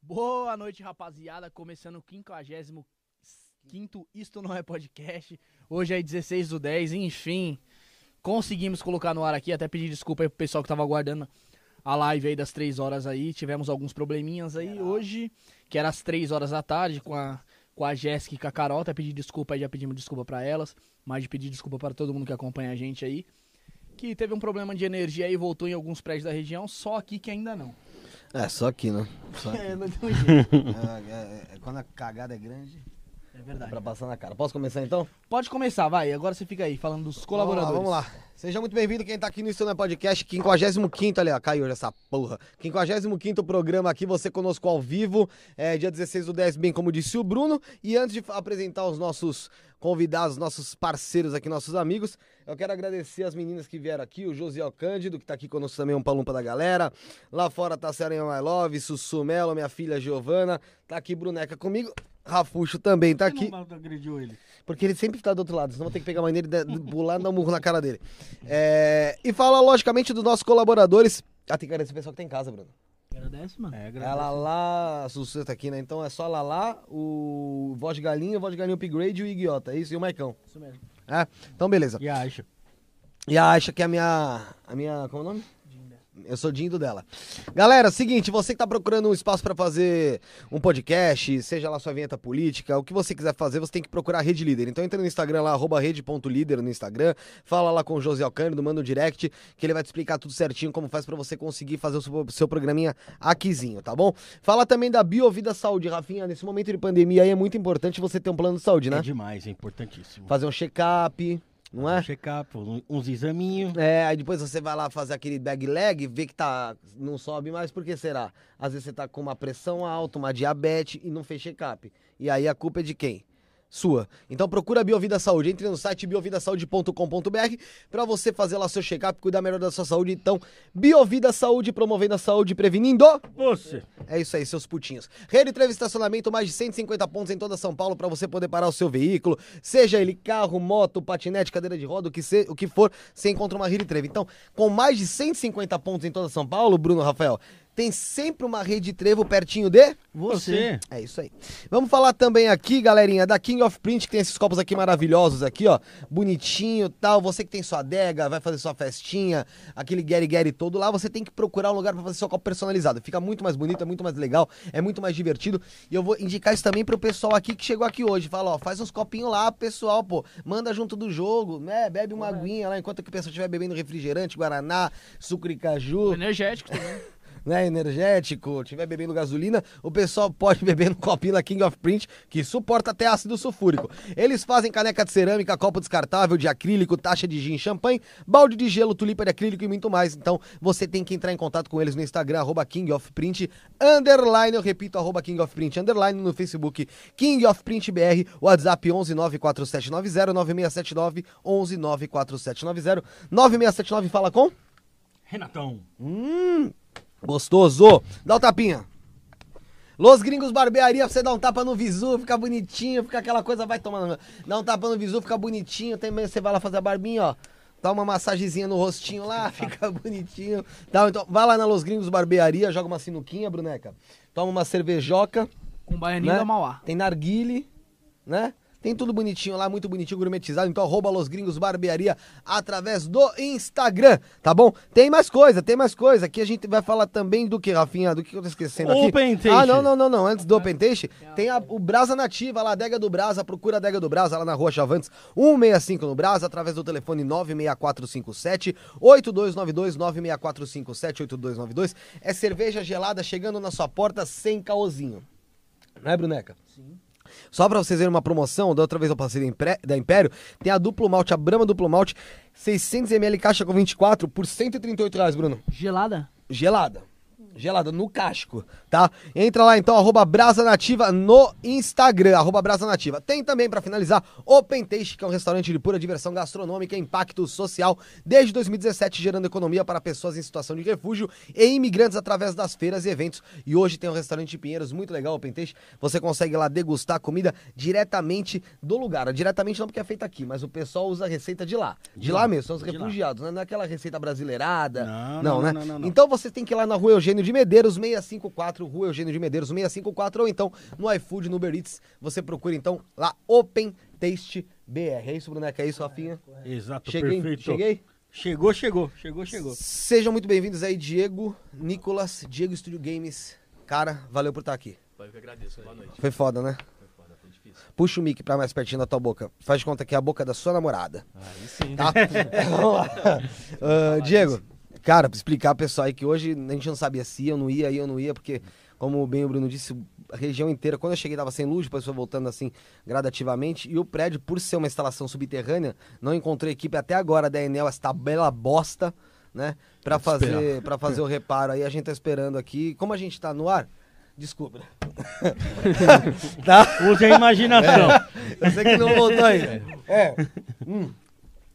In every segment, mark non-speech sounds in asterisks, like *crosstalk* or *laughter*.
Boa noite, rapaziada. Começando o 55 Isto Não É Podcast. Hoje é 16 do 10, enfim. Conseguimos colocar no ar aqui, até pedir desculpa aí pro pessoal que tava aguardando a live aí das 3 horas aí. Tivemos alguns probleminhas aí hoje, que era às 3 horas da tarde com a, com a Jéssica e com a Carol. Até pedir desculpa aí, já pedimos desculpa pra elas. Mas de pedir desculpa pra todo mundo que acompanha a gente aí. Que teve um problema de energia aí, voltou em alguns prédios da região, só aqui que ainda não. É, só aqui, né? Só aqui. *laughs* É, não tem jeito. *laughs* É, é, é, quando a cagada é grande, É dá verdade. pra passar na cara. Posso começar então? Pode começar, vai. Agora você fica aí falando dos colaboradores. Vamos lá, vamos lá. Seja muito bem-vindo quem tá aqui no Instagram Podcast, 55 ali, ó, caiu hoje essa porra. 55 programa aqui, você conosco ao vivo, é, dia 16 do 10, bem como disse o Bruno. E antes de fa- apresentar os nossos convidados, nossos parceiros aqui, nossos amigos, eu quero agradecer as meninas que vieram aqui, o Josiel Cândido, que tá aqui conosco também, um palumpa da galera. Lá fora tá a Serenha My Love, Sussu Melo, minha filha Giovana, tá aqui Bruneca comigo. Rafuxo também tá aqui. agrediu ele. Porque ele sempre tá do outro lado, senão eu vou ter que pegar a mãe dele, dar- pular e dar um murro na cara dele. É, e fala, logicamente, dos nossos colaboradores. Ah, tem que agradecer o pessoal que tem em casa, Bruno. Agradece, mano. É, É a Lala, a Sussu tá aqui, né? Então é só a Lala, o Voz de Galinha, o Voz de Galinha Upgrade e o Iguiota, é isso? E o Maicão. Isso mesmo. É? Então, beleza. E acho. E a Aisha, que é a minha... A minha... Como é o nome? Eu sou dindo dela. Galera, seguinte, você que tá procurando um espaço para fazer um podcast, seja lá sua vinheta política, o que você quiser fazer, você tem que procurar a Rede Líder. Então entra no Instagram lá, arroba rede.líder no Instagram, fala lá com o José Alcântara, manda um direct, que ele vai te explicar tudo certinho como faz para você conseguir fazer o seu, seu programinha aquizinho, tá bom? Fala também da Biovida Saúde, Rafinha, nesse momento de pandemia aí é muito importante você ter um plano de saúde, né? É demais, é importantíssimo. Fazer um check-up, não é? Um check-up, um- uns examinhos. É, aí depois você vai lá fazer aquele bag leg, vê que tá, não sobe mais, por que será? Às vezes você tá com uma pressão alta, uma diabetes e não fez check-up. E aí a culpa é de quem? Sua. Então procura a Biovida Saúde, entre no site biovidasaúde.com.br pra você fazer lá seu check-up, cuidar melhor da sua saúde. Então, Biovida Saúde, promovendo a saúde, e prevenindo. Você. É isso aí, seus putinhos. Rede Trevo Estacionamento, mais de 150 pontos em toda São Paulo para você poder parar o seu veículo, seja ele carro, moto, patinete, cadeira de roda, o que, se- o que for, você encontra uma Rede Trevo. Então, com mais de 150 pontos em toda São Paulo, Bruno Rafael, tem sempre uma Rede Trevo pertinho de... Você. É isso aí. Vamos falar também aqui, galerinha, da King of Print, que tem esses copos aqui maravilhosos aqui, ó. Bonitinho tal. Você que tem sua adega, vai fazer sua festinha, aquele Gary Gary todo lá, você tem que procurar um lugar pra fazer seu copo personalizado. Fica muito mais bonito, é muito mais legal, é muito mais divertido. E eu vou indicar isso também pro pessoal aqui que chegou aqui hoje. Fala, ó, faz uns copinhos lá, pessoal, pô. Manda junto do jogo, né? Bebe uma aguinha lá, enquanto que o pessoal estiver bebendo refrigerante, guaraná, suco de caju Energético também. né, energético, tiver bebendo gasolina, o pessoal pode *laughs* beber no copinho da King of Print, que suporta até ácido sulfúrico. Eles fazem caneca de cerâmica, copo descartável de acrílico, taxa de gin, champanhe, balde de gelo, tulipa de acrílico e muito mais. Então, você tem que entrar em contato com eles no Instagram, arroba King of Print, underline, eu repito, arroba King of Print, underline, no Facebook, King of Print BR, WhatsApp 11 94790 9679 11 94790 9679 fala com... Renatão. Hum, Gostoso! Dá o tapinha. Los Gringos Barbearia, pra você dar um tapa no visu, fica bonitinho, fica aquela coisa, vai tomando. Dá um tapa no visu, fica bonitinho. Também você vai lá fazer a barbinha, ó. Dá uma massagezinha no rostinho lá, *laughs* fica bonitinho. Tá, então, vai lá na Los Gringos Barbearia, joga uma sinuquinha, Bruneca. Toma uma cervejoca. Com baianinho né? da Mauá. Tem narguile, né? Tem tudo bonitinho lá, muito bonitinho, gourmetizado. Então, arroba Los Gringos Barbearia através do Instagram, tá bom? Tem mais coisa, tem mais coisa. Aqui a gente vai falar também do que, Rafinha? Do que eu tô esquecendo aqui? Open Taste. Ah, não, não, não, não. Antes do Open Taste, tem a- o Brasa Nativa, lá, a adega do Brasa. Procura a adega do Brasa lá na Rua Chavantes, 165 no Brasa, através do telefone 96457 8292 96457 8292. É cerveja gelada chegando na sua porta sem caosinho. Não é, Bruneca? Sim. Só pra vocês verem uma promoção, da outra vez eu passei da, Impre- da Império, tem a duplo malte, a Brahma duplo malte, 600ml caixa com 24 por R$ 138 reais, Bruno. Gelada? Gelada. Gelada, no casco, tá? Entra lá então, arroba Brasa Nativa no Instagram, arroba Brasa Nativa. Tem também, pra finalizar, Open Taste, que é um restaurante de pura diversão gastronômica e impacto social, desde 2017, gerando economia para pessoas em situação de refúgio e imigrantes através das feiras e eventos. E hoje tem um restaurante de Pinheiros muito legal, Open Taste. Você consegue lá degustar comida diretamente do lugar. Diretamente não porque é feita aqui, mas o pessoal usa a receita de lá. De, De lá, lá, mesmo, são os de lá. refugiados, né? não é aquela receita brasileirada. não, Não, não, né? não, não, não. Então você tem que ir lá na Rua Eugênio de Medeiros, 654, Rua Eugênio de Medeiros, 654, ou então no iFood, no Uber Eats, você procura então lá Open Taste BR. É isso, Bruneca? É isso, Rafinha? Exato, Cheguei, perfeito. cheguei? Chegou, chegou, chegou, chegou. Sejam muito bem-vindos aí, Diego, Nicolas, Diego Studio Games. Cara, valeu por estar aqui. Eu que agradeço, boa noite. Foi foda, né? Puxa o mic pra mais pertinho da tua boca. Faz de conta que é a boca da sua namorada. Aí sim. Tá? Vamos lá. Ah, Diego, cara, pra explicar pro pessoal aí que hoje a gente não sabia se eu não ia, aí eu não ia, porque, como bem o Bruno disse, a região inteira, quando eu cheguei tava sem luz, depois foi voltando assim gradativamente, e o prédio, por ser uma instalação subterrânea, não encontrei equipe até agora da Enel, esta bela bosta, né, pra fazer, pra fazer o reparo aí, a gente tá esperando aqui. Como a gente tá no ar, desculpa. tá? Use *laughs* a imaginação. Eu sei que não voltou ainda. É. Hum.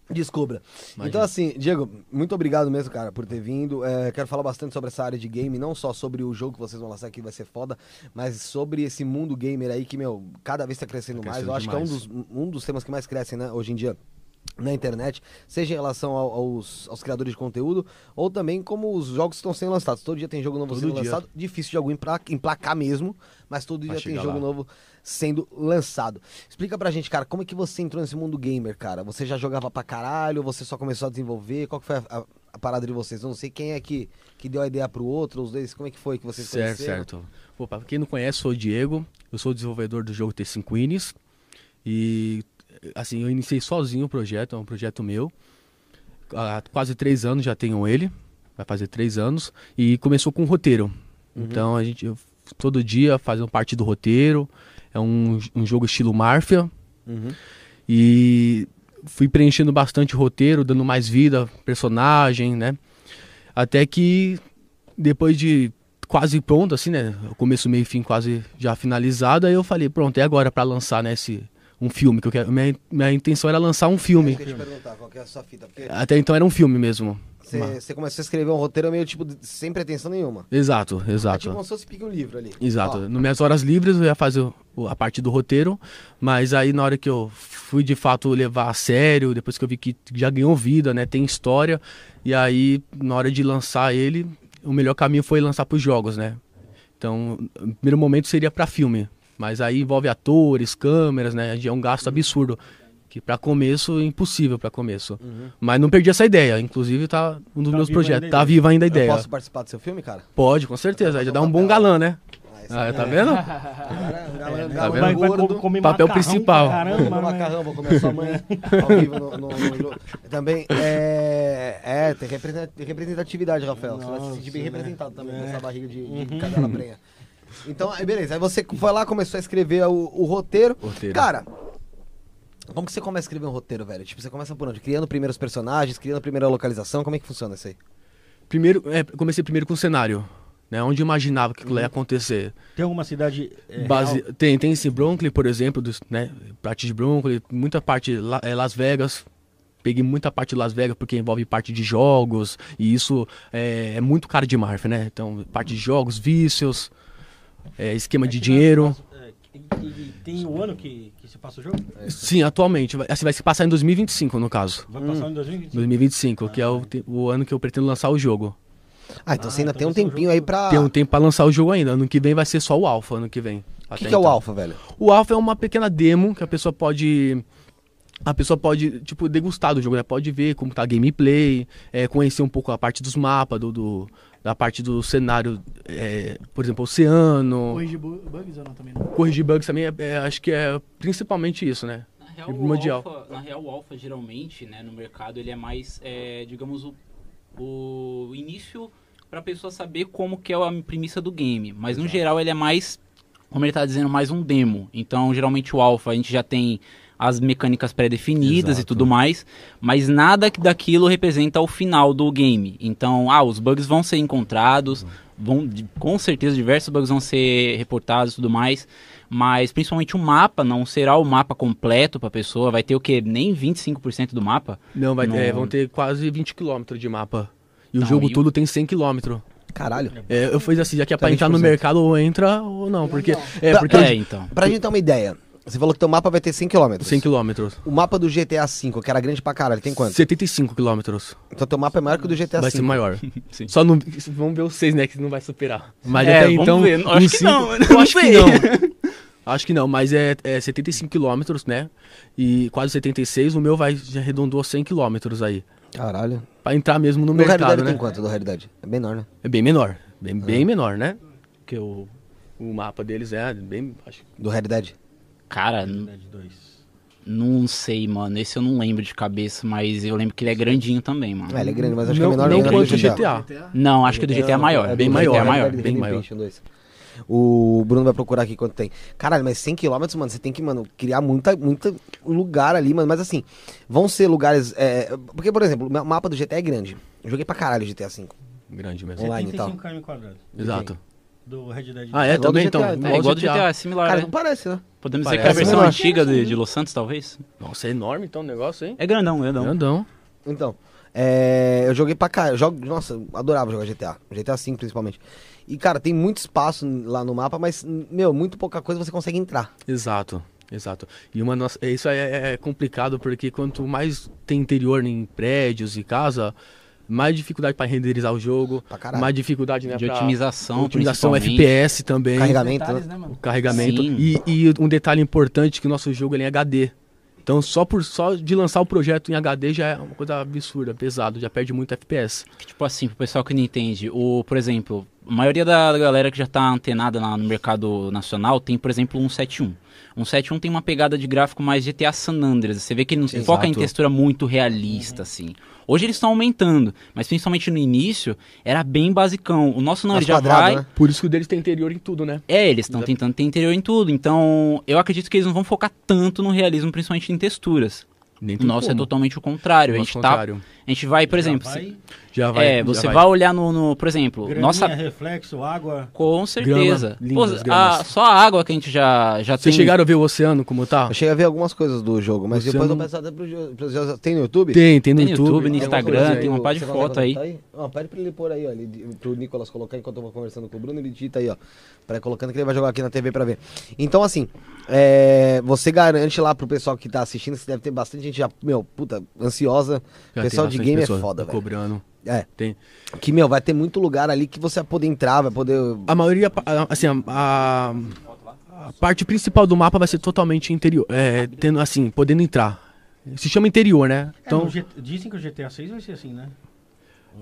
Descubra. Imagina. Então, assim, Diego, muito obrigado mesmo, cara, por ter vindo. É, quero falar bastante sobre essa área de game, não só sobre o jogo que vocês vão lançar aqui, vai ser foda, mas sobre esse mundo gamer aí que, meu, cada vez tá crescendo Tá mais. Eu crescendo acho que é um dos, um dos temas que mais crescem, né, hoje em dia. Na internet, seja em relação ao- aos, aos criadores de conteúdo, ou também como os jogos que estão sendo lançados. Todo dia tem jogo novo Todo sendo dia. lançado. Difícil de algum empla- emplacar mesmo, mas todo Pra dia tem chegar jogo lá. novo sendo lançado. Explica pra gente, cara, como é que você entrou nesse mundo gamer, cara? Você já jogava pra caralho? Você só começou a desenvolver? Qual que foi a, a- a parada de vocês. Eu não sei quem é que, que deu a ideia pro outro, os dois, como é que foi que vocês Certo, conheceram? certo. Pô, pra quem não conhece, sou o Diego. Eu sou o desenvolvedor do jogo T5 Ines. E, assim, eu iniciei sozinho o projeto, é um projeto meu. Há quase três anos já tenho ele, vai fazer três anos. E começou com roteiro. Uhum. Então, a gente, eu, todo dia, fazendo parte do roteiro. É um, um jogo estilo Máfia. Uhum. E fui preenchendo bastante o roteiro, dando mais vida, personagem, né? Até que depois de quase pronto, assim, né? O Começo, meio e fim quase já finalizado, aí eu falei, pronto, é agora pra lançar, né, esse, um filme que eu quero. Minha, minha intenção era lançar um filme. Deixa eu te perguntar qual que é a sua fita, porque Até então era um filme mesmo. você você começou a escrever um roteiro meio tipo de- sem pretensão nenhuma. Exato, É tipo exato. como se fosse pique um livro ali. Exato. Ó, Nas minhas horas livres eu ia fazer o- a parte do roteiro, mas aí na hora que eu fui de fato levar a sério, depois que eu vi que já ganhou vida, né, tem história, e aí na hora de lançar ele, o melhor caminho foi lançar para os jogos, né? Então, o primeiro momento seria para filme, mas aí envolve atores, câmeras, né, é um gasto absurdo. Que para começo é impossível para começo. Uhum. Mas não perdi essa ideia. Inclusive, tá um dos Tá meus viva projetos. ainda a Tá ideia. viva ainda a eu ideia. posso participar do seu filme, cara? Pode, com certeza. Aí já dá um bom papel. galã, né? Ah, esse Ah, cara tá vendo? é um galã- É, né? galã Tá vendo? gordo. comer Papel macarrão pra principal. Vou comer Caramba, né? macarrão, vou comer sua mãe ao vivo no, no- no jogo. Também é, é, tem represent- tem representatividade, Rafael. você vai se sentir bem representado também com essa barriga de, de cadela prenha. Então, aí beleza. Aí você foi lá, começou a escrever o, o roteiro. Roteiro. Cara, como que você começa a escrever um roteiro, velho? Tipo, você começa por onde? Criando primeiros personagens, criando a primeira localização. Como é que funciona isso aí? Primeiro, é, comecei primeiro com o cenário, né? Onde eu imaginava que aquilo ia acontecer. Uhum. Tem alguma cidade. é, Base- real? tem, tem esse Broncle, por exemplo, dos, né? Parte de Broncle, muita parte La- é, Las Vegas. Peguei muita parte de Las Vegas porque envolve parte de jogos e isso é, é muito caro de Marfa, né? Então, parte de jogos, vícios, é, esquema É de que dinheiro. nas- nas- é, e- e Tem o ano que, que se passa o jogo? Sim, atualmente. Vai, assim, vai se passar em 2025, no caso. Vai passar em 2025. 2025, que é o, tá. te- o ano que eu pretendo lançar o jogo. Ah, então Ah, você ainda então tem um você é um tempinho jogo- aí pra... Tem um tempo pra lançar o jogo ainda. Ano que vem vai ser só o Alpha, ano que vem. O que, Até que é o então. alfa, velho? O alfa é uma pequena demo que a pessoa pode. A pessoa pode, tipo, degustar do jogo, né? Pode ver como tá a gameplay, é, conhecer um pouco a parte dos mapas, do, do- da parte do cenário, é, por exemplo, É. oceano. Corrige bu- bugs ou não também né? não? Corrigir bugs também, é- é, acho que é principalmente isso, né? Na real, o Primordial. Alpha, na real, o Alpha geralmente, né, no mercado, ele é mais, é, digamos, o, o início para a pessoa saber como que é a premissa do game. Mas, no geral, ele é mais, como ele tá dizendo, mais um demo. Então, geralmente, o Alpha, a gente já tem as mecânicas pré-definidas e Exato. tudo mais, mas nada que- daquilo representa o final do game. Então, ah, os bugs vão ser encontrados, vão, de- com certeza diversos bugs vão ser reportados e tudo mais, mas principalmente o mapa não será o mapa completo para a pessoa, vai ter o que nem 25% do mapa. Não, vai, é, Não. vão ter quase 20 km de mapa. E Tá o Não, jogo e o- todo tem 100 km. Caralho. É, eu fiz assim, já que é pra Tá entrar no 20%. mercado, ou entra ou não, porque... É, Tá, porque é, então. Pra gente ter uma ideia, você falou que teu mapa vai ter 100 km. 100 km. O mapa do GTA V, que era grande pra caralho, tem quanto? 75 km. Então teu mapa é maior que o do GTA vai V. ser maior. Sim. Só não. Vamos ver os seis, né? Que não vai superar. Mas É, até vamos então. ver. Acho uns que cinco- não, né? eu Não acho que sei. não. Acho que não, mas é, é 75 quilômetros, né? E quase 76. O meu vai já arredondou 100 quilômetros aí. Caralho. Pra entrar mesmo no No mercado, realidade né? tem quanto do realidade? É menor, né? É bem menor. Bem, bem menor, né? Porque o, o mapa deles é bem. Acho, que- é Do realidade. Cara, n- Cidade dois. não sei, mano. Esse eu não lembro de cabeça, mas eu lembro que ele é grandinho também, mano. É, ele é grande, mas acho não que é menor não ainda quanto o do GTA. GTA. Não, acho que o do GTA é maior. bem Do maior, GTA é maior, Red Dead bem maior. Redemption 2. O Bruno vai procurar aqui quanto tem. Caralho, mas 100 km, mano, você tem que, mano, criar muita, muita lugar ali, mano. Mas assim, vão ser lugares. é, porque, por exemplo, o mapa do GTA é grande. Eu joguei pra caralho o GTA V. Grande mesmo. Online e tal. 75 km quadrados. Exato. Do Red Dead. Ah, é, igual do também GTA, então. então. É igual do GTA, é similar, Cara, né? não parece, né? Podemos dizer que é a parece versão menor. antiga de, de Los Santos, talvez? Nossa, é enorme então o negócio, hein? É grandão, grandão. Grandão. Então, é, eu joguei pra cá. Eu jogo, nossa, eu adorava jogar GTA. GTA V, principalmente. E, cara, tem muito espaço n- lá no mapa, mas, n- meu, muito pouca coisa você consegue entrar. Exato, exato. E uma nossa, é, isso é, é complicado porque quanto mais tem interior em prédios e casa, mais dificuldade para renderizar o jogo, Pra caralho. mais dificuldade né, De pra- otimização, otimização principalmente. FPS também, Carregamento, Detalhes, né? né, mano? o carregamento Sim. e, e um detalhe importante que o nosso jogo ele é em HD. Então só por só de lançar o projeto em HD já é uma coisa absurda, pesado, já perde muito FPS. Que, Tipo assim, pro pessoal que não entende, o, por exemplo, a maioria da da galera que já tá antenada lá no mercado nacional tem, por exemplo, um 71. Um 71 tem uma pegada de gráfico mais GTA San Andreas. Você vê que ele não se Exato. foca em textura muito Uhum. realista, assim. Hoje eles estão aumentando, mas principalmente no início, era bem basicão. O nosso não, Mais ele já quadrado, vai... né? Por isso que o deles tem interior em tudo, né? É, eles estão tentando ter interior em tudo. Então, eu acredito que eles não vão focar tanto no realismo, principalmente em texturas. Nem O tem nosso é como. totalmente o contrário. Nosso a, gente tá, contrário. a gente vai, por Já exemplo... se- vai, Já vai. é, já você vai. vai. olhar no, no- por exemplo, graminha, nossa, reflexo, água. com certeza. Grama, lindas a- gramas. só a água que a gente já já tem. Vocês chegaram a ver o oceano como tá? Eu cheguei a ver algumas coisas do jogo, mas Você depois eu não- peço até pro jo- pro José. Tem no YouTube? Tem, tem no Tem no YouTube. YouTube, no tem alguma Instagram, coisa aí. tem uma pá de Você foto consegue aí. botar Ó, pede pra ele pôr aí, ó, ele, pro Nicolas colocar enquanto eu vou conversando com o Bruno, ele digita aí, ó. Pra colocando que ele vai jogar aqui na TV pra ver. Então, assim, é, você garante lá pro pessoal que tá assistindo, que deve ter bastante gente já, meu, puta, ansiosa. Já tem pessoal de bastante game é pessoa foda, velho. tá Cobrando. É. Tem. Que, meu, vai ter muito lugar ali que você vai poder entrar, vai poder. A maioria, a- assim, a- a, a parte principal do mapa vai ser totalmente interior, é, tendo assim, podendo entrar. Se chama interior, né? Então, Então, dizem que o GTA 6 vai ser assim, né?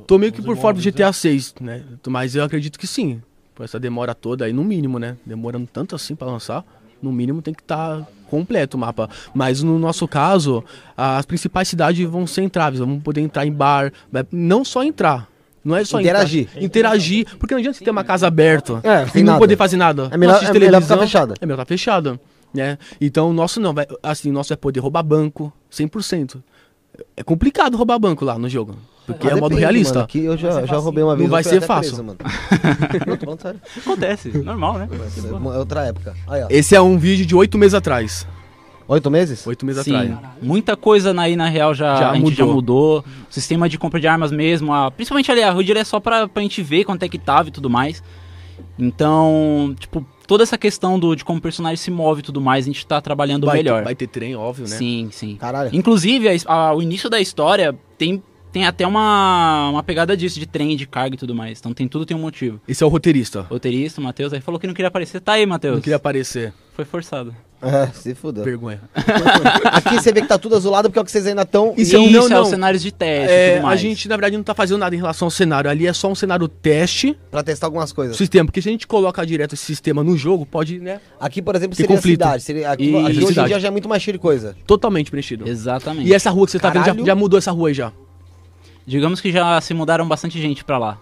tô meio que os por fora do imóveis, GTA 6, né? Mas eu acredito que sim. Com essa demora toda aí, no mínimo, né? Demorando tanto assim pra lançar, no mínimo tem que estar completo o mapa. Mas no nosso caso, as principais cidades vão ser entraves, vão poder entrar em bar, vai- não só entrar. Não é só entrar. Interagir. interagir, porque não adianta você ter uma casa aberta É, e sem não nada. poder fazer nada. É melhor- Não assiste é melhor televisão, ficar fechada. É melhor tá fechada, né? Então o nosso não, vai, assim, o nosso é poder roubar banco 100%. É complicado roubar banco lá no jogo, porque Ah, é modo depende, realista. mano, que eu já, já roubei uma vez. Não vai eu fui ser até fácil. preso, mano. *laughs* Não, tô falando sério. Acontece, normal, né? É outra época. Aí, ó. Esse é um vídeo de oito meses atrás. Oito meses? Oito meses Sim, atrás. muita coisa na- aí na real já, Já a gente já mudou. mudou. O sistema de compra de armas mesmo, a- principalmente ali a HUD ele é só pra, pra gente ver quanto é que tava e tudo mais. Então, tipo, toda essa questão do, de como o personagem se move e tudo mais, a gente tá trabalhando vai, melhor. Ter, vai ter trem, óbvio, né? Sim, sim. Caralho. Inclusive, a his- a- o início da história tem, tem até uma, uma pegada disso, de trem, de carga e tudo mais. Então tem tudo tem um motivo. Esse é o roteirista. Roteirista, o Matheus, aí falou que não queria aparecer. Tá aí, Matheus. Não queria aparecer. Foi forçado. É, se fudeu. Vergonha. Aqui você vê que tá tudo azulado porque é o que vocês ainda estão. E Isso, Então, isso não, é não. os cenários de teste e É, tudo a mais. gente, na verdade, não tá fazendo nada em relação ao cenário. Ali é só um cenário teste Pra testar algumas do coisas. sistema. Porque se a gente coloca direto esse sistema no jogo, pode, né? Aqui, por exemplo, Tem seria a conflito. cidade. Seria, aqui, E- aqui hoje em cidade. dia já é muito mais cheio de coisa. Totalmente preenchido. Exatamente. E essa rua que você tá vendo Caralho. já, já mudou essa rua aí já. Digamos que já se mudaram bastante gente pra lá.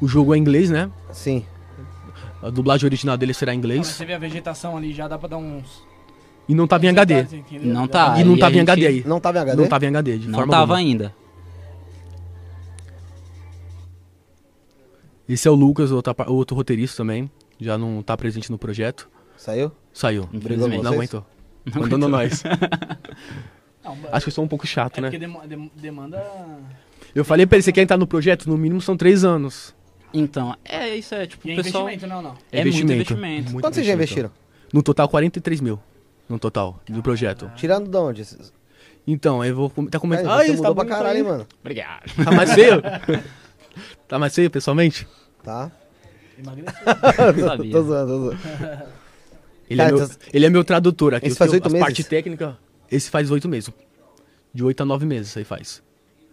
O jogo é em inglês, né? Sim. A dublagem original dele será em Mas inglês. você vê a vegetação ali, já dá pra dar uns. E não tava em HD. detalhes, entendeu? Não Já tá. dá- E não aí tava a em gente- HD aí. Não tá tava em HD? Não tá. tava em HD, de Não forma tava alguma. ainda. Esse é o Lucas, outro, apa- outro roteirista também. Já não tá presente no projeto. Saiu? Saiu. Infelizmente. Não aguentou. Mandando nós. Não, mas- *laughs* Acho que eu sou um pouco É chato, porque né? demo- dem- demanda. Eu falei pra ele, você quer entrar no projeto? No mínimo são três anos. Então, é isso, é tipo, E é o pessoal. investimento, não, não. É muito investimento. *laughs* Muito Quanto vocês já investimento. investiram? No total, 43 mil. No total, do projeto. Tirando de onde? esses- Então, eu vou com- tá Cara, comentando. É, você isso tá mudou pra bonito caralho, hein, aí. mano. Obrigado. Tá *laughs* mais feio? tá mais feio, pessoalmente? Tá? Emagreceu. sabia. tô zoando, tô zoando. Ele, Cara, é, meu, essas- ele é meu tradutor aqui. Esse eu faz tenho oito as meses? Parte técnica, esse faz oito meses. De oito a nove meses, isso aí faz.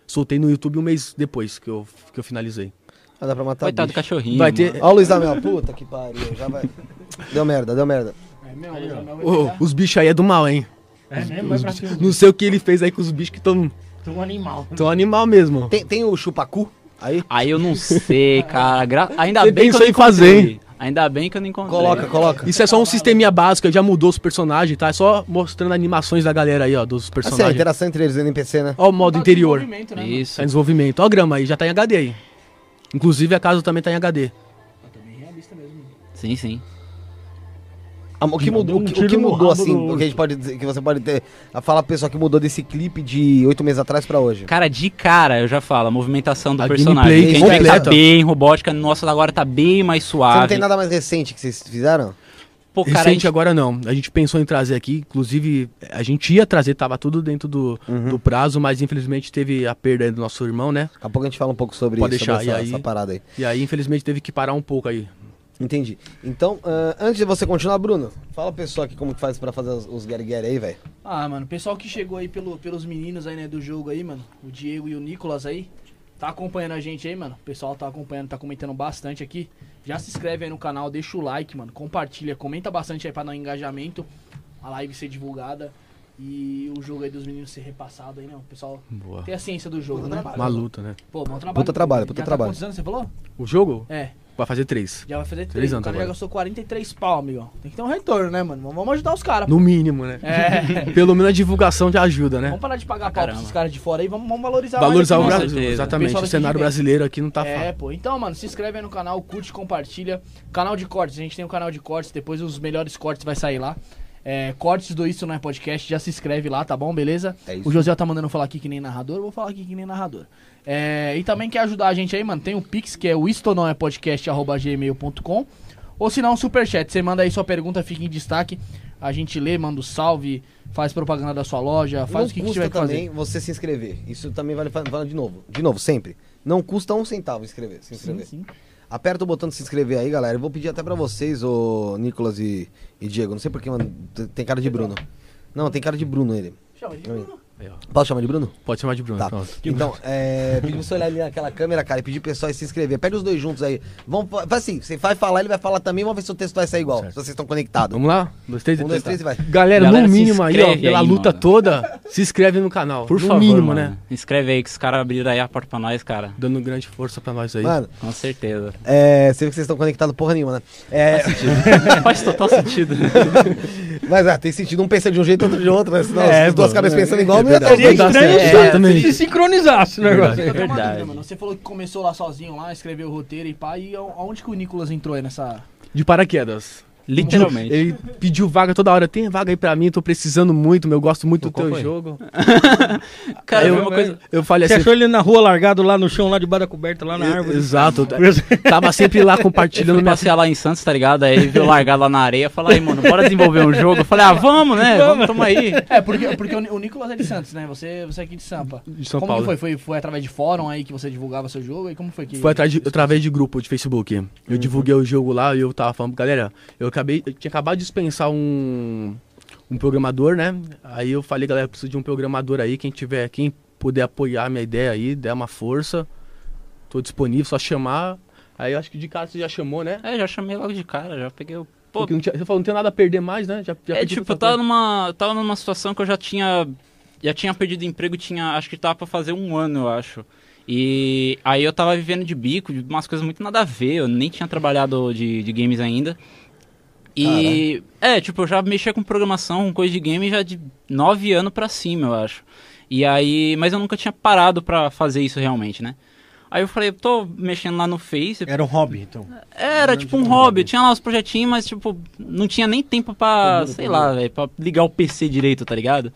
Soltei no YouTube um mês depois que eu, que eu finalizei. Ah, dá pra matar Coitado do bicho. cachorrinho. Vai ter- mano. Ó o Luiz da Mel. Puta que pariu. Já vai. Deu merda, deu merda. É mesmo, mas eu vou Ô, pegar. os bichos aí é do mal, hein? É mesmo, vai pra cima. Não sei o que ele fez aí com os bichos que estão Tem um animal. tão animal mesmo. Tem, tem o chupacu? Aí? Aí eu não sei, cara. Gra- Ainda Você bem que eu pensou não em fazer, encontrei. Ainda bem que eu não encontrei. Coloca, coloca. Isso é só um sisteminha básico, aí já mudou os personagens, tá? É só mostrando animações da galera aí, ó, dos Assim, a personagens. interação entre eles, NPC, né? Ó o modo Tá interior. desenvolvimento, né, mano? Isso. Tá em desenvolvimento. Ó a grama aí, já tá em HD aí. Inclusive a casa também tá em HD. Tá bem realista mesmo. Sim, sim. Ah, O que mudou, um o que, o que mudou assim? O que a gente pode dizer, que você pode ter. A falar pro pessoal que mudou desse clipe de oito meses atrás pra hoje. Cara, de cara, eu já falo, a movimentação do A personagem. gameplay Que a gente já tá completa. bem robótica. Nossa, agora tá bem mais Você não suave. tem nada mais recente que vocês fizeram? Pô, cara, a Recente gente- agora não. A gente pensou em trazer aqui, inclusive a gente ia trazer, tava tudo dentro do, do prazo, mas infelizmente teve a perda aí do nosso irmão, né? Daqui a pouco a gente fala um pouco sobre, Pode sobre deixar, essa, e aí? essa parada aí. E aí infelizmente teve que parar um pouco aí. Entendi. Então, ah, antes de você continuar, Bruno, fala pro pessoal aqui como que faz pra fazer os, os get aí, velho. Ah, mano, o pessoal que chegou aí pelo, pelos meninos aí, né, do jogo aí, mano, o Diego e o Nicolas aí, tá acompanhando a gente aí, mano. O pessoal tá acompanhando, tá comentando bastante aqui. Já se inscreve aí no canal, deixa o like, mano, compartilha, comenta bastante aí pra dar um engajamento, a live ser divulgada e o jogo aí dos meninos ser repassado aí, né? O pessoal Boa. tem a ciência do jogo, né? Uma luta, né? Pô, bom trabalho. Puta trabalho, puta Já tá trabalho. quantos anos você falou? O jogo É, vai fazer três. já vai fazer três. Três o anos cara já agora. gastou 43 pau, amigão. Tem que ter um retorno, né, mano? Vamos ajudar os caras. No mínimo, né? *laughs* É. Pelo menos a divulgação já ajuda, né? Vamos parar de pagar pau pra caramba. esses caras de fora aí, vamos, vamos valorizar mais Valorizar aqui, o né? Brasil. certeza. O Exatamente. pessoal O daqui cenário vem. brasileiro aqui não tá É, fácil. pô. Então, mano, se inscreve aí no canal, curte, compartilha. Canal de cortes, a gente tem um canal de cortes, depois os melhores cortes vai sair lá. É, cortes do Isso Não É Podcast, já se inscreve lá, tá bom? Beleza? É isso. O José tá mandando eu falar aqui que nem narrador, eu vou falar aqui que nem narrador. É, e também quer ajudar a gente aí, mano, tem o Pix, que é o isto não é podcast, arroba gmail.com. Ou se não, superchat. Você manda aí sua pergunta, fica em destaque. A gente lê, manda o salve, faz propaganda da sua loja, faz Não o que, que custa tiver que fazer. também você se inscrever. Isso também vale fa- falar de novo. De novo, sempre. Não custa um centavo inscrever, se inscrever. sim. Aperta o botão de se inscrever aí, galera. Eu vou pedir até pra vocês, ô Nicolas e, e Diego. Não sei porquê, mano. t- Tem cara de Bruno. Não, tem cara de Bruno ele. Chama de Bruno. Aí, ó. Posso chamar de Bruno? Pode chamar de Ah, Bruno. Tá. pronto. Então, é, pedir pra você olhar ali naquela câmera, cara, e pedir pro pessoal aí se inscrever. Pega os dois juntos aí. Vamos, fa- faz assim, você vai falar, ele vai falar também, vamos ver se o texto vai sair igual. Se vocês estão conectados. Vamos lá? Um, dois, três Um, e dois, testar. três e vai. Galera, Galera, no se mínimo aí, ó, inscreve pela aí, luta mano. toda, se inscreve no canal. Por no favor, mínimo, mano. né? Inscreve aí que os caras abriram aí a porta pra nós, cara. Dando grande força pra nós aí. Mano, Com certeza. é, você vê que vocês estão conectados porra nenhuma, né? É, Faz total sentido. *laughs* mas ah, tem sentido um pensa de um jeito, outro de outro, mas senão É, as duas mano, cabeças é, pensando igual é não ia dar verdade. certo. Seria Não dá estranho certo. se- Exatamente. se sincronizasse o negócio. Eu tenho uma Verdade. dúvida, né, mano. Você falou que começou lá sozinho lá, escreveu o roteiro e pá, e a- aonde que o Nicolas entrou aí nessa. De paraquedas. Literalmente. Ele pediu vaga toda hora. Tem vaga aí pra mim, tô precisando muito, meu. Eu gosto muito do Qual teu foi? *laughs* jogo. Cara, eu, foi uma coisa. eu falei Você assim. achou ele na rua largado lá no chão, lá debaixo da coberta, lá Tá na eu- árvore. Exato. *laughs* Tava sempre lá compartilhando Fui minha passear lá em Santos, tá ligado? Aí ele viu largar lá na areia, falou, aí, mano, bora desenvolver um jogo. Eu falei, ah, vamos, né? Vamos, tamo aí. É, porque, porque o Ni- o Nicolas é de Santos, né? Você, você é aqui de Sampa. de São como Paulo. que foi? foi? Foi através de fórum aí que você divulgava seu jogo? E como foi que. Foi atrás de- através de grupo de Facebook. Eu divulguei o jogo lá e eu tava falando, galera, eu acabei. Eu tinha acabado de dispensar um, um programador, né? Aí eu falei, galera, eu preciso de um programador aí, quem tiver, quem puder apoiar a minha ideia aí, der uma força. Tô disponível, só chamar. Aí eu acho que de cara você já chamou, né? É, já chamei logo de cara, já peguei o. Pô, Porque não tinha, você falou, não tem nada a perder mais, né? Já, já é pedi tipo, pra- eu tava numa, eu tava numa situação que eu já tinha. Já tinha perdido emprego, tinha. Acho que tava pra fazer um ano, eu acho. E aí eu tava vivendo de bico, de umas coisas muito nada a ver, eu nem tinha trabalhado de, de games ainda. E. É, tipo, eu já mexia com programação, com coisa de game já de 9 anos pra cima, eu acho. E aí. Mas eu nunca tinha parado pra fazer isso realmente, né? Aí eu falei, tô mexendo lá no Face, Era um hobby, então. era tipo um hobby, tinha lá os projetinhos, mas tipo, não tinha nem tempo pra, sei lá, velho, pra ligar o PC direito, tá ligado?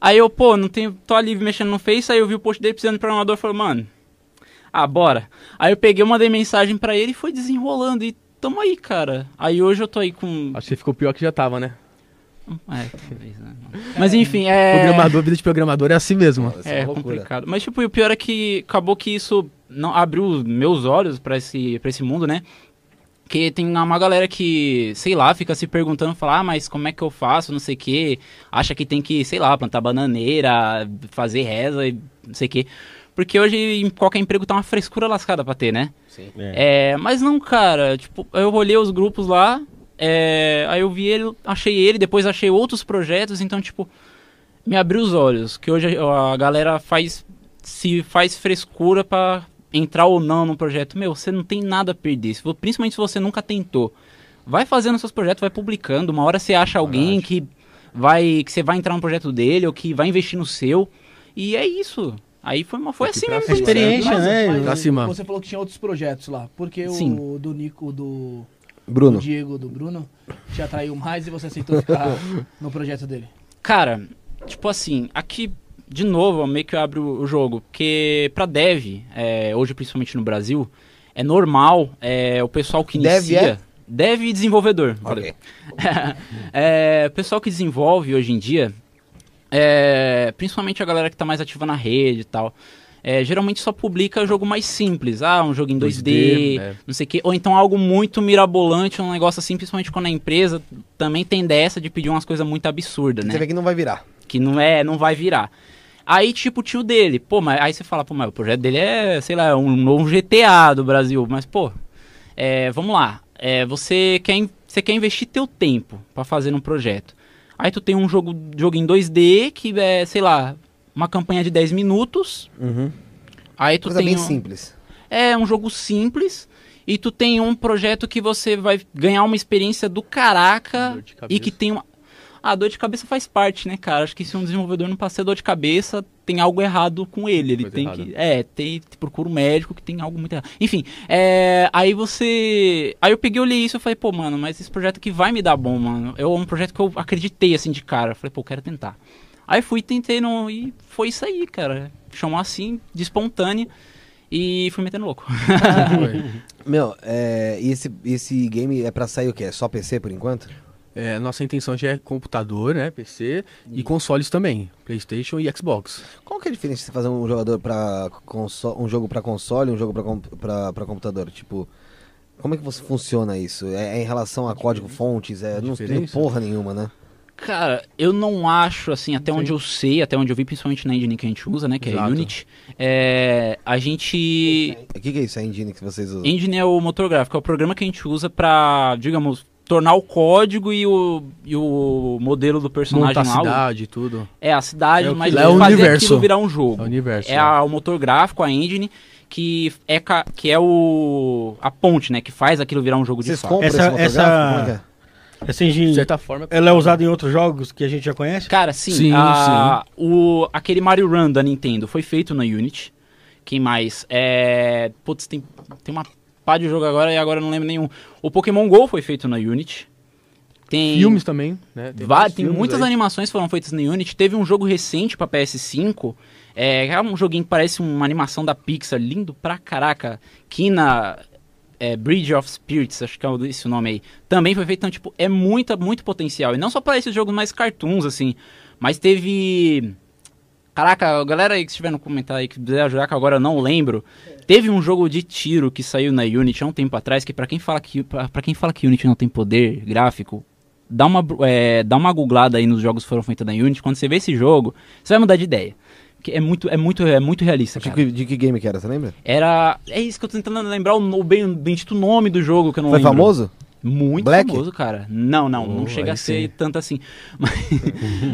Aí eu, pô, não tenho, tô ali mexendo no Face, aí eu vi o post dele precisando de programador, eu falei, mano, ah, bora. Aí eu peguei, mandei mensagem pra ele e foi desenrolando e tamo aí, cara. Aí hoje eu tô aí com... Acho que você ficou pior que já tava, né? É, talvez, né? Mas enfim, é... Programador, vida de programador é assim mesmo. Isso É, complicado. Mas, tipo, e o pior é que acabou que isso não abriu os meus olhos pra esse, pra esse mundo, né? Que tem uma galera que, sei lá, fica se perguntando, fala, ah, mas como é que eu faço, não sei o quê. Acha que tem que, sei lá, plantar bananeira, fazer reza e não sei o quê. Porque hoje em qualquer emprego tá uma frescura lascada pra ter, né? É, mas não, cara, tipo, eu olhei os grupos lá, é, aí eu vi ele, achei ele, depois achei outros projetos, então, tipo, me abriu os olhos, que hoje a a galera faz se faz frescura pra entrar ou não num projeto. Meu, você não tem nada a perder, se vo- principalmente se você nunca tentou. Vai fazendo seus projetos, vai publicando, uma hora você acha alguém que vai que você vai entrar no projeto dele ou que vai investir no seu. E é isso. Aí foi uma foi assim mesmo. cima, foi né? isso. Experiência, né? Pra cima. Você falou que tinha outros projetos lá. Porque Sim. o do Nico, do, do Bruno. Diego, do Bruno, te atraiu mais e você aceitou ficar no projeto dele. Cara, tipo assim, aqui de novo meio que eu abro o jogo, porque pra dev, é, hoje principalmente no Brasil, é normal é, o pessoal que Dev inicia. é? Dev e desenvolvedor. né? valeu. *laughs* É, pessoal que desenvolve hoje em dia, é, principalmente a galera que tá mais ativa na rede e tal, é, geralmente só publica jogo mais simples. Ah, um jogo em 2D, 2D, né? é. não sei o quê. Ou então algo muito mirabolante, um negócio assim, principalmente quando a empresa também tem dessa de pedir umas coisas muito absurdas, né? Você vê que não vai virar. que não é, não vai virar. Aí, tipo, o tio dele, pô, mas aí você fala, pô, mas o projeto dele é, sei lá, um novo GTA do Brasil, mas, pô, é, vamos lá, é, você, quer, in- você quer investir teu tempo pra fazer um projeto. Aí tu tem um jogo, jogo em 2D que é, sei lá, uma campanha de 10 minutos, Uhum. aí tu Coisa tem bem um- simples. é um jogo simples e tu tem um projeto que você vai ganhar uma experiência do caraca Dor de cabeça. e que tem uma. A dor de cabeça faz parte, né, cara? Acho que se um desenvolvedor não passar dor de cabeça, tem algo errado com ele. Ele Coisa tem errada. que. É, tem, procura um médico que tem algo muito errado. Enfim, é, aí você. Aí eu peguei, olhei isso e falei, pô, mano, mas esse projeto que vai me dar bom, mano. É um projeto que eu acreditei, assim, de cara. Falei, pô, quero tentar. Aí fui, tentei não, e foi isso aí, cara. Chamou assim, de espontânea, e fui metendo louco. *laughs* Foi. Meu, é, e esse, esse game é pra sair o quê? É só PC por enquanto? É, nossa intenção já é computador, né? PC e consoles também. Playstation e Xbox. Qual que é a diferença de você fazer um jogador para console, um jogo pra console, e um jogo pra com- pra pra computador? Tipo, como é que você funciona isso? É, é em relação a código fontes, é, não tem diferença? porra nenhuma, né? Cara, eu não acho, assim, até Sim. onde eu sei, até onde eu vi, principalmente na engine que a gente usa, né, que é Exato. Unity, é, a gente... O que, que é isso? É a engine que vocês usam? Engine é o motor gráfico, é o programa que a gente usa pra, digamos, tornar o código e o, e o modelo do personagem Montar lá. o- cidade e tudo. É, a cidade, É o que- mas é o fazer universo. aquilo virar um jogo. É o universo. É a- o motor gráfico, a engine, que é, ca- que é o, a ponte, né? Que faz aquilo virar um jogo de Vocês fato. compram Essa- esse motor essa- gráfico? Como é que é? Essa De engine, certa forma. ela é usada em outros jogos que a gente já conhece? Cara, sim, Sim, a- O, aquele Mario Run da Nintendo foi feito na Unity. Quem mais? É, putz, tem, tem uma pá de jogo agora e agora eu não lembro nenhum. O Pokémon GO foi feito na Unity. Tem... Filmes também, né? Tem, vários tem filmes muitas aí. animações que foram feitas na Unity. Teve um jogo recente pra PS5. É, é um joguinho que parece uma animação da Pixar, lindo pra caraca. Kina é, Bridge of Spirits, acho que é o- esse o nome aí. Também foi feito, então, tipo, é muita, muito potencial. E não só pra esses jogos mais cartoons, assim. Mas teve. Caraca, galera aí que estiver no comentário aí que puder ajudar, que agora eu não lembro. Teve um jogo de tiro que saiu na Unity há um tempo atrás, que pra quem fala que para quem fala que Unity não tem poder gráfico, dá uma bru- é, dá uma googlada aí nos jogos que foram feitos na Unity, quando você vê esse jogo, você vai mudar de ideia. Porque é muito é muito é muito realista, De cara. que- De que game que era, você lembra? Era é isso que eu tô tentando lembrar o, no- bem bendito nome do jogo que eu não Foi lembro. famoso? Muito Black? famoso, cara. Não, não, não Oh, chega aí a ser sim. Uhum. tanto assim. *laughs* Mas,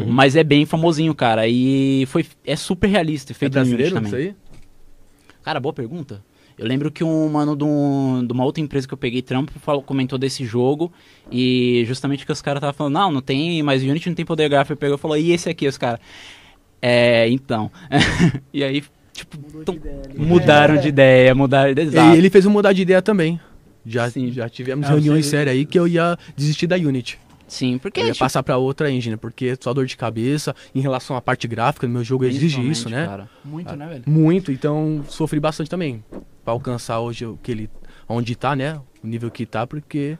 mas é bem famosinho, cara. E foi é super realista, É feito na Unity brasileiro também. isso aí? Cara, boa pergunta. Eu lembro que um mano de, um- de uma outra empresa que eu peguei trampo falou- comentou desse jogo e justamente que os caras estavam falando, não, não tem, mas Unity não tem poder gráfico. Ele pegou e falou, e esse aqui, os caras? É, então. *laughs* e aí, tipo, tão- mudaram de ideia, mudaram de exato. É. E ele fez um mudar de ideia também. Já, Sim. É, já tivemos Ah, reuniões você- sérias aí que eu ia desistir da Unity. Sim, porque eu ia tipo, passar pra outra engine, porque só dor de cabeça em relação à parte gráfica, no meu jogo exige isso, né? É, principalmente, cara. Muito, né, velho? Muito, então sofri bastante também pra alcançar hoje o que ele onde tá, né? O nível que tá, porque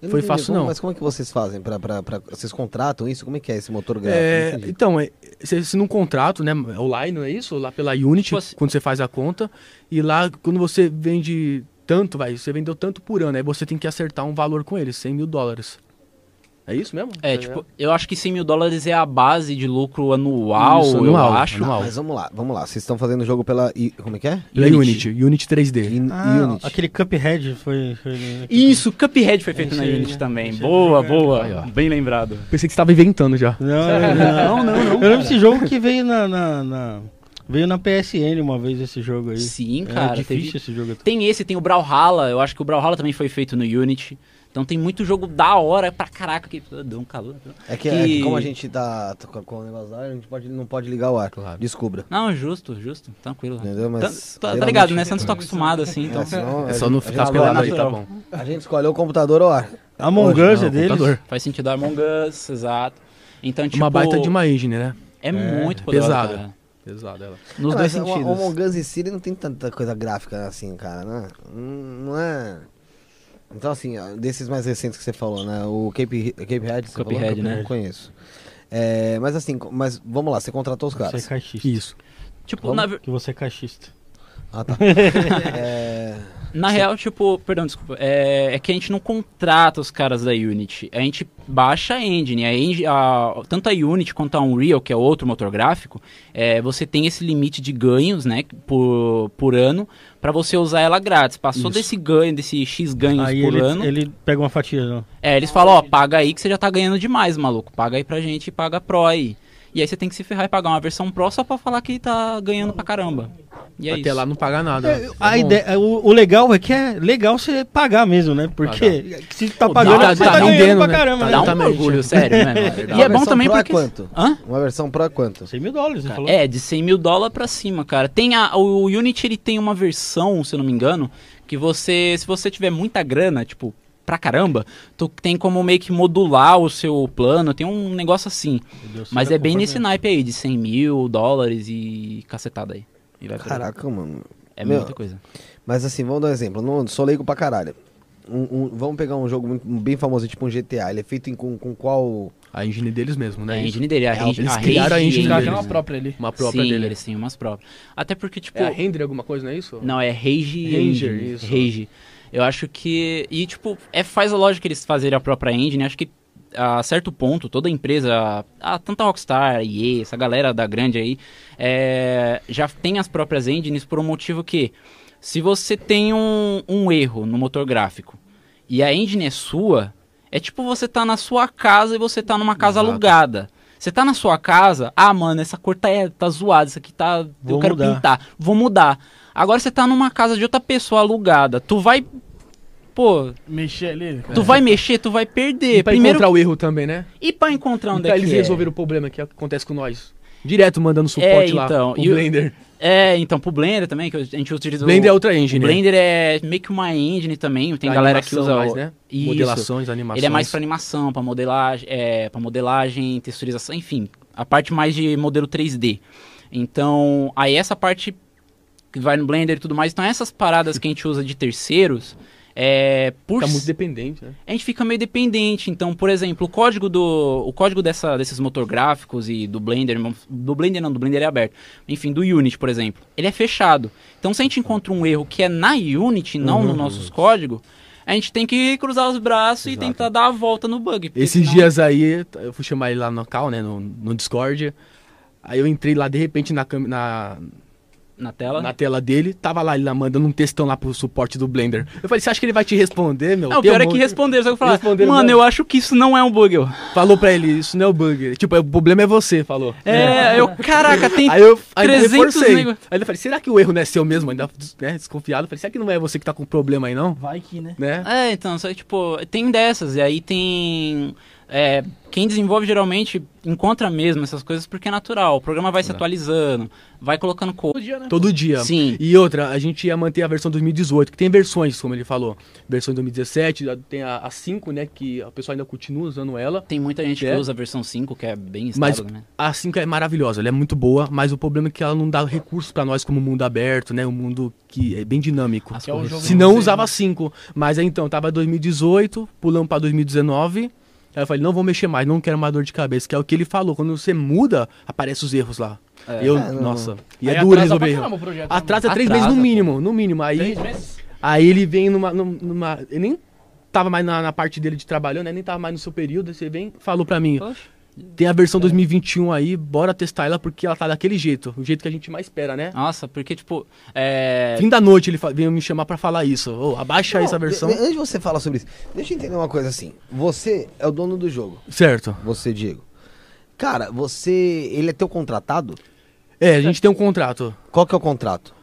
Eu Foi entendi, fácil, como- não. Mas como é que vocês fazem? Pra, pra, pra- vocês contratam isso? Como é que é esse motor gráfico? É, Não entendi. então, é, você assina um contrato, né? Online, não é isso? Lá pela Unity, Tipo assim- quando você faz a conta. E lá, quando você vende tanto, vai, você vendeu tanto por ano, aí você tem que acertar um valor com eles, 100 mil dólares. É isso mesmo? É, tipo, eu acho que 100 mil dólares é a base de lucro anual, Isso, eu anual, acho. anual. Ah, Mas vamos lá, vamos lá. Vocês estão fazendo o jogo pela. I- Como é que é? Pela Unity. Unity, Unity 3D. In- Ah, Unity. aquele Cuphead foi... foi Isso, Cuphead foi feito Esse na aí, Unity né? também. Esse aí Boa, foi- boa. Aí, ó. Bem lembrado. Pensei que você tava inventando já. Não, não, não, não, Eu lembro desse jogo que veio na, na- na- Veio na PSN uma vez esse jogo aí. Sim, É cara. teve- difícil esse jogo. Tem esse, tem o Brawlhalla. Eu acho que o Brawlhalla também foi feito no Unity. Então tem muito jogo da hora pra caraca. Que... Deu um calor. É que, é que E- como a gente tá t- com, com o negócio da hora, a gente pode- não pode ligar o ar. Claro. Descubra. Não, justo, justo. Tranquilo. Entendeu? Tá- Mas. tá, tá geralmente- ligado, né? Você não tá acostumado assim, então. É, senão É a só gente- não a ficar gente pelado aí, escolhe- tá natural. bom. A gente escolheu o computador ou o ar. Among Não, Us é deles. computador. Faz sentido Among Us, exato. Então, tipo. Uma baita de uma engine, né? É muito poderosa, pesada. cara. Pesado ela. Nos Ah, dois mas o- sentidos. O Among Us e Siri não tem tanta coisa gráfica assim, cara, né? Não não Hum, é. Então, assim, ah, desses mais recentes que você falou, né? O Cape, Cape Head, você Cuphead, falou? né? Não conheço. É, mas assim, co- mas vamos lá, você contratou os Você é caras. caixista. Isso. Tipo, Como? na, ver- Que você é caixista. Ah, tá. É, na real, tipo, perdão, desculpa. É, é que a gente não contrata os caras da Unity. A gente baixa a engine. A engine a- tanto a Unity quanto a Unreal, que é outro motor gráfico, é, você tem esse limite de ganhos, né, por, por ano, pra você usar ela grátis. Passou Isso. desse ganho, desse X ganhos Aí por ele, ano. ele pega uma fatia, né? não. É, eles falam, ó, paga aí que você já tá ganhando demais, maluco. Paga aí pra gente e paga Pro aí. E aí você tem que se ferrar e pagar uma versão Pro só pra falar que tá ganhando pra caramba. E é Até isso. lá não pagar nada. É, a ideia, o, o legal é que é legal você pagar mesmo, né? Porque se tá Pô, pagando, dá- você dá tá ganhando rendendo, pra né? caramba, Tá né? Dá um Exatamente. orgulho, sério, né? uma E é bom versão também pro é porque... quanto? Hã? Uma versão pro é quanto? 100 mil dólares, você falou. É, de 100 mil dólares pra cima, cara. Tem a, o Unity, ele tem uma versão, se eu não me engano, que você, se você tiver muita grana, tipo, pra caramba, tu tem como meio que modular o seu plano, tem um negócio assim. Meu Deus, Mas você é bem compra nesse mesmo. naipe aí, de 100 mil dólares e cacetada aí. E vai por aí. Caraca, mano. É Meu, muita coisa. Mas assim, vamos dar um exemplo. Não sou leigo pra caralho. Um- um- vamos pegar um jogo muito- bem famoso, tipo um GTA. Ele é feito em, com, com qual. A engine deles mesmo, É né? a Isso. engine dele, a, É, regi- eles criaram a regi- engine Os caras têm deles, uma né? própria ali. Uma própria Sim, dele. eles têm umas próprias. Até porque, tipo... É a render alguma coisa, não é isso? Não, é Rage Ranger, Engine. isso. Rage. Eu acho que... E, tipo, é, faz a lógica eles fazerem a própria engine. Acho que, a certo ponto, toda empresa... A, tanto a Rockstar, EA, essa galera da grande aí... é, já tem as próprias engines por um motivo que... Se você tem um, um erro no motor gráfico e a engine é sua, é tipo você tá na sua casa e você tá numa casa Exato. alugada. Você tá na sua casa, ah, mano, essa cor tá, é- tá zoada, isso aqui tá. eu Vou quero mudar. pintar, vou mudar. Agora você tá numa casa de outra pessoa alugada, tu vai. Pô, Mexer ali. cara. tu vai mexer, tu vai perder. É. E pra Primeiro. encontrar o erro também, né? E pra encontrar E onde pra é que eles é? resolverem o problema que acontece com nós. Direto mandando É, suporte lá. então, O e o- Blender. É, então, pro Blender também, que a gente utiliza. Blender é o... outra engine. né? o Blender é meio que uma engine também, tem Pra galera que animação usa. mais, o- né? Isso. Modelações, animações. Ele é mais pra animação, pra modelagem, é, para modelagem, texturização, enfim, a parte mais de modelo 3D. Então, aí essa parte que vai no Blender e tudo mais, então essas paradas que a gente usa de terceiros, é, por Tá si- muito dependente, né? a gente fica meio dependente. Então, por exemplo, o código do o código dessa, desses motor gráficos e do Blender, do Blender não, do Blender é aberto. Enfim, do Unity, por exemplo, ele é fechado. Então, se a gente encontra um erro que é na Unity, não Uhum. nos nossos códigos, a gente tem que cruzar os braços e Exato. tentar dar a volta no bug. porque Esses senão- dias aí, eu fui chamar ele lá no cal, né? No, no Discord. Aí eu entrei lá, de repente, na, câmera- na, na tela. na tela dele, tava lá ele lá mandando um textão lá pro suporte do Blender. Eu falei, você acha que ele vai te responder, meu? Ah, o Tem pior um é que monte." responderam, só que falaram, Responderam, mano, mano. eu acho que isso não é um bug. eu." Falou pra ele, isso não é o bug. Tipo, o problema é você, falou. É, eu, caraca, *laughs* tem Aí eu aí eu 300 reforcei. nego- Aí eu falei, será que o erro não é seu mesmo? Ainda né, desconfiado. Eu falei, será que não é você que tá com problema aí, não? Vai que, né? Né? É, então, só que, tipo, tem dessas, e aí tem. é, quem desenvolve geralmente encontra mesmo essas coisas porque é natural. O programa vai se atualizando, vai colocando coisa. Todo dia, né? Todo dia. Sim. E outra, a gente ia manter a versão 2018, que tem versões, como ele falou. Versão 2017, a- tem a, a 5, né? Que a pessoa ainda continua usando ela. Tem muita gente que É. usa a versão 5, que é bem Mas- estável, né? A 5 é maravilhosa, ela é muito boa, mas o problema é que ela não dá recursos pra nós como mundo aberto, né? Um mundo que é bem dinâmico. As que é o correções. jogo Se não Sim. usava 5. Mas aí então, tava 2018, pulamos pra 2019. Aí eu falei, não vou mexer mais, não quero mais dor de cabeça. Que é o que ele falou, quando você muda, aparecem os erros lá. É. eu, É, não- nossa, e Aí é duro atrasa pra resolver erro. caramba o projeto, né, mano? Atrasa três Atrasa, meses pô. no mínimo, no mínimo. Aí, Três meses? aí ele vem numa, num- numa. Ele nem tava mais na, na parte dele de trabalhando, né? nem tava mais no seu período. aí Você vem, falou pra mim, Poxa. tem a versão 2021 aí, bora testar ela porque ela tá daquele jeito, o jeito que a gente mais espera, né? Nossa, porque, tipo, é. Fim da noite ele fa- veio me chamar pra falar isso. Ô, abaixa Não, essa versão. de- Antes de você falar sobre isso, deixa eu entender uma coisa assim. Você é o dono do jogo, Certo. você, Diego. Cara, você. Ele é teu contratado? É, a gente tem um contrato. Qual que é o contrato?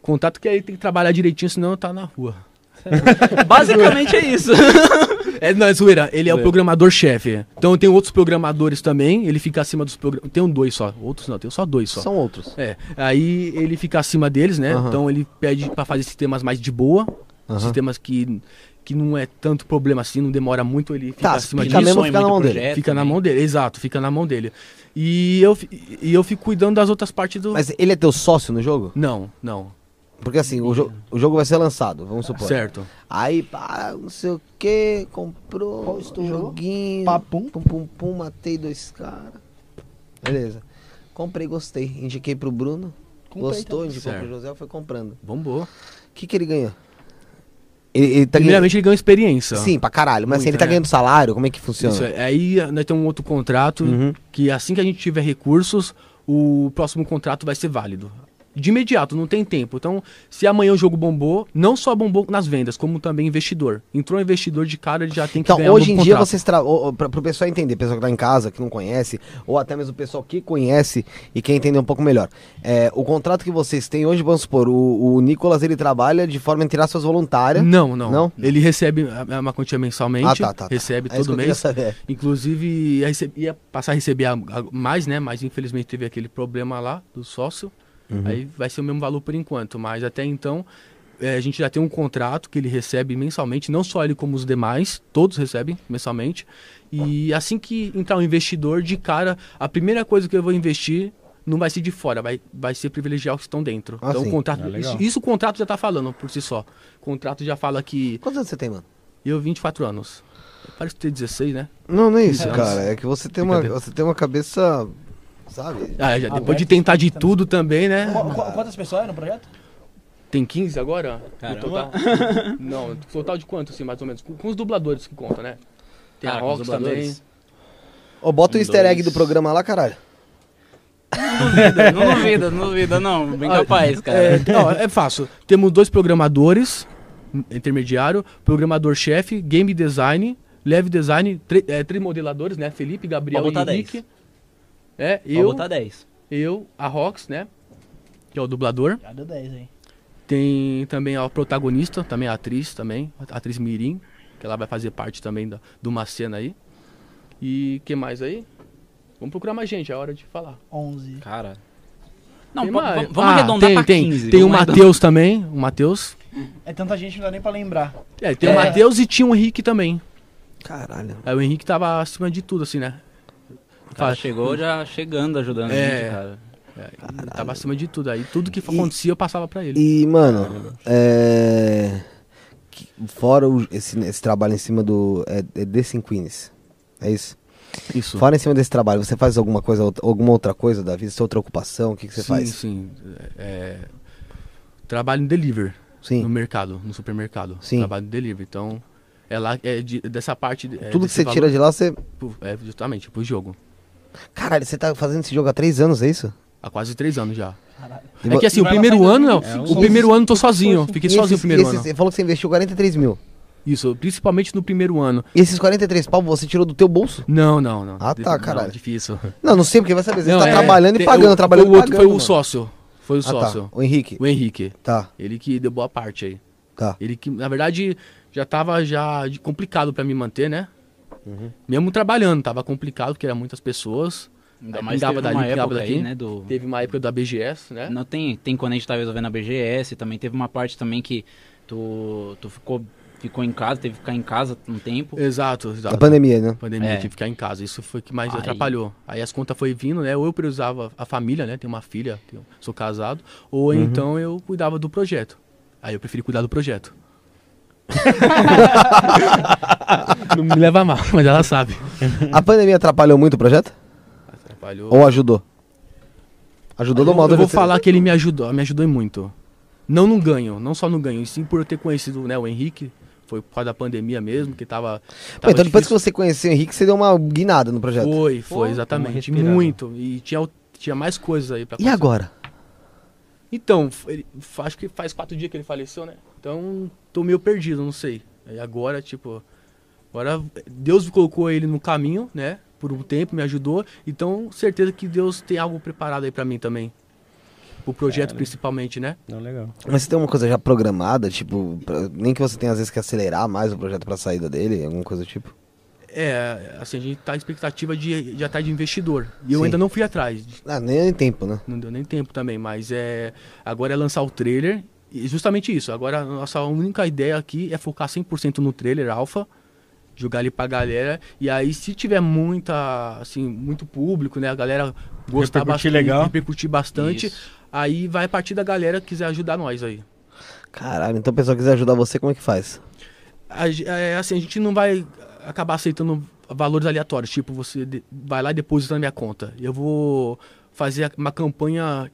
Contato que aí tem que trabalhar direitinho, senão tá na rua. *laughs* Basicamente é isso. *laughs* É, não, é zoeira. Ele é o programador-chefe. Então tem outros programadores também, ele fica acima dos programas. Tem um dois só. Outros não, tem só dois só. São outros. É. Aí ele fica acima deles, né? Aham. Então ele pede pra fazer sistemas mais de boa. Aham. Sistemas que, que não é tanto problema assim, não demora muito, ele fica Tá, acima fica disso. mesmo, Sonha fica na é muito mão dele. projeto né? Fica na também. mão dele, exato, fica na mão dele. E eu, fi- e eu fico cuidando das outras partes do. Mas ele é teu sócio no jogo? Não, não. Porque assim, o, jo- o jogo vai ser lançado, vamos supor. Certo. Aí, pá, não sei o que, comprou, Postou. joguinho. Papum. Pum, pum, pum, matei dois caras. Beleza. Comprei, gostei. Indiquei pro Bruno. gostou, indicou Certo. pro José, foi comprando. Bombou. O que, que ele ganhou? Ele, ele tá ganhando. Primeiramente, ele ganhou experiência. Sim, pra caralho. Mas assim, Muito, ele tá né? ganhando salário? Como é que funciona? Isso, é. aí eh, nós temos um outro contrato Uhum. que assim que a gente tiver recursos, o próximo contrato vai ser válido. De imediato, não tem tempo. Então, se amanhã o jogo bombou, não só bombou nas vendas, como também investidor. Entrou um investidor de cara, ele já tem que Então, ganhar hoje um em novo dia, contrato. vocês tra... o- o- pra, pro pessoal entender, pessoal que tá em casa, que não conhece, ou até mesmo o pessoal que conhece e quer entender um pouco melhor. É, o contrato que vocês têm hoje, vamos supor, o, o Nicolas ele trabalha de forma, entre aspas, voluntária. Não, não, Não? Ele recebe a- uma quantia mensalmente, Ah, tá, tá, tá. recebe É isso que eu todo queria mês. saber. Inclusive, ia, rece- ia passar a receber a- a- mais, né? Mas infelizmente teve aquele problema lá do sócio. Aí vai ser o mesmo valor por enquanto. Mas até então, eh, a gente já tem um contrato que ele recebe mensalmente. Não só ele, como os demais. Todos recebem mensalmente. E assim que entrar um investidor, de cara, a primeira coisa que eu vou investir não vai ser de fora, vai, vai ser privilegiar os que estão dentro. Ah, então, sim. o contrato. Ah, legal. isso, isso o contrato já tá falando por si só. O contrato já fala que. Quantos anos você tem, mano? Eu, 24 anos. Parece ter 16, né? Não, não é isso, É, cara. uns- É que você tem uma, Brincadeira. você tem uma cabeça. Sabe? Ah, já, depois de tentar de tudo também, né? Qu- qu- quantas pessoas é no projeto? Tem 15 agora? Caramba. Total? Não, total de quanto, assim, mais ou menos? Com, com os dubladores que conta, né? Tem a Cara, Ah, com os Rox também. dubladores. Ô, bota o Um, easter egg do dois. programa lá, caralho. Não duvida, não duvida, não. Bem capaz, cara. É, ó, é fácil. Temos dois programadores, n- intermediário, programador-chefe, game design, leve design, tre- é, três modeladores, né? Felipe, Gabriel Pode e botar Henrique. 10. É, Vou eu, botar 10. eu, a Rox, né? Que é o dublador. Já deu 10 aí. Tem também a protagonista, também a atriz também, a atriz Mirim, que ela vai fazer parte também da, de uma cena aí. E que mais aí? Vamos procurar mais gente, é hora de falar. 11. Cara. Não, Tem po- mais? v- vamos arredondar Ah, tem, pra tem. 15. Tem o vamos arredondar. Matheus também, o Matheus. É tanta gente, não dá nem pra lembrar. É, tem É. o Matheus e tinha o Henrique também. Caralho. Aí o Henrique tava acima de tudo, assim, né? O Cara, chegou já chegando, ajudando a É. gente, cara. É, ele tava acima de tudo. Aí tudo que acontecia eu passava pra ele. E, mano, é. que- Fora o- esse, esse trabalho em cima do. É, é The Queens. É isso? Isso. Fora em cima desse trabalho, você faz alguma coisa, out- alguma outra coisa da vida? Sua outra ocupação? O que, que você sim, faz? sim. É, é, trabalho em delivery. no Sim. mercado, no supermercado. Sim. Trabalho de delivery. Então, é lá, é de- dessa parte. é Tudo que desse você tira de lá, você. valor, É justamente pro jogo. Caralho, você tá fazendo esse jogo há três anos, é isso? Há quase três anos já. Caralho. E é vo- que assim, e o vai primeiro lançar em ano, não. 2026. O primeiro ano eu tô sozinho. Fiquei e sozinho esses- o primeiro esses- ano. Você falou que você investiu 43 mil. Isso, principalmente no primeiro ano. E esses 43 pau você tirou do teu bolso? Não, não, não. Ah, tá, Não, caralho. difícil. Não, não sei porque vai saber. Você Não, tá é, trabalhando e tem- pagando, o- trabalhando o e outro pagando. foi o mano. sócio. Foi o Ah, sócio. tá. O Henrique. O Henrique. Tá, Ele que deu boa parte aí. tá. Ele que, na verdade, já tava já de- complicado pra me manter, né? Uhum. Mesmo trabalhando, tava complicado, porque era muitas pessoas. Ainda Aí mais pingava teve dali, uma pingava época daqui. aí, né, do... Teve uma época da BGS, É? né? Não, tem, tem quando a gente tava resolvendo a BGS, também teve uma parte também que tu, tu ficou, ficou em casa, teve que ficar em casa um tempo. Exato, exato. A pandemia, né? Pandemia, É. tive que ficar em casa. Isso foi o que mais Aí- atrapalhou. Aí as contas foi vindo, né? Ou eu precisava a família, né? Tenho uma filha, tenho- sou casado. Ou Uhum. então eu cuidava do projeto. Aí eu preferi cuidar do projeto. *laughs* Não me leva a mal, mas ela sabe. A pandemia atrapalhou muito o projeto? Atrapalhou. Ou ajudou? Ajudou eu, no modo eu vou que você- falar que ele me ajudou, me ajudou muito. Não no ganho, não só no ganho, e sim por eu ter conhecido né, o Henrique. Foi por causa da pandemia mesmo, que tava. Pô, tava então depois difícil. que você conheceu o Henrique, você deu uma guinada no projeto. Foi, foi, Pô, exatamente. uma respirada. Muito. E tinha, o- tinha mais coisas aí pra E acontecer. agora? Então, f- ele, f- acho que faz quatro dias que ele faleceu, né? Então, tô meio perdido, não sei. Aí agora, tipo. Agora, Deus colocou ele no caminho, né? Por um tempo, me ajudou. Então, certeza que Deus tem algo preparado aí pra mim também. O projeto, principalmente, né? Não, legal. Mas você tem uma coisa já programada, tipo, pra- nem que você tenha às vezes que acelerar mais o projeto pra saída dele, alguma coisa do tipo? É, assim, a gente tá na expectativa de, de atrás de investidor. E eu Sim. ainda não fui atrás. Ah, nem tempo, né? Não deu nem tempo também, mas é. Agora é lançar o trailer. E justamente isso. Agora a nossa única ideia aqui é focar 100% no trailer alfa. Jogar ele pra galera. E aí, se tiver muita. Assim, muito público, né? A galera gostar Repercutir bastante. legal. Repercutir bastante. Isso. Aí vai a partir da galera que quiser ajudar nós aí. Caralho, então o pessoal quiser ajudar você, como é que faz? A ge- é, assim, a gente não vai acabar aceitando valores aleatórios, tipo, você de- vai lá e deposita na minha conta. Eu vou fazer uma campanha.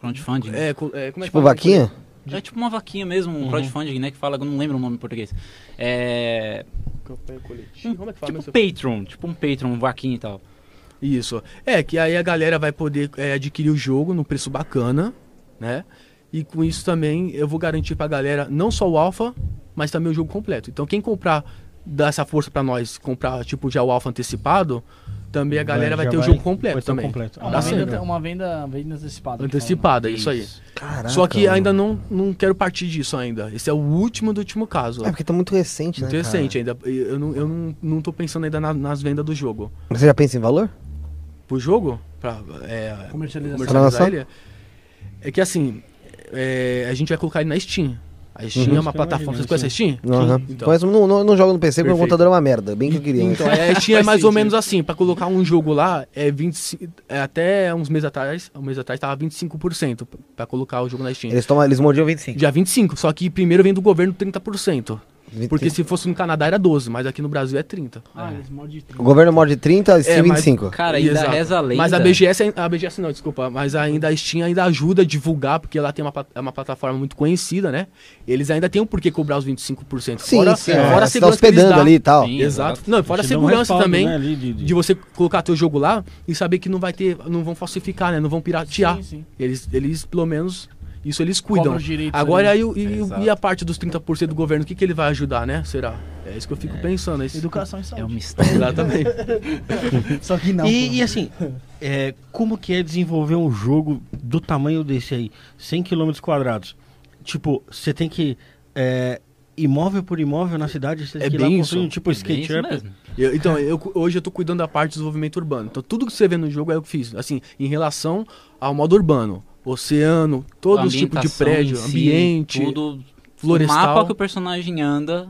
Crowdfunding. É, É, Uhum. co- é, como é que Tipo fala? vaquinha? tipo uma vaquinha mesmo, um crowdfunding, né? Que fala, eu não lembro o nome em português. É. Campanha coletiva. Como é que fala? Tipo mesmo? Patreon, tipo um Patreon, vaquinha e tal. Isso. É, que aí a galera vai poder é, adquirir o jogo num preço bacana, né? E com isso também eu vou garantir pra galera não só o Alpha, mas também o jogo completo. Então quem comprar, dar essa força pra nós, comprar tipo já o Alpha antecipado, também a galera vai, já ter o jogo completo vai ter o também. completo. Dá É uma, certo. venda, uma venda, venda antecipada. que Antecipada, é isso aí. Caraca. Só que mano. ainda não, não quero partir disso ainda. Esse é o último do último caso. É porque tá muito recente, né? Muito recente ainda. Eu não, eu não, não tô pensando ainda na- nas vendas do jogo. cara? Você já pensa em valor? Pro jogo? Pra, é, falam. Comercialização. Comercialização? comercializar ele, é que assim, é, a gente vai colocar ele na Steam. A Steam Uhum. é uma plataforma. Vocês conhecem a Steam? Aham. Então. Mas não, não, não jogo no PC porque o Perfeito. computador é uma merda, bem que eu queria. Então, é, a Steam é mais ou menos assim, pra colocar um jogo lá, é 25, é, até uns meses atrás, um mês atrás tava 25% pra colocar o jogo na Steam. Eles, tomam, eles mordiam 25. Dia 25, só que primeiro vem do governo 30%, 25. porque se fosse no Canadá era 12, mas aqui no Brasil é 30. Ah, eles mordem de O governo morde 30, Steam É, mas- 25. Cara, ainda Exato. reza a lei. Mas a BGS, ai- a BGS não, desculpa, mas ainda a Steam ainda ajuda a divulgar, porque ela tem uma, pla- é uma plataforma muito conhecida, né? Eles ainda têm um porquê cobrar os 25%. Sim, fora, sim. é, fora a você tá segurança que eles hospedando dão. ali e tal. Sim. Exato. Não, e fora a Te dá um segurança respaldo, também né, ali de- de- de você colocar teu jogo lá e saber que não vai ter, não vão falsificar, né? Não vão piratear. Sim, sim. Eles, eles pelo menos isso eles Cobram cuidam. os direitos Agora ali. aí, o- e, Exato. e a parte dos 30% do governo, o que, que ele vai ajudar, né? Será? É isso que eu fico pensando. é isso- Educação e saúde. É um mistério. *laughs* Exatamente. Só que não. e, pô. e assim, é, como que é desenvolver um jogo do tamanho desse aí? 100 km quadrados. Tipo, você tem que... é, imóvel por imóvel na cidade, você tem É que ir lá bem construindo, isso. tipo, É bem skate isso up. mesmo. Eu- então, eu, cu- hoje eu tô cuidando da parte do desenvolvimento urbano. Então, tudo que você vê no jogo é eu que fiz. Assim, em relação ao modo urbano. Oceano, todo tipo de Ambientação prédio, em si, ambiente, tudo. O florestal. mapa que o personagem é anda.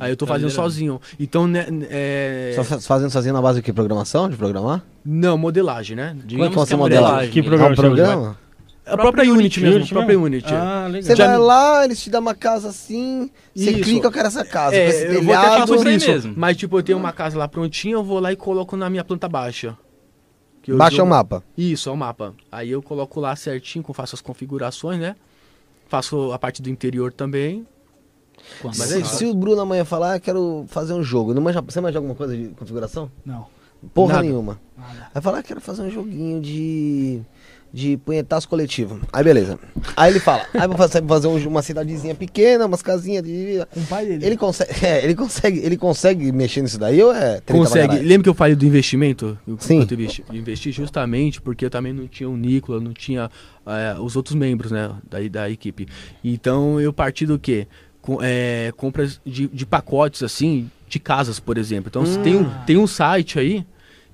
Aí eu tô fazendo Tá sozinho. Então, né, né, é... Só fa- fazendo sozinho na base do que? Programação? De programar? Não, modelagem, né? Digamos que é essa a modelagem? Que ele- Ah, programa um você programa? A própria Unity mesmo. Tipo A própria tipo né? mesmo? Unity. é. Ah, legal. Você Já vai me- lá, eles te dão uma casa assim, você Isso. clica, eu quero essa casa. com esse É, eu vou até falar telhado. Isso sobre aí isso. mesmo. Mas, tipo, eu tenho uma casa lá prontinha, eu vou lá e coloco na minha planta baixa. Que eu Baixa jogo- o mapa. Isso, é o mapa. Aí eu coloco lá certinho, faço as configurações, né? Faço a parte do interior também. Quando- Mas se, é isso. se o Bruno amanhã falar, eu quero fazer um jogo. Não manja, você manja alguma coisa de configuração? Não. Porra Nada. nenhuma. Aí falar, quero fazer um joguinho de. De punhetaço coletivo. Aí beleza. Aí ele fala, aí vou fazer, fazer um- uma cidadezinha pequena, umas casinhas de. Com o pai dele. Ele consegue, *laughs* é, ele consegue, ele consegue mexer nisso daí ou é treta pra Consegue. caralho? Lembra que eu falei do investimento? Eu- Sim. quanto Eu investi, investi justamente porque eu também não tinha o Nicola, não tinha eh, os outros membros né, da, da equipe. Então eu parti do quê? Com- eh, compras de, de pacotes, assim, de casas, por exemplo. Então se tem, um, tem um site aí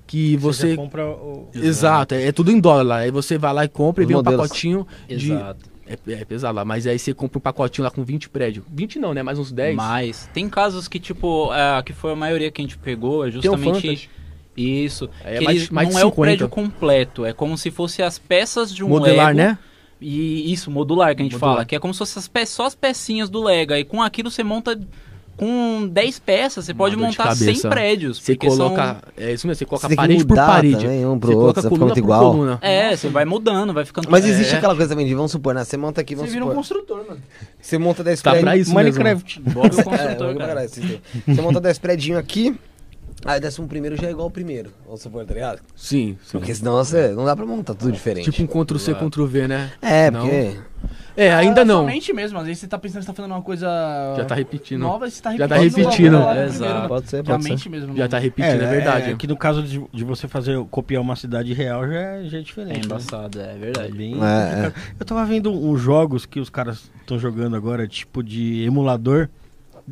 que Ah. já você. compra o... Exato, é, é tudo em dólar lá. Aí você vai lá e compra e Os vem um modelos. pacotinho de. Exato. É, é pesado lá, mas aí você compra um pacotinho lá com 20 prédios. 20 não, né? Mais uns 10. Mas tem casos que, tipo, a que foi a maioria que a gente pegou, é Tem um justamente Fantasy. isso. É que mais- eles- mais de não é o 50. prédio completo, é como se fosse as peças de um Modelar, Lego. né? E isso, modular que a gente Modular. fala, que é como se fosse as pe- só as pecinhas do Lego. Aí com aquilo você monta com 10 peças, você pode dor de montar 100 cabeça. prédios. Você porque são- coloca. É isso mesmo, você Você coloca tem que parede por mudar parede. também um pro você outro, coloca você fica coluna muito por igual. coluna. É, você vai mudando, vai ficando. Mas É. existe aquela coisa também de, vamos supor, né? Você monta aqui, Você vamos vira um supor. construtor, mano. Você monta 10 Tá prédios. pra isso Minecraft. Bob o É, construtor, eu cara. agradeço esse tempo. Você monta 10 prédios aqui, aí desce um primeiro já é igual ao primeiro. Vamos supor, tá ligado? mesmo. Sim, sim. Porque senão você não dá pra montar tudo diferente. Tipo um Ctrl-C, Ctrl-V, né? é, não. porque. É, ainda Ah, não. Somente mesmo, às vezes você tá pensando que você tá fazendo uma coisa Já tá repetindo. nova, você tá Já repetindo. tá repetindo. uma coisa lá do É, primeiro, exato. né? Pode ser, Que a pode ser. mente mesmo. né? Já não- tá repetindo, é, verdade. É que no caso de, de você fazer copiar uma cidade real já, é- já é É diferente. né? embaçado, é É verdade. bem É, complicado. Eu tava vendo uns jogos que os caras estão jogando agora, tipo de emulador.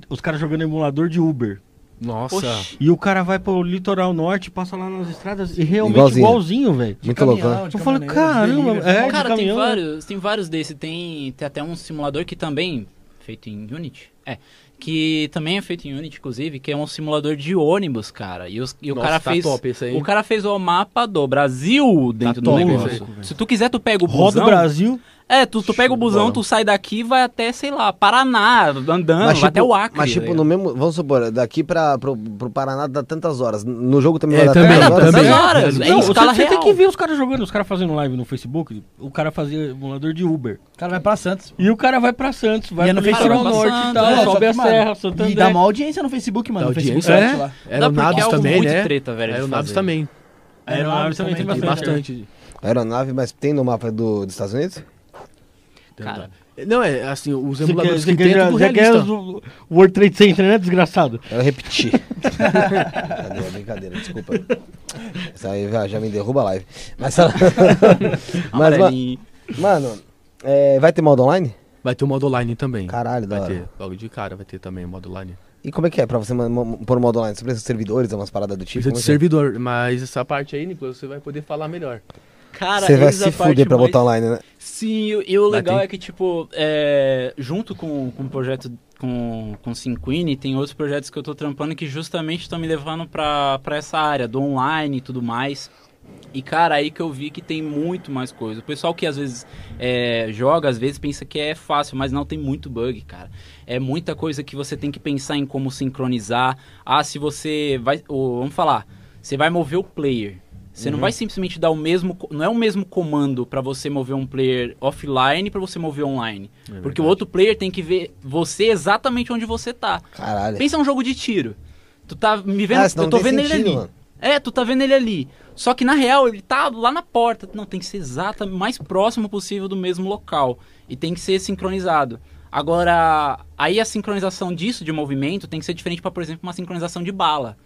Os caras jogando emulador de Uber. Nossa. Oxi. E o cara vai pro litoral norte, passa lá nas estradas e realmente Igualzinho. igualzinho, velho. de Muito louco, caminhão, né? de Eu falo, caminhoneiro, de caramba, delivery, é, de Cara, tem caminhão, né? vários, tem vários desses. Tem, tem até um simulador que também, feito em Unity, é, que também é feito em Unity, inclusive, que é um simulador de ônibus, cara. E, os- e o Nossa, cara tá fez. top esse aí. O cara fez o mapa do Brasil dentro do top negócio. esse aí. Se tu quiser, tu pega o Roda busão. o Brasil. É, tu, tu pega o busão, tu sai daqui e vai até, sei lá, Paraná, andando, Ah, vai até o Acre. Mas, tá tipo, ligado? no mesmo. Vamos supor, daqui pra, pro, pro Paraná dá tantas horas. No jogo também É, vai também, dar tantas horas. tantas também. horas. É em Não, você, escala você real. tem que ver os caras jogando, os caras fazendo live no Facebook. O cara fazia emulador de Uber. O cara vai pra Santos. E o cara vai pra Santos, vai E é pro no litoral Facebook. norte Santos, e tal, é, só sobe que, a mano, serra, E dá Santander. uma audiência no Facebook, mano. Da no Facebook audiência, Live é. lá. Dá Era o porque é Nados algo também, muito né? treta, velho, de Era o Nados fazer. também. A É, aeronave também tem Tem bastante. bastante. Aeronave, mas tem no mapa do, dos Estados Unidos? Cara, Não, é assim, os Você quer, emuladores que você tem é quer, tudo você quer realista. o o World Trade Center, né, desgraçado? Eu *laughs* repeti. brincadeira, brincadeira, desculpa. Isso aí já, já me derruba a live. Mas, *laughs* mas ma- amarelinho. mano, é, vai ter modo online? Vai ter o modo online também. Caralho, da Vai hora. ter, logo de cara vai ter também o modo online. E como é que é pra você man- mo- pôr modo online? Você precisa de servidores, umas paradas do tipo? Precisa de como é que servidor, mas essa parte aí, Nicolas, você vai poder falar melhor. Cara, é? Você vai eis a se parte fuder pra mais- botar online, né? Sim, e- e o Lá legal tem. é que, tipo, é, junto com, com o projeto com, com Cinquini, tem outros projetos que eu tô trampando que justamente estão me levando pra, pra essa área do online e tudo mais. E, cara, aí que eu vi que tem muito mais coisa. O pessoal que às vezes é, joga, às vezes pensa que é fácil, mas não tem muito bug, cara. É muita coisa que você tem que pensar em como sincronizar. Ah, se você vai. ô, vamos falar. Você vai mover o player. Você não vai simplesmente dar o mesmo. co- Não é o mesmo comando pra você mover um player offline pra você mover online. Porque o outro player tem que ver você exatamente onde você tá. Caralho. Pensa um jogo de tiro. Tu tá me vendo. Ah, senão eu tô não tem vendo ele sentido, ali. mano. É, tu tá vendo ele ali. Só que na real ele tá lá na porta. Não, tem que ser exata, mais próximo possível do mesmo local. E tem que ser sincronizado. Agora, aí a sincronização disso de movimento tem que ser diferente pra, por exemplo, uma sincronização de bala.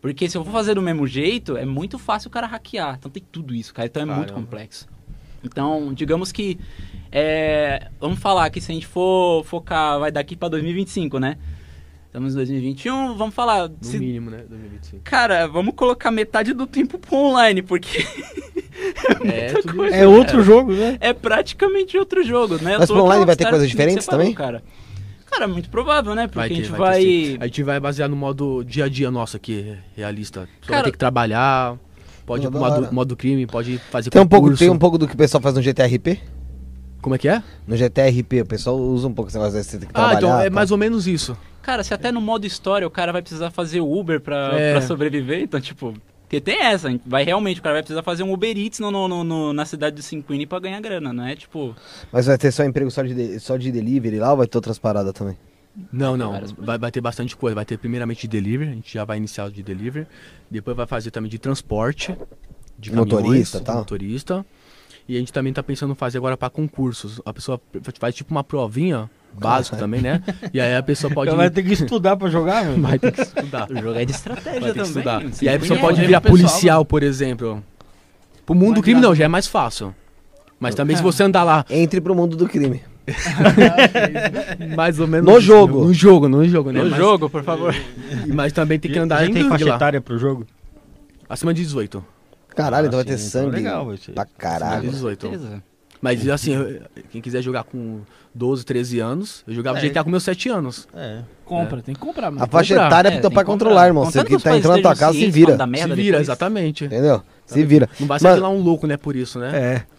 Porque se eu for fazer do mesmo jeito, é muito fácil o cara hackear. Então tem tudo isso, cara. Então é muito Caramba. complexo. Então, digamos que. é, vamos falar que se a gente for focar, vai daqui pra 2025, né? Estamos em 2021, vamos falar. No se- mínimo, né? 2025. Cara, vamos colocar metade do tempo pro online, porque *laughs* *laughs* É, tudo coisa. isso. É outro jogo, né? é praticamente outro jogo, né? Mas Tô pro online aquela vai ter cara coisas que diferentes separou, também? Cara. cara, muito provável, né? Porque Vai a ter, gente vai, vai. ter, sim. A gente vai basear no modo dia a dia nosso aqui, realista. Só vai Cara- ter que trabalhar, pode ir Pô, pro da modo, hora. modo crime, pode fazer Tem um, pouco, concurso. tem um pouco do que o pessoal faz no GTRP? Como é que é? No GTRP, o pessoal usa um pouco esse negócio desse, tem que trabalhar. ah, então é tá? mais ou menos isso. Cara, se até no modo história o cara vai precisar fazer Uber pra, É. pra sobreviver, então, tipo. Porque tem essa, vai realmente, o cara vai precisar fazer um Uber Eats no, no- no- no- na cidade do Cinquini pra ganhar grana, não é? Tipo. Mas vai ter só emprego só de, de- só de delivery lá ou vai ter outras paradas também? Não, não. Várias Vai, vai ter bastante coisa. Vai ter primeiramente de delivery, a gente já vai iniciar de delivery. Depois vai fazer também de transporte. De caminhões, Motorista, tá. de tal. Motorista. E a gente também tá pensando em fazer agora para concursos. A pessoa faz tipo uma provinha *laughs* básica também, né? E aí a pessoa pode. Então vai ter que estudar pra jogar, *laughs* velho. Vai ter que estudar. O jogo é de Vai estratégia ter que também. estudar. Cinquini E aí a pessoa é pode um virar pessoal, policial, por exemplo. Pro mundo do crime não, já é mais fácil. Mas É. também se você andar lá Entre pro mundo do crime. mais ou menos... No isso, jogo. né? No jogo, no jogo, né? É. No Mas- jogo, por favor. Mas também tem que andar Já em tem gangue faixa lá. etária pro jogo? Acima de 18. Caralho, então vai Ah, ter sim, então é sangue. Tá legal, vai ser. Pra Acima de caralho. 18. Beleza. Mas assim, eu- quem quiser jogar com 12, 13 anos, eu jogava É. GTA com meus 7 anos. É. Compra, tem que comprar, mano. A faixa comprar. etária é pro É, teu tem pai que controlar, irmão. Contando Você que os tá pais entrando na tua estejam casa, se cientes, vira. falando da merda Se vira, depois. exatamente. Entendeu? Se vira. tá Não vai Mano, sair lá um louco, né, por isso, né?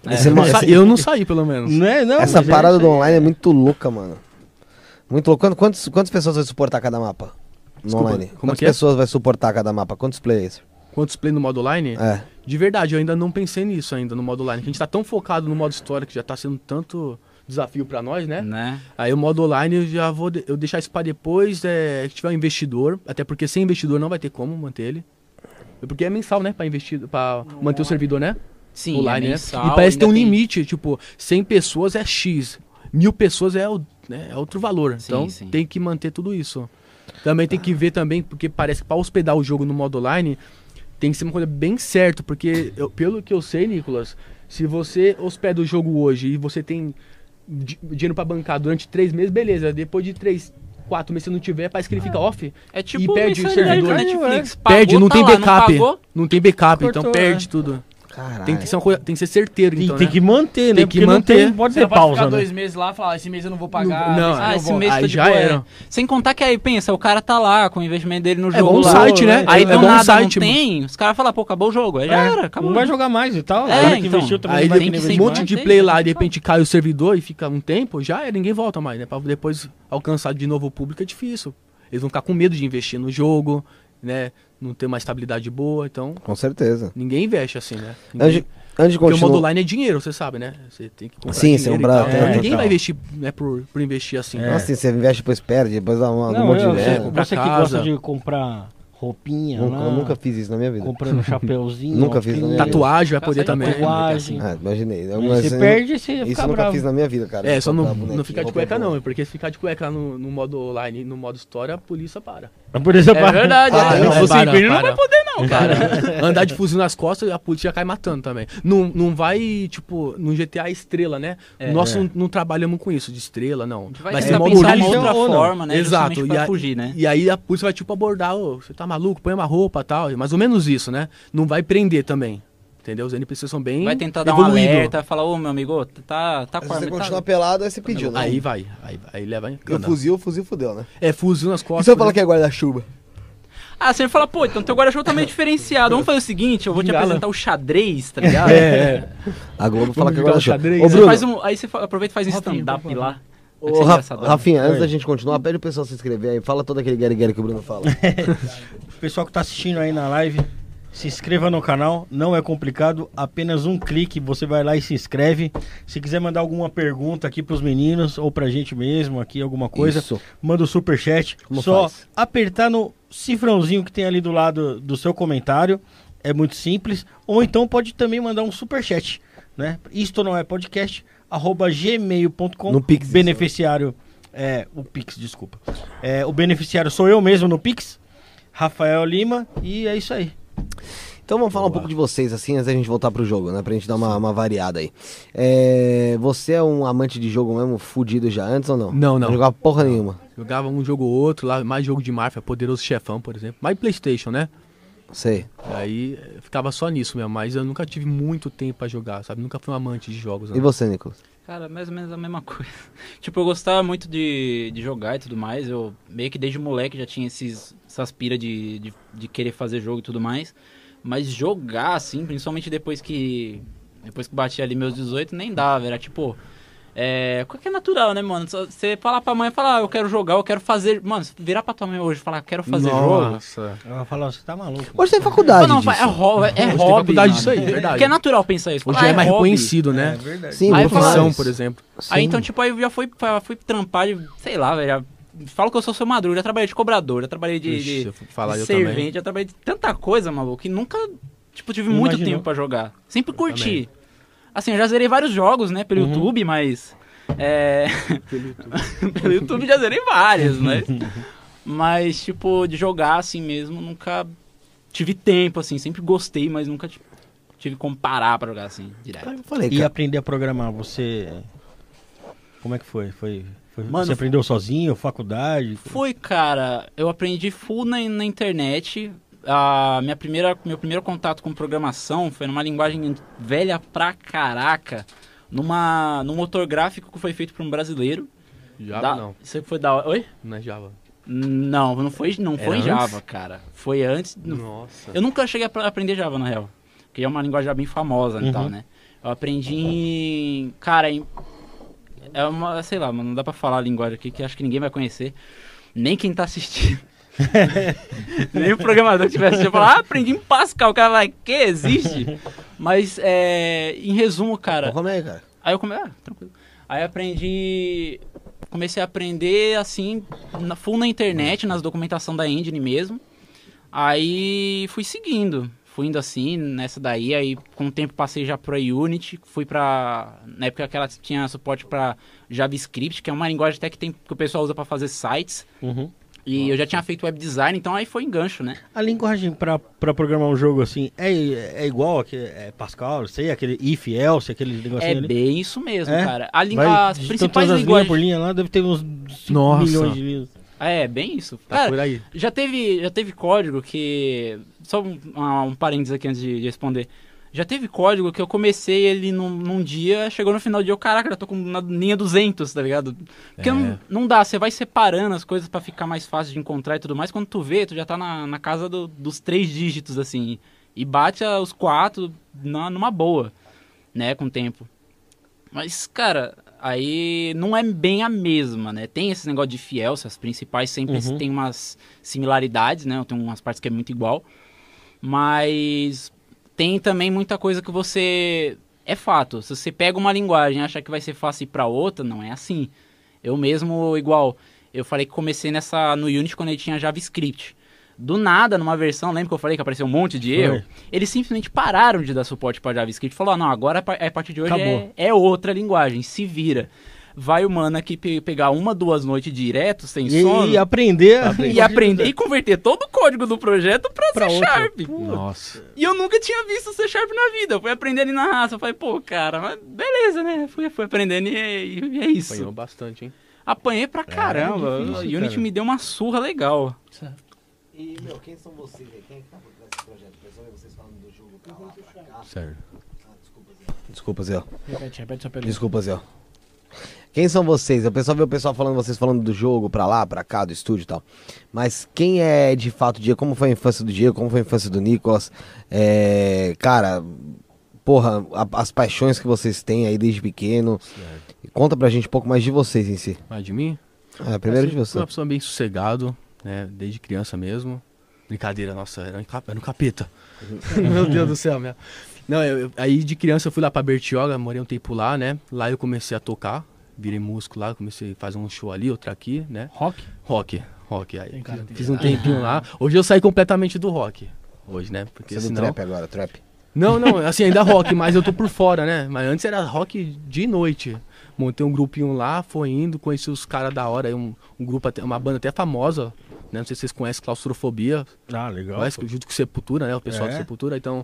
É. É, Esse Eu, não ma- sa- esse- eu não saí, pelo menos. Não é, não. essa mas é parada isso do aí. online é muito louca, mano. Muito louco. Quanto- Quantos, quantas pessoas vai suportar cada mapa? No Desculpa, online. como quantas que é? pessoas vai suportar cada mapa? Quantos players? Quantos play no modo online? É. De verdade, eu ainda não pensei nisso ainda no modo online. que A gente tá tão focado no modo história que já tá sendo tanto desafio pra nós, né? Né? Aí o modo online eu já vou de- eu deixar isso pra depois, é, que tiver um investidor, até porque sem investidor não vai ter como manter ele. Porque é mensal, né, Pra investir, para manter o servidor, né? Sim, online, é né? mensal, E parece que tem um ainda limite, tipo, 100 pessoas é X, mil pessoas é, o- né, é outro valor. Sim, então sim. tem que manter tudo isso. Também tem que ver também, porque parece que para hospedar o jogo no modo online tem que ser uma coisa bem certa, porque eu- pelo que eu sei, Nicolas, se você hospeda o jogo hoje e você tem di- dinheiro para bancar durante três meses, beleza. Depois de três, quatro meses, se não tiver, parece que ele fica off. É tipo E perde o mensalidade servidor. da Netflix. perde, Pagou, é. não tá tem lá, backup. Não Não, tem backup, Cortou, então perde tudo. Caralho. Tem que ser uma coisa, tem que ser certeiro, E então, tem né? que manter, né? Tem que Porque não manter. tem- pode Você não ter pode ficar pausa, né? dois meses lá e falar, esse mês eu não vou pagar. Não, mês eu ah, Ah, esse volto. mês Aí tá de já boa, era. é. Sem contar que aí, pensa, o cara tá lá com o investimento dele no É jogo bom lá. site, né? Aí é do bom nada site, não mano. tem, os caras falam, pô, acabou o jogo. Aí já era, acabou. É, Não vai jogar mais e tal. É, Aí que então. investiu também Aí não vai tem querer depois, que ser um investir monte mais, de tem, play né? lá, de repente cai o servidor e fica um tempo, já era, ninguém volta mais, né? Pra depois alcançar de novo o público é difícil. Eles vão ficar com medo de investir no jogo, né? Não ter uma estabilidade boa, então um- Com certeza. ninguém investe assim, né? Ninguém... Antes, antes de Porque o modo continuar. online é dinheiro, você sabe, né? Você tem que comprar Sim, você dinheiro e compra- tal. é, Então, ninguém total. vai investir né, por, por investir assim. É. Nossa, assim, você investe, depois perde, depois dá uma, um Não, monte eu, de você, velho. comprar você que gosta casa. de comprar roupinha Nunca, lá, eu nunca fiz isso na minha vida. *laughs* comprando chapeuzinho, Nunca fiz né? na minha vida. Tatuagem vai poder Tá né, também. é certo. assim. Ah, Tatuagem. imaginei. Eu- Aí mas você eu- perde e você Isso fica eu nunca bravo. fiz na minha vida, cara. né? É, só não, Comprar um não bonequinho, ficar de roupa cueca boa. não, porque se ficar de cueca no, no modo online, no modo história, a polícia para. Por exemplo, É verdade. Ah, é. não, Se você para, impediu, não para. vai poder não, cara. Para. *laughs* Andar de fuzil nas costas, a polícia já cai matando também. Não, não vai, tipo, no GTA estrela, né? É. Nós não, não trabalhamos com isso, de estrela, não. É. gente vai Mas tentar tem modo pensar uma polícia outra ou não. forma, né? Exato. Justamente E, pra a- fugir, né? e aí a polícia vai, tipo, abordar, ô, você tá maluco, põe uma roupa e tal. É Mais ou menos isso, né? Não vai prender também. Entendeu? Os NPCs são bem Vai tentar dar um evoluído. alerta, falar, ô meu amigo, tá, tá Se com a você arma, continuar tá... pelado, aí você pediu, né? Aí vai, aí, aí leva em E o fuzil, o fuzil fudeu, né? É, fuzil nas E costas. se eu falar que é guarda-chuva? Ah, você fala, pô, então teu guarda-chuva tá meio diferenciado. Vamos fazer o seguinte, eu vou te Engala. apresentar o xadrez, tá ligado? A Globo fala que é jogar o guarda-chuva. xadrez, É, Ô, né? Você Bruno, faz um, aí você fa- aproveita e faz um Rafinha, stand-up por favor. lá. Vai ô, ser Ra- engraçado. Rafinha, antes Oi. da gente continuar, pede o pessoal se inscrever aí. Fala todo aquele guerre que o Bruno fala. O pessoal que tá assistindo aí na live, se inscreva no canal, não é complicado, apenas um clique, você vai lá e se inscreve. Se quiser mandar alguma pergunta aqui pros meninos ou pra gente mesmo aqui, alguma coisa, Isso. manda o superchat. Como Só faz? apertar no cifrãozinho que tem ali do lado do seu comentário, é muito simples. Ou então pode também mandar um superchat, né? Isto não é podcast, arroba gmail.com, No Pix, isso. beneficiário... É, o Pix, desculpa. É, o beneficiário sou eu mesmo no Pix. Rafael Lima e é isso aí. Então vamos falar um pouco de vocês, assim, antes da gente voltar pro jogo, né? Pra gente dar uma, uma variada aí. É, você é um amante de jogo mesmo, fudido já antes ou não? Não, não. Não jogava porra nenhuma. Jogava um jogo ou outro, lá, mais jogo de máfia, Poderoso Chefão, por exemplo. Mais Playstation, né? Sei. Aí eh, ficava só nisso mesmo, mas eu nunca tive muito tempo pra jogar, sabe? Nunca fui um amante de jogos. E Não. você, Nicolas? Cara, mais ou menos a mesma *laughs* coisa. tipo, eu gostava muito de, de jogar e tudo mais. Eu meio que desde moleque já tinha esses, essas pira de, de, de querer fazer jogo e tudo mais. Mas jogar, assim, principalmente depois que. Depois que bati ali meus 18, nem dava. Era tipo. É. Qual que é natural, né, mano? Só Você falar pra mãe e falar, ah, eu quero jogar, eu quero fazer. Mano, se virar pra tua mãe hoje e falar, quero fazer jogo. Nossa. Ela falou, você tá maluco. Hoje tem Ah, faculdade não, disso. é, ro é Hoje tem hobby. faculdade mano. disso aí, verdade. Porque é natural pensar isso. Hoje Ah, é mais hobby. reconhecido, né? verdade. Sim, é, Aí muito Profissão, mais. por exemplo. Aí Sim. então, tipo, aí eu já fui, já fui trampar de, sei lá, velho. já- Falo que eu sou seu madruga, já trabalhei de cobrador, já trabalhei de, Ixi, de- eu fui falar de eu servente, também. já trabalhei de tanta coisa, maluco, que nunca, tipo, tive Não muito imaginou. tempo pra jogar. Sempre curti. Assim, eu já zerei vários jogos, né, Uhum. pelo YouTube, mas. *laughs* É. *laughs* pelo YouTube já zerei vários, né? mas, tipo, de jogar assim mesmo, nunca tive tempo, assim, sempre gostei, mas nunca tipo, tive como parar pra jogar assim, direto. Cara, eu falei, E cara. aprender a programar, você. Como é que foi? Foi. foi- Mano, você aprendeu sozinho, faculdade? Foi, cara. Eu aprendi full na, na internet. A minha primeira, meu primeiro contato com programação foi numa linguagem velha pra caraca. Numa, num motor gráfico que foi feito por um brasileiro. Java Da- não, Isso foi da hora. Oi? não é Java. Não, não foi, não Era foi em antes? Java, cara. Foi antes. Nossa. Eu nunca cheguei a pra- aprender Java, na real. Porque é uma linguagem já bem famosa Uhum. e tal, né? Eu aprendi em. Cara, em. É uma. Sei lá, mano, não dá pra falar a linguagem aqui que acho que ninguém vai conhecer. Nem quem tá assistindo. Nem o programador que tivesse assistindo falar, ah, aprendi em Pascal. O cara vai, que existe? Mas, é, em resumo, cara. Como é, cara? Aí eu comecei. Ah, tranquilo. Aí eu aprendi. Comecei a aprender assim, na, full na internet, nas documentação da engine mesmo. Aí fui seguindo. Fui indo assim, nessa daí. Aí com o tempo passei já pra Unity. Fui pra. Na época que ela tinha suporte pra JavaScript, que é uma linguagem até que, tem, que o pessoal usa pra fazer sites. Uhum. E eu já tinha feito web design, então aí foi engancho, né? A linguagem pra, pra programar um jogo assim é, é igual a que é Pascal, sei, aquele if, else, aquele negocinho é ali. bem isso mesmo, né? É? cara. A, lin- Vai as digitando principais todas as linhas por linguagens. linha lá, deve ter uns 5 Nossa. milhões de linhas. É, bem isso. Tá cara, por aí. Já teve, já teve código que. Só um, ah, um parênteses aqui antes de, de responder. Já teve código que eu comecei ele num, num dia, chegou no final do dia, eu, caraca, já tô com na linha 200, tá ligado? Porque É. não, não dá, você vai separando as coisas pra ficar mais fácil de encontrar e tudo mais. Quando tu vê, tu já tá na, na casa do- dos três dígitos, assim. E bate a- os quatro na- numa boa, né, com o tempo. Mas, cara, aí não é bem a mesma, né? Tem esse negócio de fiel, se as principais sempre Uhum. têm umas similaridades, né? Tem umas partes que é muito igual. Mas tem também muita coisa que você. É fato, se você pega uma linguagem e acha que vai ser fácil ir pra outra, não é assim. Eu mesmo, igual, eu falei que comecei nessa no Unity quando ele tinha JavaScript. Do nada, numa versão, lembra que eu falei que apareceu um monte de Foi. erro? Eles simplesmente pararam de dar suporte para JavaScript. Falou, ah, não, agora pa- a partir de hoje é, Acabou. é outra linguagem, se vira. Vai o mano aqui pe- pegar uma, duas noites direto, sem E, sono, e e, aprender. aprender e converter todo o código do projeto pra, Pra C outro. Sharp. Nossa. E eu nunca tinha visto C Sharp na vida. Eu fui aprender ali na raça. Eu falei, pô, cara, mas beleza, né? Fui, fui aprendendo e, é- e é isso. Apanhou bastante, hein? Apanhei pra caramba. o É, difícil, Unity cara. me deu uma surra legal. E, meu, quem são vocês aí? Quem é que tá por trás desse projeto? Pessoal, vocês falando do jogo pra lá, pra cá. Sério. Desculpa, Zé. Repete, repete sua pergunta. Desculpa, Zé. Quem são vocês? Eu pessoal vê o pessoal falando, vocês falando do jogo pra lá, pra cá, do estúdio e tal. Mas quem é de fato Diego? Como foi a infância do Diego? Como foi a infância do Nicolas? É, cara, porra, a- as paixões que vocês têm aí desde pequeno. Conta pra gente um pouco mais de vocês em si. Mais de mim? É, primeiro de Eu sempre fui você. uma pessoa bem sossegado, né? Desde criança mesmo. Brincadeira, nossa, era um cap- era um capeta. Uhum. *laughs* Meu Deus do céu, minha. Não, eu- eu- aí de criança eu fui lá pra Bertioga, morei um tempo lá, né? Lá eu comecei a tocar, virei músico lá, comecei a fazer um show ali, outro aqui, né? Rock? Rock, rock. Aí Tem cara, tem fiz um tempinho lá. Hoje eu saí completamente do rock. Hoje, né? Porque Você do senão... trap agora, trap. Não, não, assim, ainda rock, mas eu tô por fora, né? Mas antes era rock de noite. Montei um grupinho lá, foi indo, conheci os caras da hora, aí um, um grupo, até, uma banda até famosa, né? Não sei se vocês conhecem Claustrofobia, Ah, legal. conhece, junto com Sepultura, né? O pessoal É. do Sepultura, então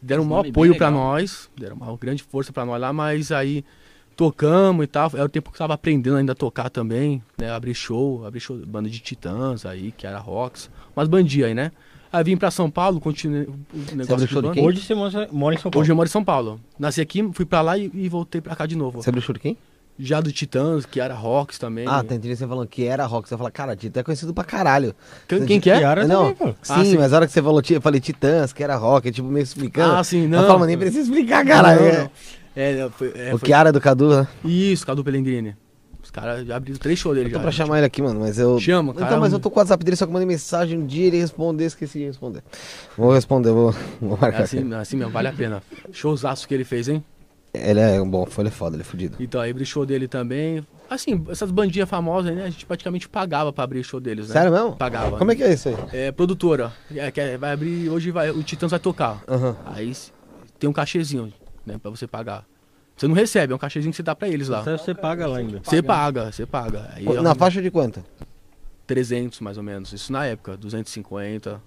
deram Esse um maior nome é bem apoio pra legal. nós, deram uma grande força pra nós lá, mas aí tocamos e tal. Era o tempo que eu tava aprendendo ainda a tocar também, né? Abri show, abri show, banda de titãs aí, que era rocks, umas bandinhas aí, né? Aí vim pra São Paulo, continuei o negócio abriu de show de banda. quem? Hoje você mora, mora em São Paulo. Hoje eu moro em São Paulo. Nasci aqui, fui pra lá e, e voltei pra cá de novo. Você abriu o show de quem? Já do Titãs, que era Rocks também. Ah, tá entendi você falando que era rock. Você fala, cara, Tito é conhecido pra caralho. Quem, quem que é? Kiara não, também, pô. sim, Ah, sim. mas a hora que você falou, ti- eu falei Titãs, que era rock, é tipo meio explicando. Ah, sim, Eu não. falo, mas nem precisa explicar, cara. Não, é- não. É, foi, é, o foi- Kiara do Cadu, né? Isso, Cadu Pellegrini. Os caras já abriram três shows dele Eu tô já. pra chamar ele aqui, mano, mas eu. Chama, cara. Então, mas eu tô com o WhatsApp dele, só que eu mandei mensagem um dia ele respondeu, esqueci de responder. Vou responder, vou, *laughs* vou É marcar. assim, é assim mesmo, vale a pena. Showzaço que ele fez, hein? Ele é um bom, ele é foda, ele é fudido. Então, aí abri show dele também. Assim, essas bandinhas famosas aí, né? A gente praticamente pagava pra abrir show deles, né? Sério mesmo? Pagava. Como é que é isso aí? É, produtora. É, que é- vai abrir, hoje vai, o Titãs vai tocar. Aham. Aí s- tem um cachezinho, né, pra você pagar. Você não recebe, é um cachezinho que você dá pra eles lá. Até você paga né? lá ainda. Você paga, você paga. Aí é Na um faixa de quanto? 300 mais ou menos, isso na época, 250.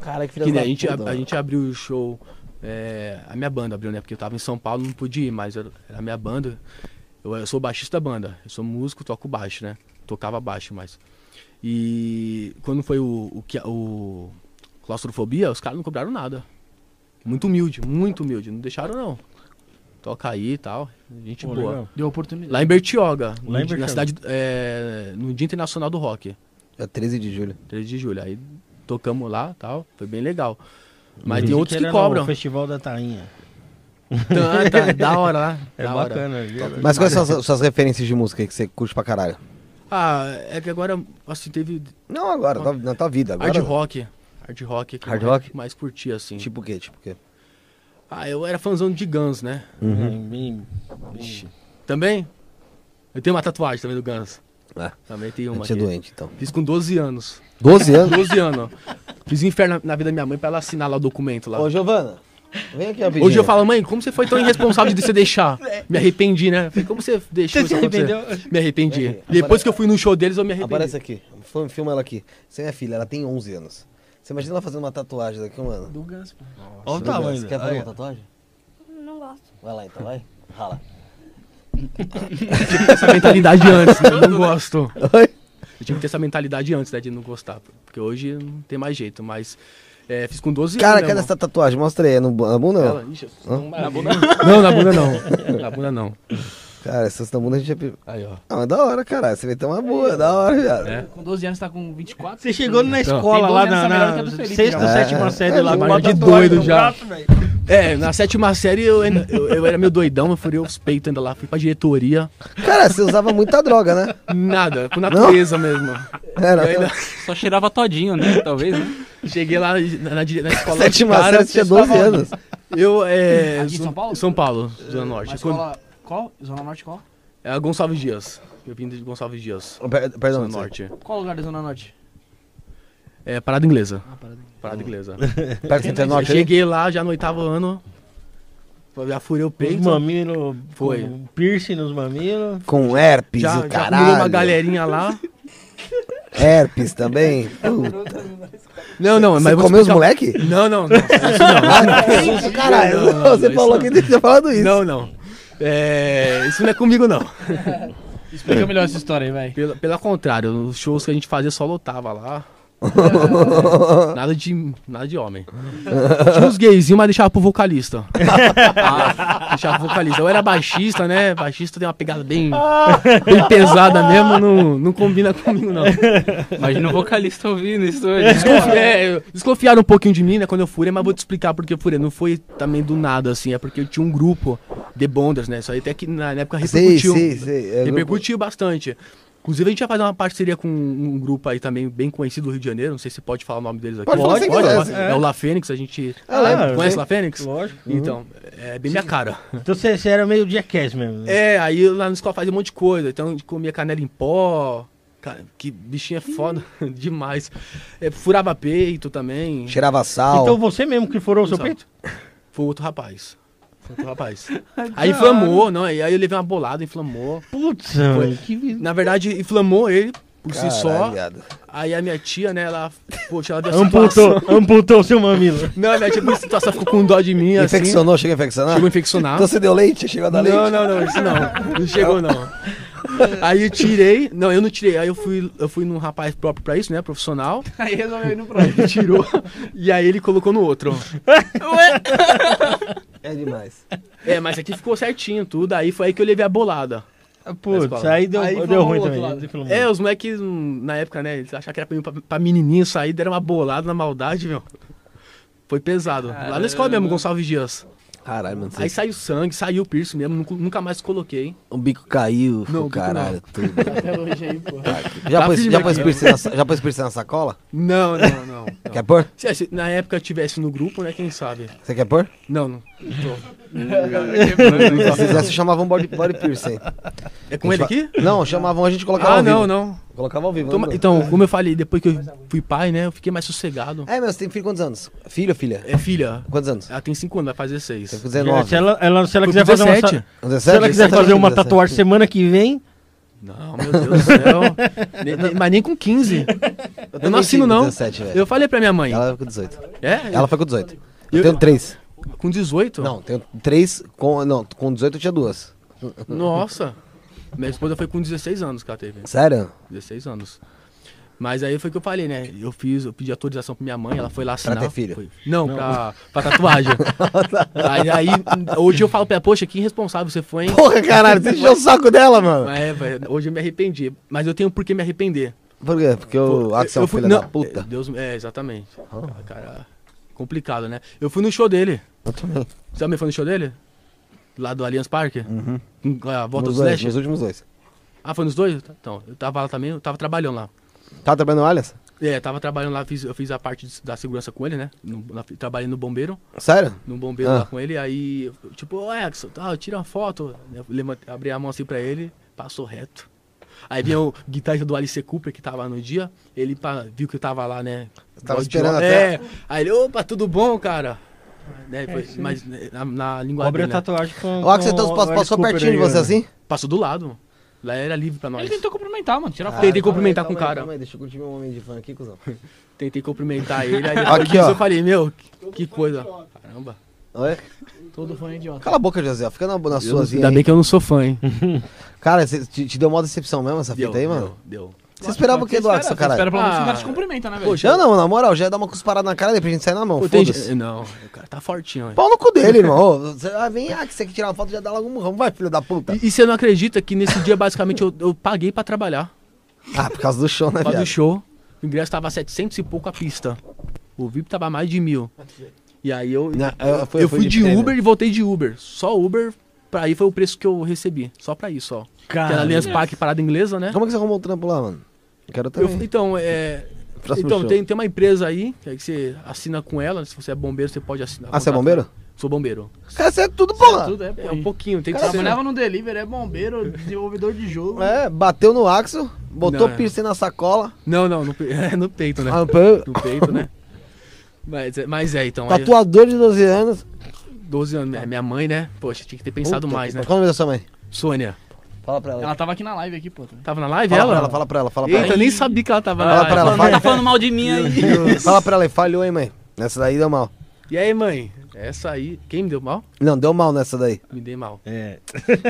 Cara, que filha Que, né, a, gente, a, a gente abriu o show, é, a minha banda abriu, né, porque eu tava em São Paulo, não podia ir, mas era era a minha banda. Eu, eu sou baixista da banda, eu sou músico, toco baixo, né, tocava baixo, mas... E quando foi o, o, que- o claustrofobia, os caras não cobraram nada. Muito humilde, muito humilde, não deixaram não. Toca aí e tal, gente Pô, boa. legal. Deu oportunidade. Lá em Bertioga, Lá em no- Bertioga. na cidade, é, no Dia Internacional do Rock, É 13 de julho. 13 de julho. Aí tocamos lá tal, foi bem legal. Mas tem Dizem outros que, era cobram. O Festival da Tainha. Tá, tá, *laughs* da hora lá. É da hora. bacana. viu? Mas quais são as suas referências de música aí que você curte pra caralho? Ah, é que agora, assim, teve Não agora, tá- na tua vida. Agora, hard rock. Hard rock. que Hard mais- rock? Mais curti, assim. Tipo o quê? Tipo o quê? Ah, eu era fãzão de Guns, né? Bem- bem- bem- Também? Eu tenho uma tatuagem também do Guns. É. Também tem Eu uma tinha aqui. doente, então. Fiz com 12 anos. 12 anos? 12 anos, ó. Fiz um inferno na vida da minha mãe pra ela assinar lá o documento lá. Ô, Giovana, vem aqui rapidinho. Hoje eu falo, mãe, como você foi tão irresponsável de você *laughs* deixar? Me arrependi, né? Falei, como você deixou É. Você se isso acontecer? arrependeu? Me arrependi. Aqui, Depois aparece- que eu fui no show deles, eu me arrependi. Aparece aqui. Filma filma ela aqui. Você é minha filha, ela tem 11 anos. Você imagina ela fazendo uma tatuagem daqui, mano? Do Guns, um pô. Olha o Meu Deus, tamanho. Você quer Aí, fazer uma ó. tatuagem? Não gosto. Vai lá então, vai. *laughs* Rala. Essa *laughs* mentalidade antes, né? não gosto. Oi? Eu tinha que ter essa mentalidade antes, né? De não gostar. Porque hoje não tem mais jeito, mas É, fiz com 12 Cara, anos. cadê né, essa tatuagem? Mostra aí, é no bu- na bunda ou não? Ela, ixi, na bunda *laughs* não. na bunda não. Na bunda não. Cara, essas na bunda a gente é... Aí, ó. Ah, mas da hora, caralho. Você vai ter uma boa, da hora, viado. É. Com 12 anos, você tá com 24? Você chegou na Então. escola Tem lá dois anos na, a melhor na que a do Felipe sexta, já. sétima É, série lá, é, com mas uma de tatuagem doido no já. braço, velho. É, na sétima série eu, ainda- eu, eu era meu doidão, eu furei os peitos ainda lá, fui pra diretoria. Cara, você usava muita droga, né? Nada, por natureza mesmo. Era, *laughs* Eu *laughs* ainda- Só cheirava todinho, né? Talvez, né? Cheguei lá na, na, *laughs* dire- na escola. dos Sétima caras, série, você tinha 12 tava- anos. Eu, é. Aqui em São Zo- Paulo? É, São Paulo, Zona Norte. Mas escola... Qual? Zona Norte qual? É Gonçalves Dias. Eu vim de Gonçalves Dias. Per- Perdão, Zona você- Norte. Qual lugar da Zona Norte? É Parada Inglesa. Ah, parada. Parada Inglesa. Perto do Centro Eu Norte ali? cheguei lá já no oitavo ano. Já furei o Os peito. mamilos, Foi. com piercing nos mamilos. Com herpes, já o já furou uma caralho. galerinha lá. Herpes também. Puta. Não, não, mas Você eu vou comeu os explicar- moleque? Não, não, não. Ah, Caralho, Não, não, você não, falou isso que tinha falado isso. *laughs* Não, não. É, isso não é comigo, não. Explica melhor essa história aí, vai. Pelo, pelo contrário, os shows que a gente fazia só *laughs* lotava lá. nada, de, nada de homem. Tinha uns gayzinhos, mas deixava *laughs* pro vocalista. Ah, deixava pro vocalista. Eu era baixista, né? Baixista tem uma *laughs* pegada bem, bem pesada mesmo, não, não combina comigo, não. Imagina o vocalista ouvindo *laughs* isso hoje. Desconfi- é, desconfiaram um pouquinho de mim, né, quando eu furei, mas vou te explicar porque eu furei. Não foi também do nada, assim, é porque eu tinha um grupo, The Bonders, né? Isso aí até que na na época Sei, repercutiu. sei, sei. É, Repercutiu bastante. Inclusive, a gente vai fazer uma parceria com um grupo aí também bem conhecido do Rio de Janeiro. Não sei se pode falar o nome deles aqui. Pode falar se quiser, pode. sim. É o La Fênix, a gente. Ah, lembro, Conhece sim. Uhum. o La Fênix? Lógico. Então, é bem minha cara. Então você você era meio jackass Uhum. mesmo. né? É, aí lá na escola fazia um monte de coisa. Então a gente comia canela em pó. Cara, que bichinho é foda *laughs* demais. É, furava peito também. Cheirava sal. Então você mesmo que furou o seu Exato. peito? Foi outro rapaz. Foi outro *laughs* rapaz. aí inflamou, não. Aí eu levei uma bolada, inflamou. Putz, Foi. mano, que vida. Na verdade, inflamou ele por Caralho, si só. viado. Aí a minha tia, né, ela. Poxa, ela deu a situação. Amputou, amputou o seu mamilo. Não, a minha tia, por situação, ficou com dó de mim, assim. Infeccionou, chegou a infeccionar? Chegou a infeccionar. Então você deu leite? Chegou a dar leite? Não, não, não, isso não. Não chegou, não. Aí eu tirei. Não, eu não tirei. Aí eu fui, eu fui num rapaz próprio pra isso, né? Profissional. *laughs* Aí resolveu ir no próximo. Ele tirou. E aí ele colocou no outro. É demais. É, mas aqui ficou certinho tudo. Aí foi aí que eu levei a bolada. Putz, aí deu, Aí deu falou ruim outro também. lado. Falou, É, os moleques, hum, na época, né? Eles acharam que era pra, mim- pra- pra menininho sair, deram uma bolada na maldade, meu. Foi pesado. Lá na escola mesmo, Gonçalves Dias. Caralho, mano. Aí saiu sangue, saiu o piercing mesmo, nunca- nunca mais coloquei. O bico caiu, Não, o É o bico caralho, *laughs* tudo. Até hoje aí, pô. Já Tá pôs, firme já, aqui, pôs ó. piercing na, sa- já pôs piercing na sacola? Não, *laughs* não, não. não. Quer pôr? Se, se na época eu tivesse no grupo, né? Quem sabe? Você quer pôr? Não, não. Se fizesse, chamavam body, body piercing. É com ele aqui? Não, chamavam, a gente colocava Ah, ao vivo. não, não. Colocava ao vivo. Toma- não- então, como eu falei, depois que eu fui pai, né? Eu fiquei mais sossegado. É, meu, você tem filho quantos anos? Filho ou filha? É filha. Quantos anos? Ela tem 5 anos, vai fazer 6. Você com Se 19. ela, ela- se ela Foi quiser com fazer uma, 17? sa- se ela quiser 17, fazer uma 17. tatuagem semana que vem, Não, meu Deus do céu. *laughs* Ne- ne- mas nem com 15. Eu não também assino, tive não. 17, velho. eu falei pra minha mãe. Ela foi com 18. É? Ela foi com 18. Eu, Eu- tenho três. Com 18? Não, tenho três. Com, não, com 18 eu tinha duas. Nossa. Minha esposa foi com 16 anos que ela teve. Sério? 16 anos. Mas aí foi o que eu falei, né? Eu fiz, eu pedi autorização pra minha mãe, ela foi lá assinar. ter filho? Ah, tá. Foi- Não, Pra, pra *laughs* tatuagem. aí, aí, hoje eu falo pra ela, poxa, que irresponsável você foi, hein? Porra, caralho, você encheu o saco dela, mano. Mas é, velho, hoje eu me arrependi. Mas eu tenho por que me arrepender. Por quê? Porque o Axel é um filho da puta. Deus, é, exatamente. Ah, Cara, complicado, né? Eu fui no show dele. Eu também. Você também foi no show dele? Lá do Allianz Parque? Uhum. Com A volta Nos do dois, né? Slash? nos últimos dois. Ah, foi nos dois? Então, eu tava lá também, eu tava trabalhando lá. Tá trabalhando no Alias? É, tava trabalhando lá, fiz- eu fiz a parte de- da segurança com ele, né? No- na- trabalhei no bombeiro, Sério? no bombeiro Ah. lá com ele, aí, eu- tipo, ô Exo, tá, tira uma foto. Eu levantei- abri a mão assim pra ele, passou reto. Aí vinha o *laughs* guitarrista do Alice Cooper que tava no dia, ele pa- viu que eu tava lá, né? Tava Igual esperando idiota. até- É, aí ele, opa, tudo bom, cara? É, Né, foi- mas né, na, na língua cobre a tá dele, né? tatuagem com. O Axel com então, o passou, Alice passou Cooper pertinho aí, de você ó. assim? Passou do lado, lá era livre pra nós. Ele tentou cumprimentar, mano. Tira a foto. Tentei cumprimentar com o cara. deixa eu curtir um momento de fã aqui, cuzão. Tentei cumprimentar ele, aí Aqui, depois disso ó. eu falei, meu, que, que coisa. Caramba. Oi? Todo fã é idiota. Cala a boca, José. Fica na, na Eu não- suazinha. Ainda aí. bem que eu não sou fã, hein? Cara, cê- te, te deu uma decepção mesmo essa fita aí, mano? Deu. deu. Você esperava o que do Axel, caralho? Espera pra Ah. ah. te cumprimenta, né, velho? Eu não, na moral, já ia dar uma cusparada na cara, depois a gente sai na mão. Pô, tem Foda-se. gente- Não, o cara tá fortinho, hein? Pau no cu dele, irmão. Ô, você- ah, vem aqui, você quer tirar uma foto, já dá logo um ramo. Vai, filho da puta. E, e você não acredita que nesse dia, basicamente, eu, eu paguei *laughs* pra trabalhar. Ah, por causa do show, né, Por causa do viado? show. O ingresso tava 700 e pouco a pista. O VIP tava mais de mil. E aí eu, Na- Ah, eu fui- eu fui né? de prêmio. Uber e voltei de Uber. Só Uber, pra aí foi o preço que eu recebi. Só pra isso, ó. Que era Allianz Parque, parada inglesa, né? Como é que você arrumou o trampo lá, mano? Eu quero Eu- também. então, é. Próximo então, show. tem, tem uma empresa aí, que aí você assina com ela. Se você é bombeiro, você pode assinar. Ah, você é contrato. bombeiro? Sou bombeiro. Cara, você é tudo, porra. Tudo é, pô. É um pouquinho, tem que ser. Trabalhava no delivery, é bombeiro, *laughs* desenvolvedor de jogo. né? É, bateu no Axel, botou Não. piercing na sacola. Não, não, no, pe- *laughs* é no peito, *laughs* né? Ah, pô, No peito, né? Mas, é- mas é, então. aí- Tatuador de 12 anos. 12 anos. É, minha mãe, né? Poxa, tinha que ter pensado Puta mais, que né? pariu. Qual o nome da sua mãe? Sônia. Fala pra Ela tava aqui na live aqui, pô. tá também. Tava na live Fala ela? pra ela, fala pra ela, fala pra Eita, ela. eu nem sabia que ela tava na Fala pra live. ela, Falando, fala. tá falando mal de mim aí. Fala pra ela, aí, falhou, hein, mãe? Nessa daí deu mal. E aí, mãe? Essa aí. Quem me deu mal? Não, deu mal nessa daí. Me dei mal. É,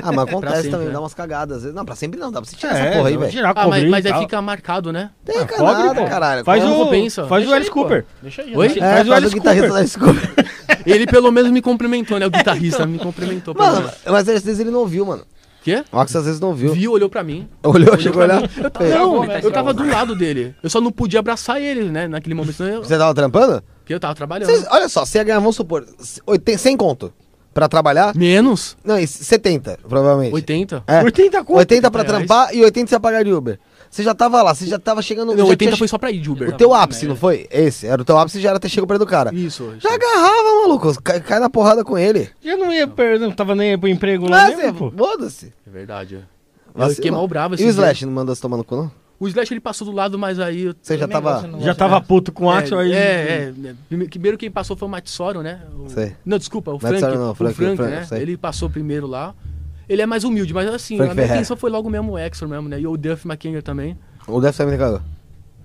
Ah, *laughs* mas acontece sempre, também, né? dá umas cagadas. às vezes. Não, pra sempre não, dá pra você tirar é essa porra aí, não, velho. tirar, Ah, mas, cobrir mas e aí tal. Tá. fica marcado, né? Tem Ah, É canada, cobre, pô. caralho. Faz Não o, compensa. faz o Deixa Alice aí, pô. Cooper. Deixa aí. Oi? É. né? É, Faz o faz o Alice guitarrista Cooper. da Scooper. Ele pelo menos me cumprimentou, né? O guitarrista me cumprimentou. pelo Mano, menos. mas às vezes ele não viu, mano. Quê? O Axel às vezes não viu. Viu, olhou pra mim. *laughs* Olhou, chegou a olhar. Fez. Não, bom, né? eu tava do lado dele. Eu só não podia abraçar ele, né? Naquele momento, senão eu, Você tava trampando? porque eu tava trabalhando. Vocês- olha só, você ia ganhar, vamos supor, 80, 100 conto pra trabalhar. Menos? Não, e 70, provavelmente. 80? É. 80 conto. 80 pra reais. trampar e 80 você ia pagar de Uber. Você já tava lá, você já tava chegando... Não, já 80 tinha- foi só pra ir de Uber. O teu ápice, não foi? Esse, era o teu ápice já era ter chegado perto do cara. Isso. isso. Já agarrava, maluco. Cai, cai na porrada com ele. Eu não ia, per- não tava nem aí pro emprego lá Ah, mesmo, pô. você- Foda-se. É verdade. Eu Vacila. fiquei mal bravo E esse o dia. Slash não mandou você tomar no cu, não? O Slash ele passou do lado, mas aí. eu- Você já tá Também tava... gosto, não Já gosto, tava né? puto com o Axel é, aí. É, é, né? Prime- Primeiro quem passou foi o Matsoro, né? O- Sei. Não, desculpa, o Matsoro Frank. não, o Frank, Frank, Frank, né? sei. Ele passou primeiro lá. Ele é mais humilde, mas assim, Frank a minha Ferreira. atenção foi logo mesmo o Exor mesmo, né? E o Duff McKinger também. O Def também cagou.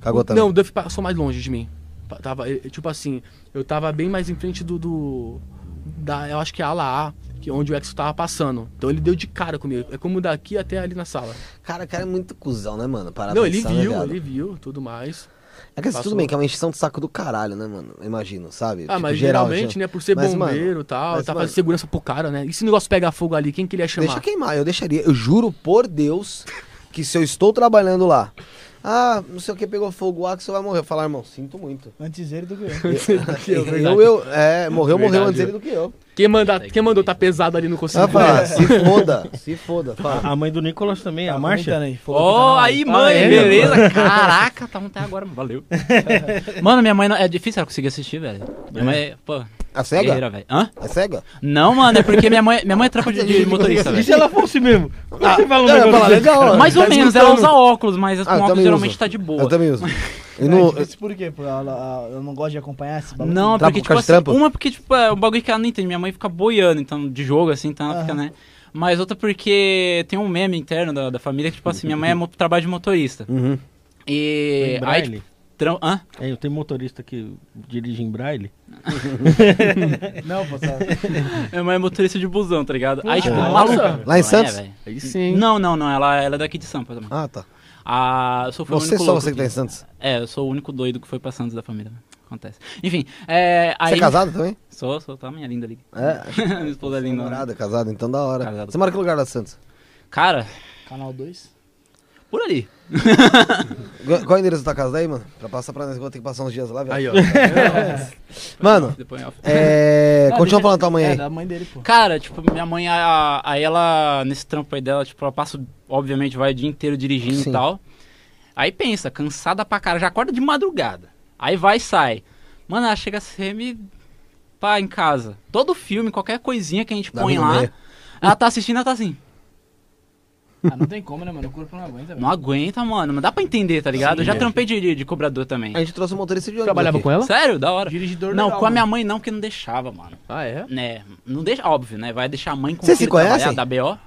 Cagou também. Não, o Duff passou mais longe de mim. Pa- Tava, eh, tipo assim, eu tava bem mais em frente do. do- da, eu acho que é a ala A, que é onde o Exor tava passando. Então ele deu de cara comigo. É como daqui até ali na sala. Cara, o cara é muito cuzão, né, mano? Parar não, pra ele pensar, né, viu, viado? ele viu, tudo mais. É que assim, tudo Passou. bem, que é uma encheção de saco do caralho, né, mano? Eu Imagino, sabe? Ah, Tipo, mas geral, geralmente, enche- né, por ser Mas, mano, bombeiro e tal, mas, tá mano- fazendo segurança pro cara, né? E se o negócio pega fogo ali, quem que ele ia chamar? Deixa queimar, eu deixaria. Eu juro por Deus que se eu estou trabalhando lá. Ah, não sei o que, pegou fogo, o Axel vai morrer. Eu falar, irmão, sinto muito. é, Antes ele do *laughs* que eu. eu, Eu, eu, é, morreu, morreu Verdade. antes ele do que eu. Quem, manda, quem mandou tá pesado ali no Vai conselho? *laughs* falar, se foda, se foda. Fala. Ah, A mãe do Nicolas também, Tá a Marcha. Ó, aí, mãe, é, beleza? *laughs* Caraca, tá um até agora, valeu. *laughs* Mano, minha mãe não- é difícil ela conseguir assistir, velho. Minha mãe, é, pô, É cega? guerreira, velho. Hã? É cega? Não, mano, é porque minha mãe, minha mãe é trampa *laughs* de, de motorista, E se velho. ela fosse mesmo? Como Ah, você fala eu um ia negócio falar, desse, legal, cara? ó. Mais ou Tá menos, escutando. Ah, ela usa óculos, mas eu com óculos também geralmente uso. tá de boa. Eu É também uso. E Não, no, tipo, isso por quê? Pô, ela- ela- eu não gosto de acompanhar esse bagulho. Não, Trampo porque, por tipo causa de assim, trampo? uma porque, tipo, é um bagulho que ela não entende. Minha mãe fica boiando, então, de jogo, assim, então ela fica, Ah. né? Mas outra porque tem um meme interno da, da família que, tipo assim, minha mãe é mo- trabalha de motorista. Uhum. E. Em Aí, braille? tipo, tram... Hã? É, eu tenho motorista que dirige em braille. Não, pô, tá. só- Minha mãe é motorista de busão, tá ligado? Aí, tipo, Nossa. maluca. Lá em É, Santos? velho. Aí sim. Não, não, não. Ela, ela é daqui de Sampa também. Ah, tá. Ah, eu sou foi Você o único só louco você que tá em aqui. Santos. É, eu sou o único doido que foi pra Santos da família. né? Acontece. Enfim, é. Aí... Você é casado também? Sou, sou, tá minha linda ali. É. *laughs* Minha esposa é linda. né? Namorada, casado, então da hora. Casado. Você mora em que lugar lá de Santos? Cara, *laughs* Canal 2. por ali. Qual qual é o endereço da tua casa daí, mano? Pra passar pra nós, eu vou ter que passar uns dias lá, velho. *laughs* Aí, ó. Mano, Depois eu- *laughs* Ah, é. Não, Continua deixa- falando tua mãe É, aí. da mãe dele, pô. Cara, tipo, minha mãe, a- aí ela, nesse trampo aí dela, tipo, ela passa, obviamente, vai o dia inteiro dirigindo Sim. e tal. Aí pensa, cansada pra cara, já acorda de madrugada. Aí vai e sai. Mano, ela chega semi pá em casa. Todo filme, qualquer coisinha que a gente Dá né? põe no lá, meio. ela tá assistindo, ela tá assim. Ah, não tem como, né, mano? O corpo não aguenta, velho. Não aguenta, mano, mas dá pra entender, tá ligado? Eu é. já trampei de, de- de cobrador também. A gente trouxe um motorista de ônibus. Trabalhava aqui. com ela? Sério, da hora. Dirigidor Não, legal, com a minha mano. mãe não, porque não deixava, mano. Ah, é? Né, não deixa, óbvio, né? Vai deixar a mãe com Vocês se filho trabalhar, conhecem? Da BO.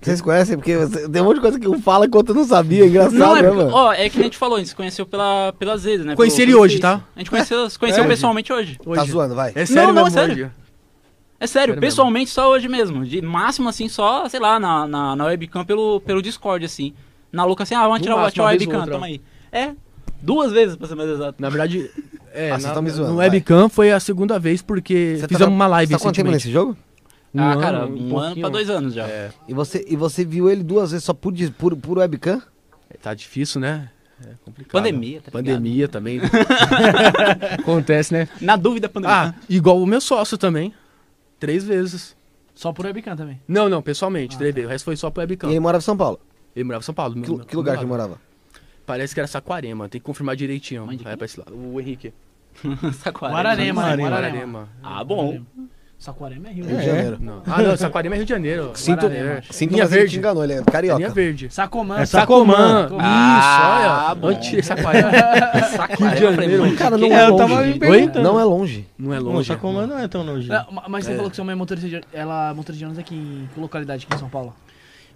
Vocês conhecem? Porque você- tem um monte de coisa que um fala que o outro não sabia. é Engraçado, Não, é, né, porque- mano? ó, é que nem a gente falou, a gente se conheceu pela, pelas vezes, né? Conheci Pelo- ele pelo hoje, Face. tá? A gente conheceu, se conheceu É, pessoalmente hoje. Tá Hoje. zoando, vai. É sério, Não, não, mesmo, é sério. hoje? É sério, Sério mesmo. pessoalmente só hoje mesmo. De máximo, assim, só, sei lá, na, na, na webcam pelo, pelo Discord, assim. Na louca assim, ah, vamos No tirar o máximo, Watch uma vez ou Webcam, outra. toma aí. É, duas vezes pra ser mais exato. Na verdade, é, Ah, vocês na- tão me zoando, no vai. webcam foi a segunda vez porque Você tá fizemos na- uma live Você tá quanto tempo recentemente. nesse jogo? Um ah, ano, cara, um um, ano pouquinho. pra dois anos já. É, E você, e você viu ele duas vezes só por, dis- por, por webcam? tá difícil, né? É complicado. Pandemia, tá ligado? *laughs* Pandemia também. Acontece, né? Na dúvida, Ah, pandemia. igual o meu sócio também. Três vezes. Só por webcam também. Não, não, Ah, pessoalmente, tá. três vezes. O resto foi só pro webcam. E ele morava em São Paulo. Ele morava em São Paulo. Que, meu- que lugar meu que ele lado. morava? Parece que era Saquarema, tem que confirmar direitinho. Onde que Vai é? pra esse lado. O Henrique. Ah. *laughs* Saquarema. Guararema, né? Guararema. Guararema. Ah, bom. Saquarema é Rio. Rio né? de Janeiro. Não. Ah, não, Saquarema é Rio de Janeiro. Sinto, Guararema, acho. sinto Linha mas ele te verde. enganou, ele é É Linha carioca. Verde. Sacomã. É Sacomã. Sacomã. Ah, Isso, bom. olha. *laughs* Antes, É Saquarema. Saquarema. Rio de Janeiro. Falei, Cara, mano, não que- é, eu longe. tava me perguntando. Não é longe. Não é Não, longe. Sacomã não é tão longe. Não, ma- *laughs* mas você falou que sua mãe é motorista de, ela é motorista de ônibus aqui em que localidade aqui em São Paulo?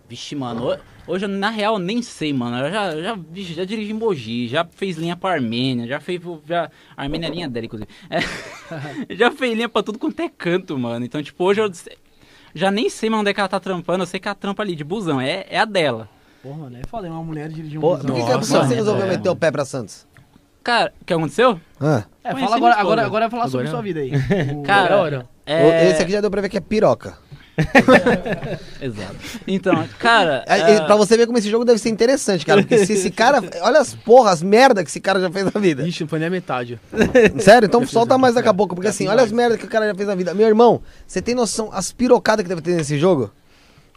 Vixe, mano, ho- hoje eu, na real, nem sei, mano. Eu já, já, vixe, já dirigi em Mogi, já fez linha pra Armênia, já fez. pro- Já, a Armênia é linha dela, inclusive. É, *laughs* já fez linha pra tudo quanto é canto, mano. Então, tipo, hoje eu se- já nem sei mais onde é que ela tá trampando. Eu sei que ela trampa ali de busão, é, é a dela. Porra, mano, é foda, é uma mulher dirigir um Pô, busão. por que, que- por que Nossa, você resolveu é, meter o pé pra Santos? Cara, o que aconteceu? Ah, É, Conheci fala agora, minha agora, esposa. agora é. vai falar sobre Agora- sua *laughs* vida aí. O- Cara, hora. é. Esse aqui já deu pra ver que é piroca. Exato. Então, cara. *laughs* É, é, e Pra você ver como esse jogo deve ser interessante, cara. Porque se *laughs* esse cara. Olha as porras, as merda que esse cara já fez na vida. Ixi, não foi nem a metade. Sério? Então Já fiz solta mais. mais daqui a pouco. Porque Já assim, fiz olha as mais. merda que o cara já fez na vida. Meu irmão, você tem noção as pirocadas que deve ter nesse jogo?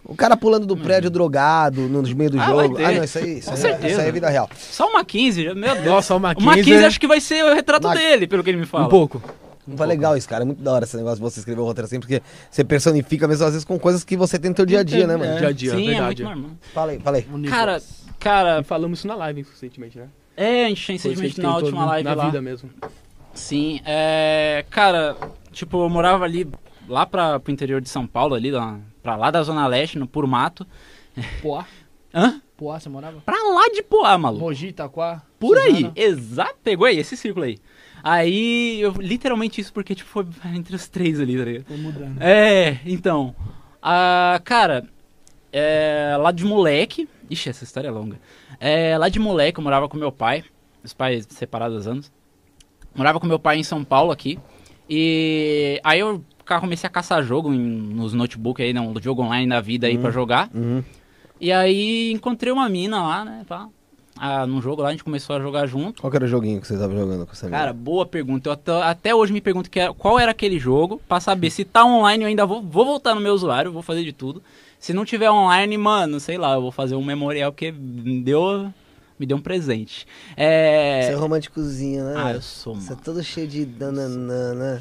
O cara pulando do prédio drogado no meio do Hum. Ah, vai jogo. ter. Ah, não, isso aí, isso Com aí, certeza. isso aí é vida real. Só uma 15, já- meu Deus. Nossa, o *laughs* Uma Mackenzie. 15 acho que vai ser o retrato Mac- dele, pelo que ele me fala. é Um pouco. Foi legal isso, cara. É muito da hora esse negócio de você escrever o roteiro assim, porque você personifica mesmo às vezes com coisas que você tem no teu dia a dia, né, mano? Dia a dia, Sim, é verdade. muito normal. Fala aí, fala aí. o Nicolas. Cara, cara, E falamos isso na live recentemente, né? É, a gente tinha Coisa que a gente infelizmente na tentou última live Na lá. vida mesmo. Sim, é. Cara, tipo, eu morava ali, lá pra, pro interior de São Paulo, ali, lá, pra lá da Zona Leste, no Puro Mato. Poá. Hã? Poá, você morava? Pra lá de Poá, maluco. Mogi, Itaquá. Por aí, Suzano. exato, pegou aí, esse círculo aí. Aí, eu, literalmente isso, porque, tipo, foi entre os três ali, tá ligado? Tô mudando. É, então. A, cara, é, lá de moleque. Ixi, essa história é longa. É, lá de moleque eu morava com meu pai. Os pais separados há anos. Morava com meu pai em São Paulo aqui. E aí eu ca- comecei a caçar jogo em- nos notebooks aí, no jogo online da vida aí pra jogar. E aí encontrei uma mina lá, né? Pá, ah, num jogo lá, a gente começou a jogar junto. Qual que era o joguinho que você tava jogando com essa mina? Cara, boa pergunta. Eu até, até hoje me pergunto que era- qual era aquele jogo, pra saber se tá online, eu ainda vou, vou voltar no meu usuário, vou fazer de tudo. Se não tiver online, mano, sei lá, eu vou fazer um memorial que me deu, me deu um presente. É... Você é românticozinho, né? Ah, eu sou, Você é mano. todo cheio de dananã, *laughs* né?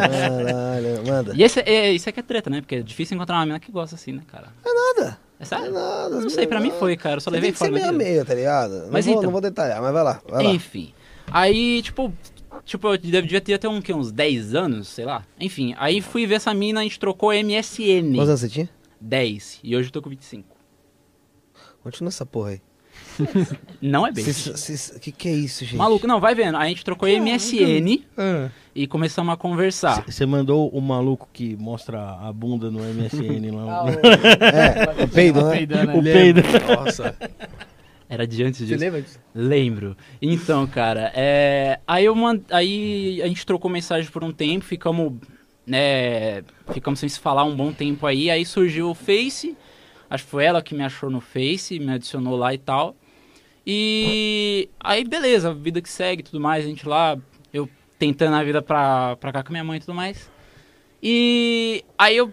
Caralho, manda. E esse, é, isso aqui é treta, né? Porque é difícil encontrar uma mina que gosta assim, né, cara? Nada, É sério? nada. Não sei, pra mim foi, cara. Eu só Você tem levei que ser fora. meio a daquilo. meio, tá ligado? Mas não, vou, então. não vou detalhar, mas vai lá, vai lá. Enfim. Aí, tipo, tipo, eu dev- devia ter até um, que, uns 10 anos, sei lá. Enfim, aí fui ver essa mina, a gente trocou MSN. Quantos anos você tinha? 10. E hoje eu tô com 25. Continua essa porra aí. Não é bem. Vocês- vocês- Que que é isso, gente? Ah. Maluco, não, vai vendo. A gente trocou MSN e começamos a conversar. Você mandou o maluco que mostra a bunda no MSN Ah, *laughs* *laughs* lá. um o... É, o peido, Tá né? peidando, O né? peido. Nossa. Era de antes Você disso. lembra disso? Lembro. Então, cara, é... aí, eu man... aí a gente trocou mensagem por um tempo, ficamos, né, ficamos sem se falar um bom tempo aí. Aí surgiu o Face, acho que foi ela que me achou no Face, me adicionou lá e tal. E aí, beleza, vida que segue e tudo mais, a gente lá, eu tentando a vida pra, pra cá com minha mãe e tudo mais. E aí eu,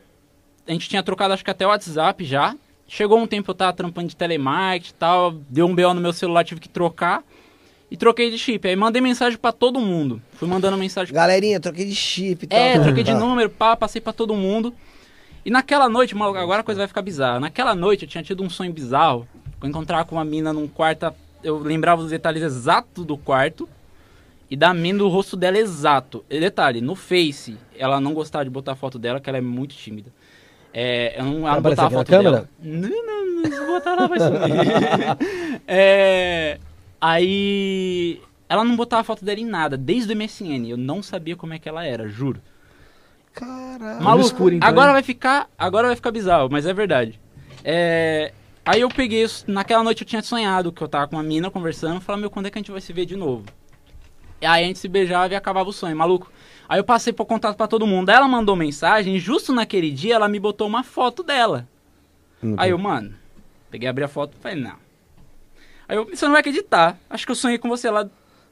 a gente tinha trocado acho que até o WhatsApp já. Chegou um tempo eu tava trampando de telemarketing e tal, deu um BO no meu celular, tive que trocar. E troquei de chip. Aí mandei mensagem pra todo mundo. Fui mandando mensagem. Galerinha, troquei de chip e tal. É, troquei de Tá. número, pá, passei pra todo mundo. E naquela noite, maluco, agora a coisa vai ficar bizarra. Naquela noite eu tinha tido um sonho bizarro. Eu encontrava com uma mina num quarto, eu lembrava dos detalhes exatos do quarto e da mina do rosto dela exato. E detalhe, no Face, ela não gostava de botar foto dela, que ela é muito tímida. É, eu não, ela não Vai aparecer botava aqui na foto câmera? dela. Não, não, não, se botar lá vai sumir. *laughs* é, aí, ela não botava foto dela em nada, desde o MSN. Eu não sabia como é que ela era, juro. Caralho. Maluco, escuro, então, agora hein? vai ficar, agora vai ficar bizarro, mas é verdade. É, Aí eu peguei, isso- naquela noite eu tinha sonhado que eu tava com uma mina conversando, falando, meu, quando é que a gente vai se ver de novo? E aí a gente se beijava e acabava o sonho, maluco. Aí eu passei por contato pra todo mundo. Aí ela mandou mensagem, e justo naquele dia ela me botou uma foto dela. Aí eu, mano, peguei, abri a foto e falei, não. Aí eu, você não vai acreditar. Acho que eu sonhei com você lá.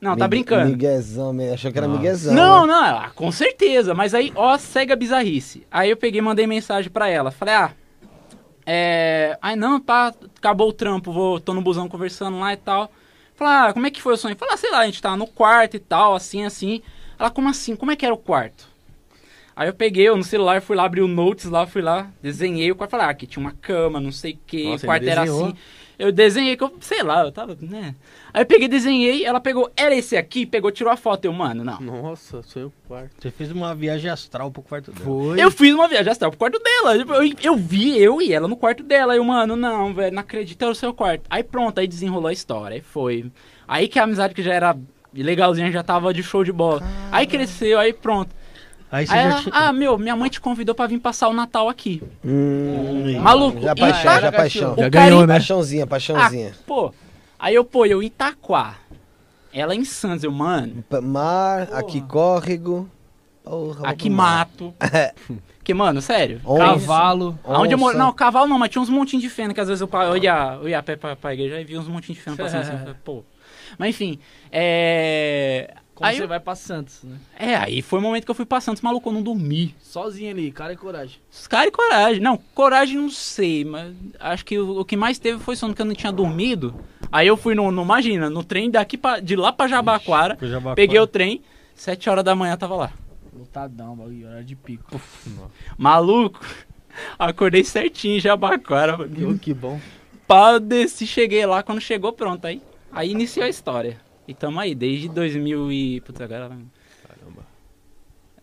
Não, tá Migue- brincando. Miguezão, me- achou que era miguezão. Não, né? não, ela, com certeza. Mas aí, ó, segue a bizarrice. Aí eu peguei e mandei mensagem pra ela. Falei, ah, é. Ai não, pá, acabou o trampo, vou, tô no busão conversando lá e tal. Falei, ah, como é que foi o sonho? Falei, ah, sei lá, a gente tava no quarto e tal, assim, assim. Ela, como assim? Como é que era o quarto? Aí eu peguei eu no celular, fui lá, abri o Notes lá, fui lá, desenhei o quarto. Falei, ah, aqui tinha uma cama, não sei o que, Nossa, o quarto ele era desenhou. assim. Eu desenhei, que eu, sei lá, eu tava, né? Aí eu peguei, desenhei, ela pegou, era esse aqui, pegou, tirou a foto. Eu, mano, não. Nossa, sou eu quarto. Você fez uma viagem astral pro quarto dela. Foi. Eu fiz uma viagem astral pro quarto dela. Eu, eu vi eu e ela no quarto dela. Eu, mano, não, velho, não acredito, era o seu quarto. Aí pronto, aí desenrolou a história. Aí foi. Aí que a amizade que já era legalzinha já tava de show de bola. Aí cresceu, aí pronto. Aí você Aí já ela, tinha... ah, meu, minha mãe te convidou pra vir passar o Natal aqui. Hum, Maluco, já e paixão, tá- já paixão. o Já cara- ganhou, né? Paixãozinha, Ah, paixãozinha. pô. Aí eu, pô, eu em Itaquá. Ela em Santos, eu, mano, P- Mar, Ah. Porra. aqui córrego. Porra, aqui vamos lá. *laughs* mato. que, mano, sério. Onça. Cavalo. Onde eu moro. Onça. Não, cavalo não, mas tinha uns montinhos de feno que às vezes eu, pa- eu, ia, eu ia a pé pra, pra igreja e via uns montinhos de feno passando assim. eu falei, Pô. Mas enfim, é. Como Aí, você eu- vai pra Santos, né? é, aí foi o momento que eu fui pra Santos, maluco, eu não dormi. Sozinho ali, cara e coragem. Os caras e coragem. Não, coragem não sei, mas acho que o, o que mais teve foi sono que eu não tinha dormido. Aí eu fui no, no imagina, no trem daqui pra, de lá pra Jabaquara, pro Jabaquara. peguei o trem, 7 horas da manhã tava lá. Lotadão, bagulho, hora de pico. Maluco, *laughs* acordei certinho em Jabaquara. que bom. pá, desci, cheguei lá, quando chegou, pronto, aí, aí iniciou a história. E tamo aí, desde 2000 e... Putz, agora...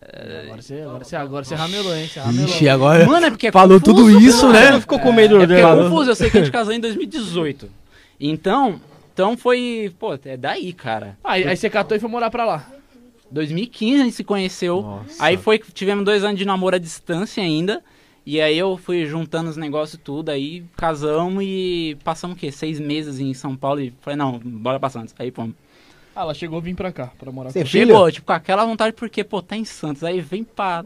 Agora você, agora você, agora você ramelou, hein? Você ramelou. Ixi, agora Mano, é porque é falou confuso, tudo isso, pô. né? Ficou com medo É porque é dela. confuso, eu sei que a gente *laughs* casou em 2018. Então, então foi... Pô, é daí, cara. Aí, aí você catou e foi morar pra lá. 2015 a gente se conheceu. Nossa. Aí foi que tivemos dois anos de namoro à distância ainda. E aí eu fui juntando os negócios e tudo, aí casamos e passamos o quê? Seis meses em São Paulo e falei, não, bora pra Santos. Aí fomos. Ah, ela chegou a vir pra cá, pra morar Você com filho? Chegou, tipo, com aquela vontade, porque, pô, tá em Santos, aí vem pra.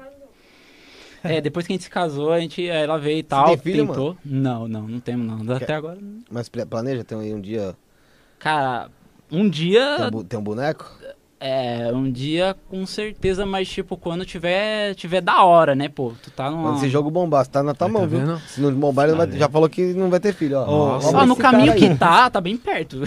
É, depois que a gente se casou, a gente, aí ela veio e tal, tem filho, tentou. Não, não, não temos não. Até agora. não. Mas pla- planeja, tem aí um dia. Cara, Tem um um, dia. bu- tem um boneco? É, um dia com certeza, mas tipo, quando tiver. Tiver da hora, né, pô? Tu tá Mano, numa. esse jogo bombar, você tá na tua Tá mão, viu? vendo? Se não bombar, ele não vai- já falou que não vai ter filho, ó. Nossa. Ó, Ó, no esse cara caminho aí. que tá, tá *laughs* bem perto.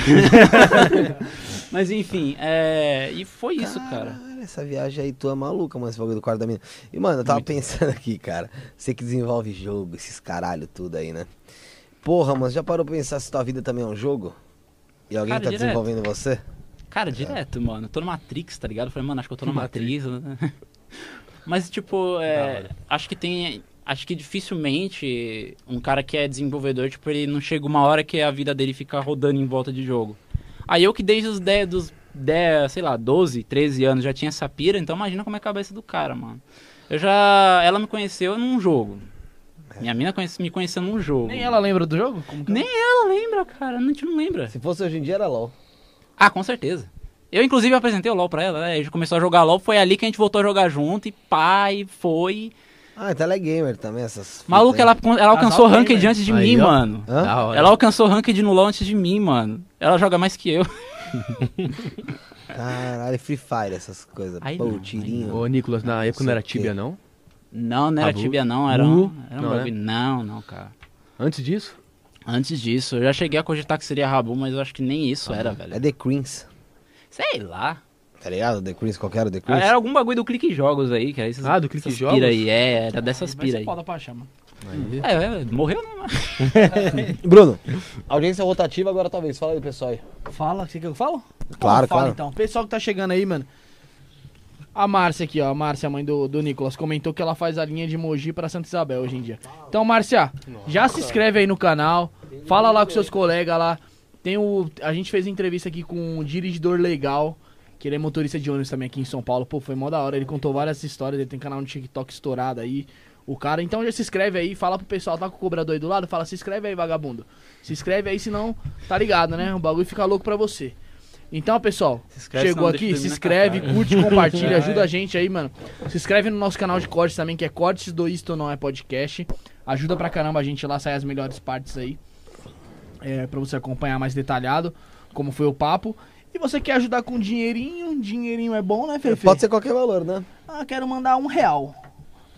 mas enfim, é. E foi isso, cara. Caralho, essa viagem aí tua é maluca, mano, esse bagulho do quarto da mina. E, mano, eu tava pensando aqui, cara. Você que desenvolve jogo, esses caralho tudo aí, né? Porra, mano, já parou pra pensar se tua vida também é um jogo? E alguém Cara, tá direto. desenvolvendo você? Cara, direto, mano. Eu tô no Matrix, tá ligado? Eu falei, mano, acho que eu tô na Matrix. né? *laughs* Mas, tipo, é, acho que tem. Acho que dificilmente um cara que é desenvolvedor, tipo, ele não chega uma hora que a vida dele fica rodando em volta de jogo. Aí eu que desde os 10, dos 10, sei lá, 12, 13 anos já tinha essa pira, então imagina como é a cabeça do cara, mano. Eu já. Ela me conheceu num jogo. Minha mina conhece- me conheceu num Tipo, jogo. Nem ela lembra do jogo? Como que é? Nem ela lembra, cara. Não, a gente não lembra. Se fosse hoje em dia, era LOL. Ah, com certeza. Eu, inclusive, apresentei o LoL pra ela, né? A gente começou a jogar LoL, foi ali que a gente voltou a jogar junto, e pai, foi. Ah, então ela é gamer também, essas. fitas Maluco, aí. ela, ela alcançou Casal gamer. né? ranked antes de Aí, mim, ó. mano. Hã? Da hora. Ela alcançou ranked no LoL antes de mim, mano. Ela joga mais que eu. Caralho, Free Fire, essas coisas. Aí Pô, não, aí tirinho. Ô, Nicolas, na época não era Sei o quê. Tibia, não? Não, não era Tabu? Tibia, não. Era um, Bu? era um Não, né? bagulho- Não, não, cara. Antes disso? Antes disso, eu já cheguei a cogitar que seria Rabu, mas eu acho que nem isso era, É velho. The Creams. Sei lá. Tá ligado? The Creams, qualquer The Creams. Ah, Era algum bagulho do Clique Jogos aí, que era esses, Ah, do Clique essas Jogos? pira aí. É, era Vai dessas ser pira aí. foda pra achar, mano. Aí. É, é, morreu, né, mano? Bruno, audiência rotativa agora talvez. Fala aí, pessoal aí. Fala, você quer que eu falo? Pô, Claro, fala, claro. então. Pessoal que tá chegando aí, mano. A Márcia aqui, ó. A Márcia, mãe do, do Nicolas, comentou que ela faz a linha de Mogi pra Santa Isabel hoje em dia. Então, Márcia, já se inscreve aí no canal. Fala lá com seus colegas lá. Tem o. A gente fez entrevista aqui com um dirigidor legal. Que ele é motorista de ônibus também aqui em São Paulo. Pô, foi mó da hora. Ele contou várias histórias. Ele tem canal no TikTok estourado aí. o cara. Então já se inscreve aí, fala pro pessoal, tá com o cobrador aí do lado, fala, se inscreve aí, vagabundo. Se inscreve aí, senão tá ligado, né? O bagulho fica louco pra você. Então, pessoal, Se inscreve, chegou senão deixa aqui, eu se dormir na inscreve, cagada. curte, *laughs* compartilha, ajuda a gente aí, mano. Se inscreve no nosso canal de cortes também, que é Cortes do Isto Não É Podcast. Ajuda pra caramba a gente lá, sai as melhores partes aí. É, pra você acompanhar mais detalhado como foi o papo. E você quer ajudar com dinheirinho? Dinheirinho é bom, né, Fefe? Pode ser qualquer valor, né? Ah, quero mandar um real.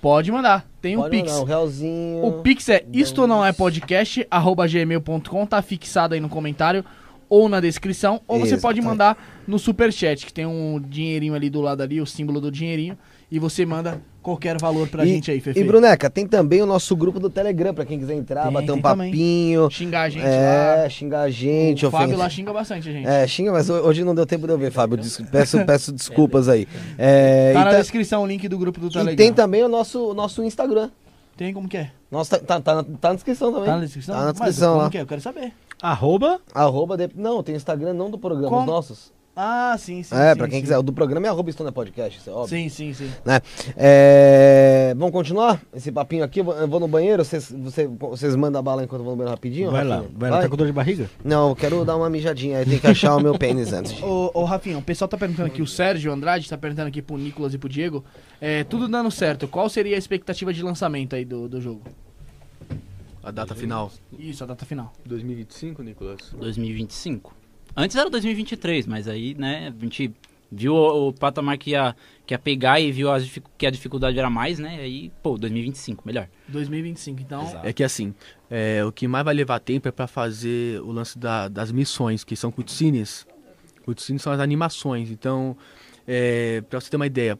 Pode mandar, tem o Pode Pix. mandar um realzinho. O Pix é isto não é podcast, arroba gmail.com, tá fixado aí no comentário ou na descrição, ou você Exato. pode mandar no superchat, que tem um dinheirinho ali do lado ali, o símbolo do dinheirinho, e você manda qualquer valor pra e, gente aí, Fefe. E, Bruneca, tem também o nosso grupo do Telegram, pra quem quiser entrar, Tem, bater um tem também. papinho. Xingar a gente é, lá. xingar a gente, o Fábio ofender. lá xinga bastante a gente. É, xinga, mas ho- hoje não deu tempo de eu ver, *laughs* Fábio. des- Peço, peço desculpas aí. É, tá e, na tá- descrição tá o link do grupo do e Telegram. tem também o nosso, o nosso Instagram. Tem como que é? Nossa, tá, tá, tá, na- tá na descrição também. Tá na descrição? Tá na Mas descrição como lá. que é? Eu quero saber. Arroba Arroba de- Não, tem Instagram não do programa, Como? os nossos. Ah, sim, sim. é, sim, pra quem sim. quiser. O do programa é arroba Estona Podcast, isso é óbvio. Sim, sim, sim. né? É, vamos continuar esse papinho aqui? Eu vou- eu vou no banheiro, vocês, você- vocês mandam a bala enquanto eu vou no banheiro rapidinho? Vai lá, Rafinha? vai lá, tá com dor de barriga? Não, eu quero dar uma mijadinha, aí tem que achar o meu pênis antes. Ô, ô Rafinha, o pessoal tá perguntando aqui, o Sérgio Andrade tá perguntando aqui pro Nicolas e pro Diego. É, tudo dando certo, qual seria a expectativa de lançamento aí do, do jogo? A data final. Isso, a data final. 2025, Nicolas? 2025. Antes era 2023, mas aí, né, a gente viu o, o patamar que ia, que ia pegar e viu as dificu- que a dificuldade era mais, né? Aí, pô, 2025, melhor. 2025, então. É que assim, é, o que mais vai levar tempo é pra fazer o lance da- das missões, que são cutscenes. Cutscenes são as animações. Então, é, pra você ter uma ideia,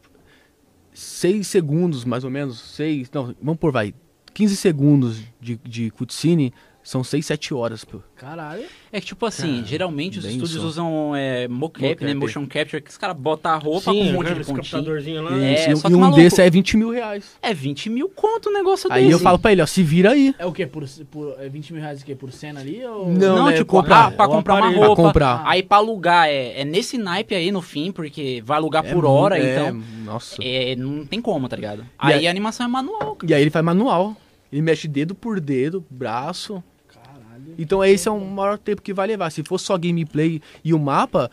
seis segundos, mais ou menos, seis, não, vamos por vai, 15 segundos de, de cutscene são seis, sete horas, pô. Caralho. É que, tipo assim, geralmente os bem estúdios isso. usam é, mocap, né? Mocap. Motion capture, que os caras botam a roupa com um monte de pontinho. lá. É, Isso, e só um- que e um maluco- desse é 20 mil reais. É 20 mil conto um negócio Aí desse. eu falo pra ele, ó, se vira aí. É o quê? Por, por é 20 mil reais o quê? Por cena ali? Ou... Não, Não, né, tipo, comprar. ah, pra Um comprar uma aparelho. roupa. Pra comprar. Aí pra alugar, é, é nesse naipe aí no fim, porque vai alugar por hora, é, então. Nossa. é, não tem como, tá ligado? Aí aí- a animação é manual. E aí ele faz manual. Ele mexe dedo por dedo, braço. Caralho. Então esse é o maior tempo que vai levar. Se fosse só gameplay e o mapa,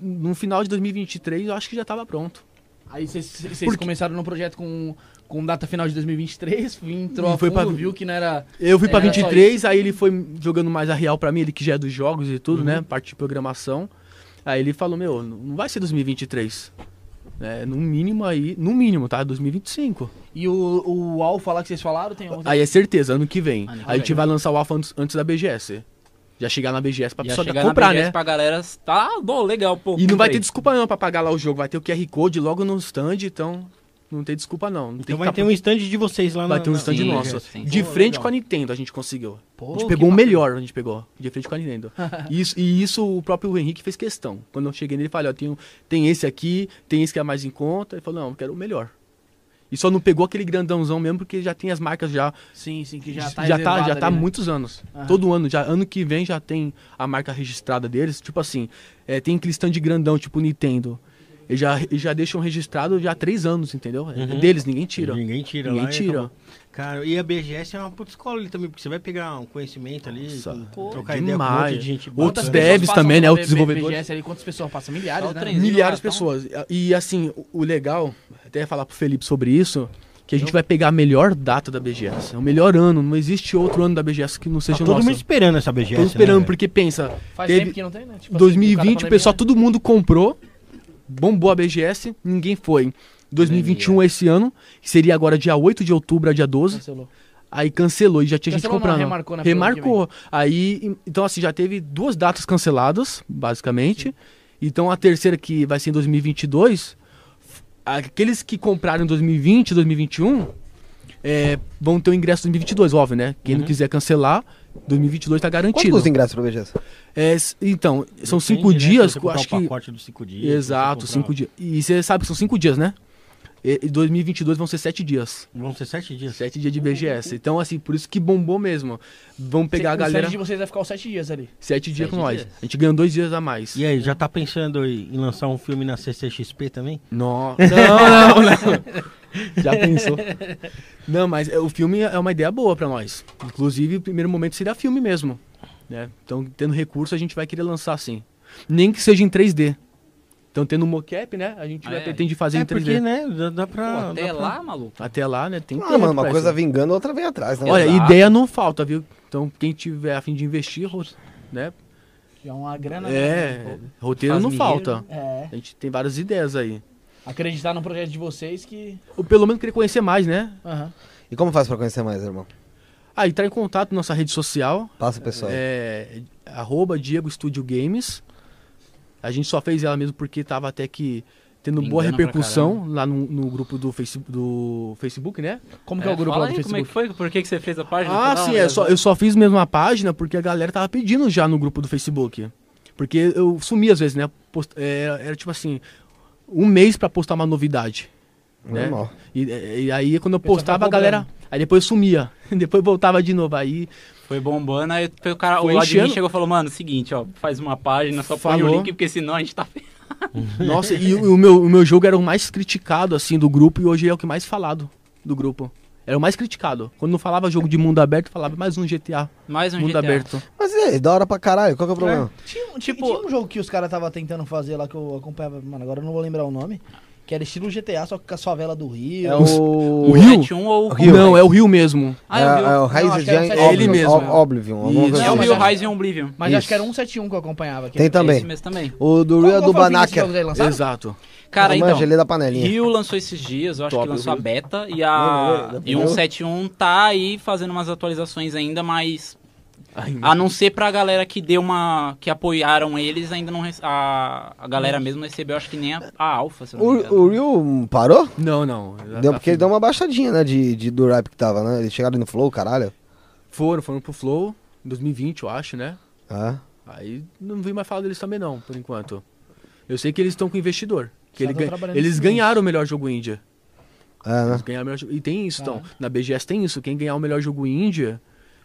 no final de 2023 eu acho que já tava pronto. Aí vocês- vocês Porque- começaram no projeto com, com data final de 2023, entrou Hum, a foi fundo, pra- viu que não era. Eu fui pra Era só 23, aí ele foi jogando mais a real pra mim, ele que já é dos jogos e tudo, Uhum. né? Parte de programação. Aí ele falou, meu, não vai ser 2023. É, no mínimo aí, no mínimo, tá? 2025. E o, o Alpha lá que vocês falaram tem outra. Aí é certeza, ano que vem. Ano que Aí a gente vem. vai lançar o Alpha antes, antes da BGS. Já chegar na BGS pra Ia pessoa chegar comprar, na BGS né? pra galera, tá bom, legal, pô. E não vai ter comprei. desculpa não pra pagar lá o jogo. Vai ter o QR Code logo no stand, então não tem desculpa não. não tem Então que vai tá- ter um né? stand de vocês lá na- é. Vai ter um na- stand Sim, nosso. sim, sim. De Pô, frente legal. com a Nintendo a gente conseguiu. Pô, a gente que pegou o bacana. melhor, a gente pegou. De frente com a *laughs* Nintendo. Isso, e isso o próprio Henrique fez questão. Quando eu cheguei nele, ele falou, ó, tem, um- tem esse aqui, tem esse que é mais em conta. Ele falou, não, eu quero o melhor. E só não pegou aquele grandãozão mesmo, porque já tem as marcas já. Sim, sim, que já tá já tá, reservado já ali, tá há né? muitos anos. Aham. Todo ano, já ano que vem já tem a marca registrada deles. Tipo assim, é, tem aquele stand grandão, tipo Nintendo. Eles já, eles já deixam registrado já há três anos, entendeu? É deles, ninguém tira. Uhum. Ninguém tira Ninguém lá. e tira. acabou. Cara, e a BGS é uma puta escola ali também, porque você vai pegar um conhecimento ali, Nossa, com- pô, trocar demais. ideia com um monte de gente. Outros Quantas bacana. pessoas devs passam também, pela né, os B- desenvolvedores. BGS ali, quantas pessoas passam? Milhares, Só o né? trenzinho Milhares de lá, então. pessoas. E assim, o- o legal, até ia falar pro Felipe sobre isso, que a gente vai pegar a melhor data da BGS. É o melhor ano, não existe outro ano da BGS que não Tá seja todo o nosso. mundo esperando essa BGS. Todos esperando, né, porque pensa, Faz Teve- tempo que não tem, né? Tipo assim, por causa 2020 da o pessoal, pandemia. todo mundo comprou, bombou a BGS, ninguém foi. 2021 esse ano, que seria agora dia 8 de outubro a dia 12, Cancelou. aí cancelou e já tinha Cancelou gente não, comprando. remarcou, né, pro ano que Remarcou. Aí, em- então assim, já teve duas datas canceladas, basicamente. Então a terceira que vai ser em 2022, f- aqueles que compraram em 2020, 2021, é, vão ter o ingresso em 2022, óbvio, né? Quem Uhum. não quiser cancelar, 2022 tá Quanto garantido. custa os ingressos pra BGS? É, s- então, são Depende, cinco né, se dias, você eu comprar acho o que. pacote dos cinco dias. se você Exato, comprar- um- cinco dias. E você sabe que são cinco dias, né? E, e 2022 vão ser sete dias. Vão ser sete dias. Sete dias de BGS. Então, assim, por isso que bombou mesmo. Vamos pegar a O set galera de vocês vai ficar os sete dias ali. sete dias Sete com nós. dias. A gente ganhou dois dias a mais. E aí, já tá pensando em em lançar um filme na CCXP também? No- *laughs* Não, não, não. Já pensou. Não, mas é, o filme é uma ideia boa pra nós. Inclusive, o primeiro momento seria filme mesmo. né? Então, tendo recurso, a gente vai querer lançar sim. Nem que seja em 3D. Então, tendo um mocap, né? A gente Ah, vai é. pretende fazer é em 3D. porque, né, dá, dá pra... Pô, dá até pra- lá, maluco. Até lá, né? Tem Ah, tempo, mano, uma parça. coisa vingando, outra vem atrás, né? Olha, Exato. ideia não falta, viu? Então, quem tiver a fim de investir, ro- né? Já é uma grana. É, né? roteiro Faz não dinheiro. falta. É. A gente tem várias ideias aí. Acreditar no projeto de vocês que. Ou pelo menos querer conhecer mais, né? Aham. E como faz pra conhecer mais, irmão? Ah, entrar em contato na nossa rede social, Passa, pessoal. É, arroba Diego Studio Games. A gente só fez ela mesmo porque tava até que tendo boa Engana pra repercussão lá no, no grupo do, face, do Facebook, né? Como que é o grupo fala lá do aí, como é Facebook? que foi? Por que, que você fez a página? Ah, Fala, sim, né? é só, eu só fiz mesmo a página porque a galera tava pedindo já no grupo do Facebook. Porque eu sumia às vezes, né? Post- era, era tipo assim, um mês pra postar uma novidade. né? Normal. E, e aí quando eu Pessoal postava, tá a galera. Aí depois sumia. *laughs* Depois voltava de novo. Aí Foi bombando, aí o cara, Foi o admin enchendo. chegou e falou, mano, seguinte, ó, faz uma página, só põe o Falou. link, porque senão a gente tá ferrado. *laughs* *laughs* Nossa, e o, e o meu, o meu jogo era o mais criticado, assim, do grupo, e hoje é o que mais falado do grupo. Era o mais criticado. Quando não falava jogo de mundo aberto, falava mais um GTA. Mais um mundo GTA. aberto. Mas é, da hora pra caralho, qual que é o problema? Tinha, um- Tipo- tinha um jogo que os caras tava tentando fazer lá que eu acompanhava, mano, agora eu não vou lembrar o nome. Que era estilo GTA, só que com as favelas do Rio. É o. O Rio? Hatch 1 ou o Rio. né? Não, é o Rio mesmo. Ah, é, eu vi. é o Não, acho Rise que era Giant sete. É ele mesmo, Ob- é. Oblivion. alguma Isso. coisa É Não, o assim. mas Rio acho- Horizon Oblivion. Mas acho Isso. que era 171 que eu acompanhava. Que é Tem era- também. Esse mês também. O do Qual- Real qual foi do o fim desses Banaker. jogos aí lançaram? Exato. Cara, Mano, então, gelei é da panelinha. Rio lançou esses dias, eu acho Top, que lançou a viu? beta, e Não, não, a não, e não. 171 tá aí fazendo umas atualizações ainda, mas... Ah, A não ser pra galera que deu uma... que apoiaram eles, ainda não... rece- A, a galera mesmo não recebeu, acho que nem a, a alfa, se eu não me O, engano. o Rio parou? Não, não. Assim, Deu, porque ele deu uma baixadinha, né? De, de, do rap que tava, né? Eles chegaram no Flow, caralho. Foram, foram pro Flow, em 2020, eu acho, né? Ah. Aí não vi mais falar deles também, não, por enquanto. Eu sei que eles estão com investidor. Que Eles ele tão gan- trabalhando Eles com isso. ganharam o melhor jogo Índia. É, né? Eles ganharam o melhor jogo- E tem isso, então. Caralho. Na BGS tem isso. Quem ganhar o melhor jogo Índia,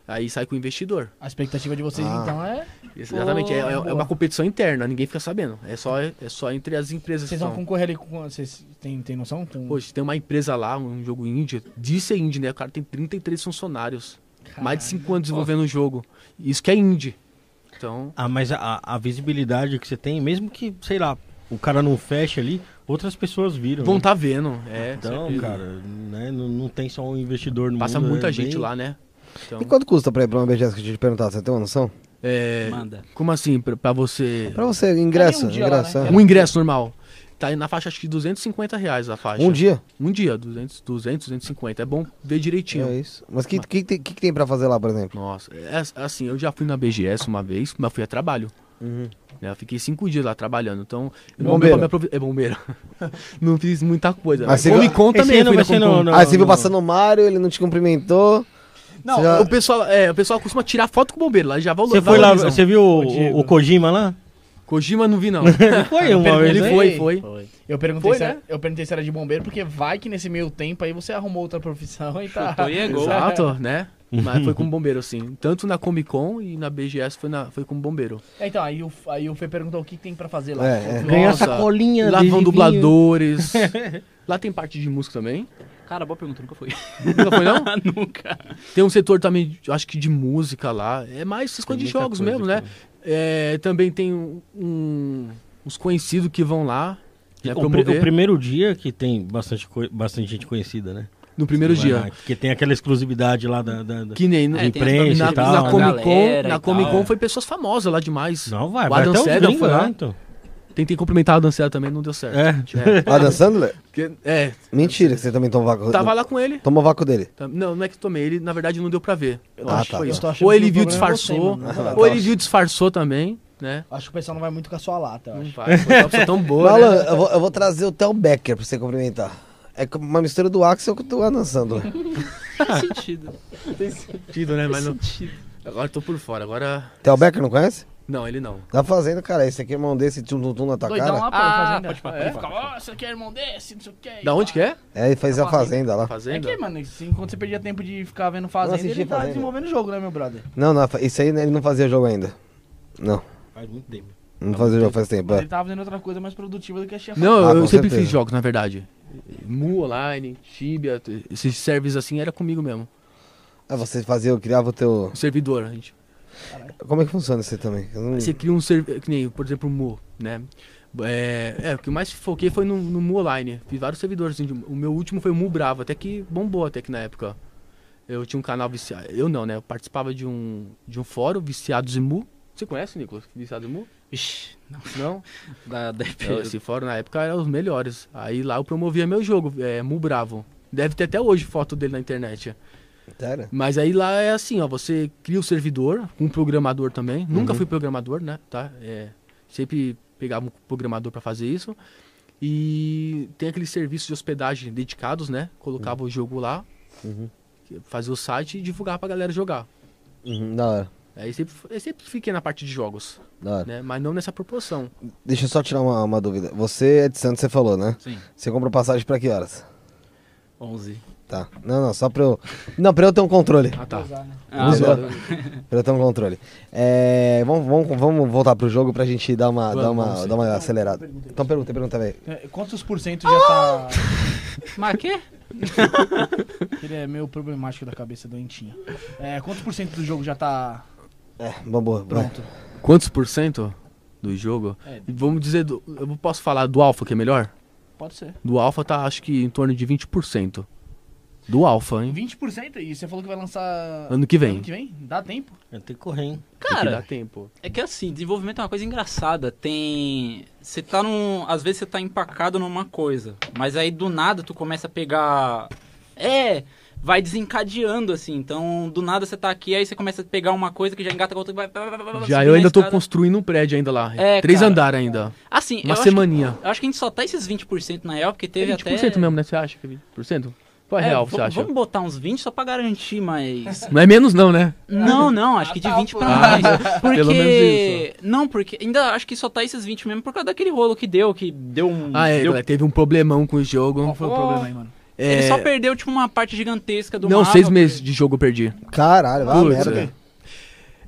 aí sai com o investidor. A expectativa de vocês, Ah. então, é. Exatamente. é, é- é boa. uma competição interna, ninguém fica sabendo. É só, é só entre as empresas. Vocês que vão estão. concorrer ali com. Vocês têm, têm noção? Tem um- Poxa, tem uma empresa lá, um jogo Índia. Diz ser indie, né? O cara tem 33 funcionários. Mais de 5 anos desenvolvendo o jogo. Isso que é indie. Então, Ah, mas a, a visibilidade que você tem, mesmo que, sei lá, o cara não feche ali, outras pessoas viram. vão né? tá vendo. É, Então, certeza. cara, né, não, não tem só um investidor no Passa mundo, muita é gente bem- lá, né? Então, E quanto custa pra ir pra uma BGS que eu tinha te perguntado? Você tem uma noção? é, Manda. como assim? Pra, pra você. Pra você, ingresso. um dia lá, ingresso, né? é. Um ingresso normal. Tá aí na faixa, acho que 250 reais a faixa. Um dia. Um dia, 200, 200, 250. É bom ver direitinho. É isso. Mas o que, que, que, que tem pra fazer lá, por exemplo? Nossa, é, assim, eu já fui na BGS uma vez, mas fui a trabalho. né? Eu fiquei cinco dias lá trabalhando, então... eu não- Bombeiro. pra me aprove- É bombeiro. *laughs* não fiz muita coisa. né? Mas você Comic viu- Con Esse também ano fui na vai ser Comic Con. no- ah, você viu não. passando o Mario, ele não te cumprimentou. Não, Você já- o, pessoal, é, o pessoal costuma tirar foto com o bombeiro lá, já valo- Você foi lá, valorizam. você viu o, Diego. o- o Kojima lá? Kojima não vi, *laughs* não. Foi uma vez, Ele né? foi, foi. Eu perguntei, Foi, se era, né? eu perguntei se era de bombeiro, porque vai que nesse meio tempo aí você arrumou outra profissão e tá. Chutou e é gol. Exato, *laughs* né? Mas foi com bombeiro, sim. Tanto na Comic Con e na BGS foi, na, foi com bombeiro. É, então, aí o, aí o Fê perguntou o que que tem pra fazer lá. É, é. Ganhar Nossa. sacolinha Lá de vão vinho. *laughs* dubladores. Lá tem parte de música também. Cara, boa pergunta, nunca fui. Nunca foi, não? *laughs* nunca. Tem um setor também, eu acho que de música lá. É mais essas Tem coisas de muita jogos coisa, mesmo, cara. né? É, também tem um, um- uns conhecidos que vão lá. Né, É O, pri- promover o primeiro dia que tem bastante, coi- bastante gente conhecida, né? no primeiro Vai dia. lá, Porque tem aquela exclusividade lá da. da- da- Que nem no- É, tem as imprensa na, e tal. na né? Comic Con. Galera e Na Comic tal. Con foi pessoas famosas lá demais. Não, vai, O vai Adam até os Sandler gringos foi lá. lá, então. Tentei cumprimentar a Dancela também, não deu certo. É. Adam Sandler? Porque- é, Ah, Mentira que você também tomou vácuo. tava lá com ele. Tomou vácuo dele. Tá- Não, não é que tomei, ele na verdade não deu pra ver. Eu Ah, tá. acho que foi Eu isso. tô achando Ou que ele o viu e problema é você, disfarçou, mano. Não, ou ele viu e disfarçou também, né? Acho que o pessoal não vai muito com a sua lata. eu Não acho. vai, foi uma pessoa tão boa, né? Alan, eu vou, eu vou trazer o Theo Becker pra você cumprimentar. É como uma mistura do Axel com do Adam Sandler. Faz sentido. sentido, né? Mas não... Sentido. né? Agora eu tô por fora. Agora. Theo Becker não conhece? Não, ele não. Tá fazendo, cara, esse aqui é irmão desse tum tum tum na tua Doidão cara. lá, pô, na Ah, fazenda. pode pá, é? pode Fica, ó, você quer irmão desse, não sei o que. Da onde que é? É, ele fez a fazenda lá. É Fazenda? que, mano, assim, quando você perdia tempo de ficar vendo Fazenda, assisti ele tá Fazenda. desenvolvendo o jogo, né, meu brother? Não, não, isso aí ele não fazia jogo ainda. Não, Faz muito tempo. não fazia jogo faz tempo. Mas É. ele tava fazendo outra coisa mais produtiva do que a chefe. Não, Ah, eu com sempre certeza. fiz jogos, na verdade. Mu Online, Tibia, esses servers assim era comigo mesmo. Ah, você fazia, eu criava o teu. O servidor, a gente. Como é que funciona isso aí também? Eu não- Você cria um servidor, que nem, por exemplo, o Mu, né? É, é, o que eu mais foquei foi no, no Mu Online. Fiz vários servidores. Assim, de- o meu último foi o Mu Bravo, até que bombou até que na época. Eu tinha um canal viciado. Eu não, né? Eu participava de um, de um fórum, Viciados em Mu. Você conhece, Nicolas? Viciados em Mu? Ixi, Não? da, da Eu, esse fórum na época era os melhores. Aí lá eu promovia meu jogo, é, Mu Bravo. Deve ter até hoje foto dele na internet. Sério? Mas aí lá é assim, ó, você cria o servidor, um programador também. Nunca fui programador, né? Tá? É, sempre pegava um programador pra fazer isso. E tem aqueles serviços de hospedagem dedicados, né? Colocava o jogo lá, Uhum. fazia o site e divulgava pra galera jogar. Uhum, da hora, Aí sempre, eu sempre fiquei na parte de jogos, da hora. né? Mas não nessa proporção. Deixa eu só tirar uma, uma dúvida. Você é de Santos, você falou, né? Sim, Você comprou passagem pra que horas? 11. Tá. Não, não, só pra eu. Não, pra eu ter um controle. Ah, tá. Ah, Entendeu? mano. Pra eu ter um controle. É, vamos, vamos, vamos voltar pro jogo pra gente dar uma, dar Vamos, uma, vamos sim. dar uma acelerada. Então pergunta, pergunta, velho. É, Quantos por cento já *laughs* tá. Mas quê? *laughs* Ele é meio problemático da cabeça doentinha. É, quantos por cento do jogo já tá É, uma boa. vai. pronto? Quantos por cento do jogo? É. Vamos dizer, do- eu posso falar do alfa que é melhor? Pode ser. Do alfa tá acho que em torno de 20%. Do alfa, hein? 20% e você falou que vai lançar. Ano que vem. Ano que vem? Dá tempo? Eu tenho que correr, hein? Tem que dar Cara, tempo. é que assim, desenvolvimento é uma coisa engraçada. Tem. Você tá num. Às vezes você tá empacado numa coisa, mas aí do nada tu começa a pegar. É! Vai desencadeando, assim. Então, do nada você tá aqui, aí você começa a pegar uma coisa que já engata com outra. que Vai... Já eu ainda tô com construindo um prédio ainda lá. É, Três cara. andares ainda. Assim, Uma eu semaninha. Acho que, eu acho que a gente só tá esses 20% na real, porque É teve 20% até... mesmo, né? Você acha que é 20%? Qual é, É, real, v- você acha? Vamos botar uns 20 só pra garantir, mas... Não é menos não, né? não, não, acho que de 20 pra mais. Porque... *laughs* Pelo menos Não, porque ainda acho que só tá esses 20 mesmo por causa daquele rolo que deu, que deu um... Ah, é, deu... galera, teve um problemão com o jogo. Qual foi o problema aí, mano? É, Ele só perdeu, tipo, uma parte gigantesca do né? Não, mapa, seis meses de jogo eu perdi. Caralho, vai a Putz, merda. é.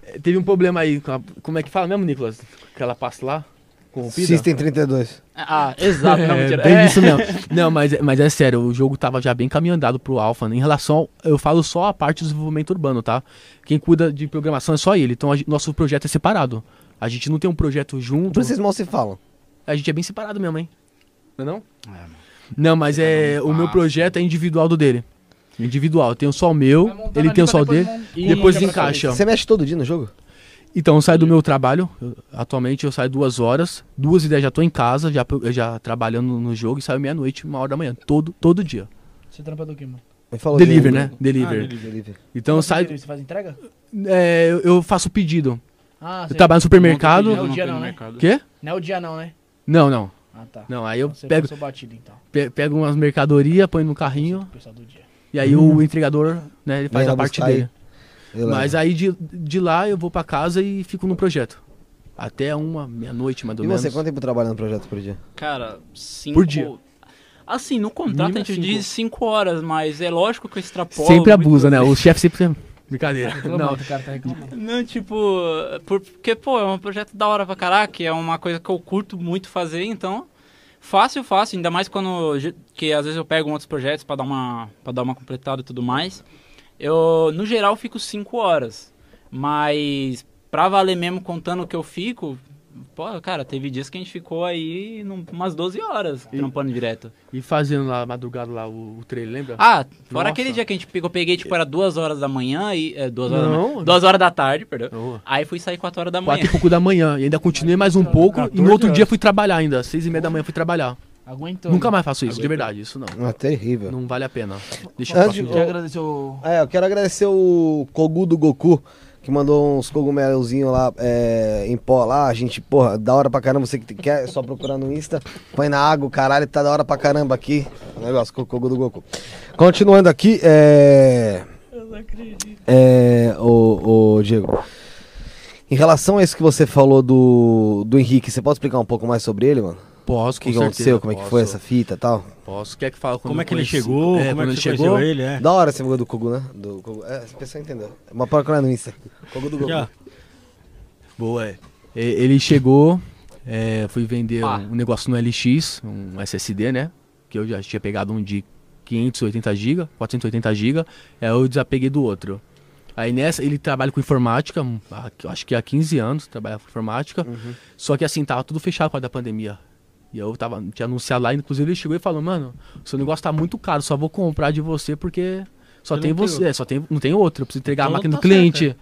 É, Teve um problema aí com a- Como é que fala mesmo, Nicolas? Aquela pasta lá? Corrompida? System 32. Ah, exato, não, mentira. É, bem É. isso mesmo. Não, mas, é- mas é sério, o jogo tava já bem caminho andado pro Alpha. né? Em relação, ao- eu falo só a parte do desenvolvimento urbano, tá? Quem cuida de programação é só ele, então a gen- nosso projeto é separado. A gente não tem um projeto junto, Por isso vocês mal se falam. a gente é bem separado mesmo, hein? Não é não? Não, mas é, o meu projeto é individual do dele. Individual, eu tenho só o meu, Vai montando ele tem ali só o pra dele, depois mon- depois monte a encaixa. Você mexe todo dia no jogo? Então, eu saio do meu trabalho. eu- atualmente eu saio duas horas, duas e dez já tô em casa, já, pro- já trabalhando no jogo e saio meia-noite, uma hora da manhã, todo, todo dia. Você trampa do que, mano? Me falou Deliver, de- né? Deliver. Deliver. Então Tá eu saio. Você faz entrega? é, eu- eu faço pedido. Ah, Eu trabalho no supermercado. Não é o dia não, né? Quê? Não é o dia não, né? Não, não. Ah, tá. Não, aí eu Você pego, passou batido, então. pe- pego umas mercadorias, põe no carrinho. Pessoal do dia. E aí o entregador, né, ele Uhum. Vem faz lá a parte buscar aí. dele. Eu Mas levo. aí de, de lá eu vou pra casa e fico no projeto. Até uma meia-noite, mais ou E menos. você, quanto tempo trabalha no projeto por dia? Cara, cinco... Por dia. Assim, no contrato Mínimo a gente cinco. diz 5 horas, mas é lógico que eu extrapolo... Sempre muito abusa, né? O chefe sempre. Brincadeira. Não, o cara tá reclamando. Não, tipo, por- porque, pô, é um projeto da hora pra caraca, é uma coisa que eu curto muito fazer, então. Fácil, fácil, ainda mais quando. ge- Que às vezes eu pego outros projetos pra dar uma, pra dar uma completada e tudo mais. Eu, no geral, fico 5 horas. Mas, pra valer mesmo contando o que eu fico, pô, cara, teve dias que a gente ficou aí num- umas 12 horas trampando direto. E fazendo lá, madrugada lá, o, o trailer, lembra? Ah, fora Nossa. aquele dia que a gente pegou, peguei, tipo, era 2 horas da manhã e. É, 2 horas da Não. manhã. 2 horas da tarde, perdão. Oh. Aí fui sair 4 horas da manhã. Quatro e pouco da manhã. E ainda continuei mais um pouco. E no 14 outro dia horas. fui trabalhar ainda. Seis e meia da manhã fui trabalhar. Aguentou. Nunca mais faço isso, de verdade. Isso não. Ah, terrível. Não vale a pena. Deixa eu Antes próximo. de- Quero agradecer o... É, eu quero agradecer o Kogu do Goku, que mandou uns cogumelozinhos lá é, em pó lá. A gente, porra, da hora pra caramba. Você que quer, é só procurar no Insta. Põe na água, o caralho, tá da hora pra caramba aqui. O negócio com o Kogu do Goku. Continuando aqui, é. Eu não acredito. É. Ô, ô, Diego. Em relação a isso que você falou do, do Henrique, você pode explicar um pouco mais sobre ele, mano? Posso, O com que aconteceu, certeza, como é que posso. foi essa fita e tal? Posso, quer que fala Como eu é que ele conheci? chegou? É, como é que quando você chegou, conheceu ele? É. Da hora esse bagulho do Kogu, né? Do Kogu. É, o pessoal entendeu. Uma procura no Insta. Kogu um do Kogu. Aqui, ó. Boa, é. E- Ele chegou, é, fui vender Ah. um negócio no LX, um SSD, né? Que eu já tinha pegado um de 580 GB, 480 GB, aí é, eu desapeguei do outro. Aí nessa, ele trabalha com informática, hum, há- eu acho que há 15 anos trabalha com informática, Uhum. só que assim, tava tudo fechado por causa da pandemia. E eu tava, tinha anunciado lá, inclusive ele chegou e falou, mano, seu negócio tá muito caro, só vou comprar de você porque só Você tem não tem você, outro. é, só tem, não tem outro, eu preciso entregar a Então máquina tá do cliente.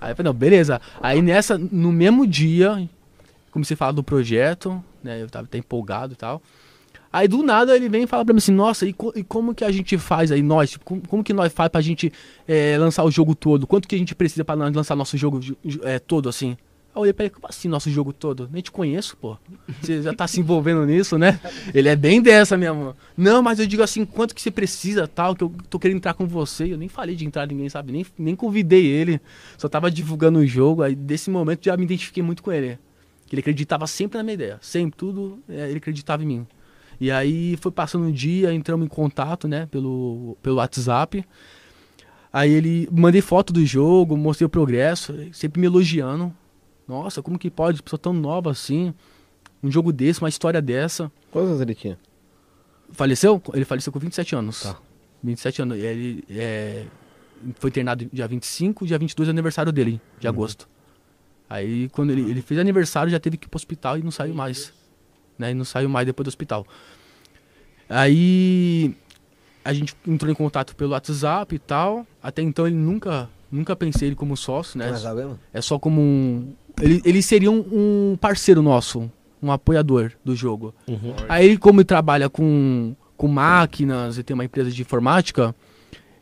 Aí eu falei, não, beleza. Aí nessa, no mesmo dia, comecei a falar do projeto, né? Eu tava até empolgado e tal. Aí do nada ele vem e fala pra mim assim, nossa, e, co- e como que a gente faz aí, nós? Tipo, como, como que nós faz pra gente eh, lançar o jogo todo? Quanto que a gente precisa pra nós lançar nosso jogo ju- ju- eh, todo, assim? Aí eu olhei pra ele, como assim nosso jogo todo? Nem te conheço, pô. Você já tá se envolvendo nisso, né? Ele é bem dessa mesmo. Não, mas eu digo assim, quanto que você precisa, tal, que eu tô querendo entrar com você. Eu nem falei de entrar ninguém, sabe? Nem, nem convidei ele. Só tava divulgando o jogo. Aí desse momento já me identifiquei muito com ele. Que ele acreditava sempre na minha ideia. Sempre, tudo, é, ele acreditava em mim. E aí foi passando um dia, entramos em contato, né, pelo, pelo WhatsApp. Aí ele mandei foto do jogo, mostrei o progresso, sempre me elogiando. Nossa, como que pode? Pessoa tão nova assim. Um jogo desse, uma história dessa. Quantos anos ele tinha? Faleceu? Ele faleceu com 27 anos. 27 anos. E Ele é, foi internado dia 25, dia 22 é o aniversário dele, de agosto. Aí, quando ele, ele fez aniversário, já teve que ir pro hospital e não saiu mais. Né? E não saiu mais depois do hospital. Aí, a gente entrou em contato pelo WhatsApp e tal. Até então, ele nunca, nunca pensei ele como sócio, né? Mas sabe, mano? É só como um. Ele, ele seria um, um parceiro nosso, um apoiador do jogo. Aí, como ele trabalha com, com máquinas e tem uma empresa de informática,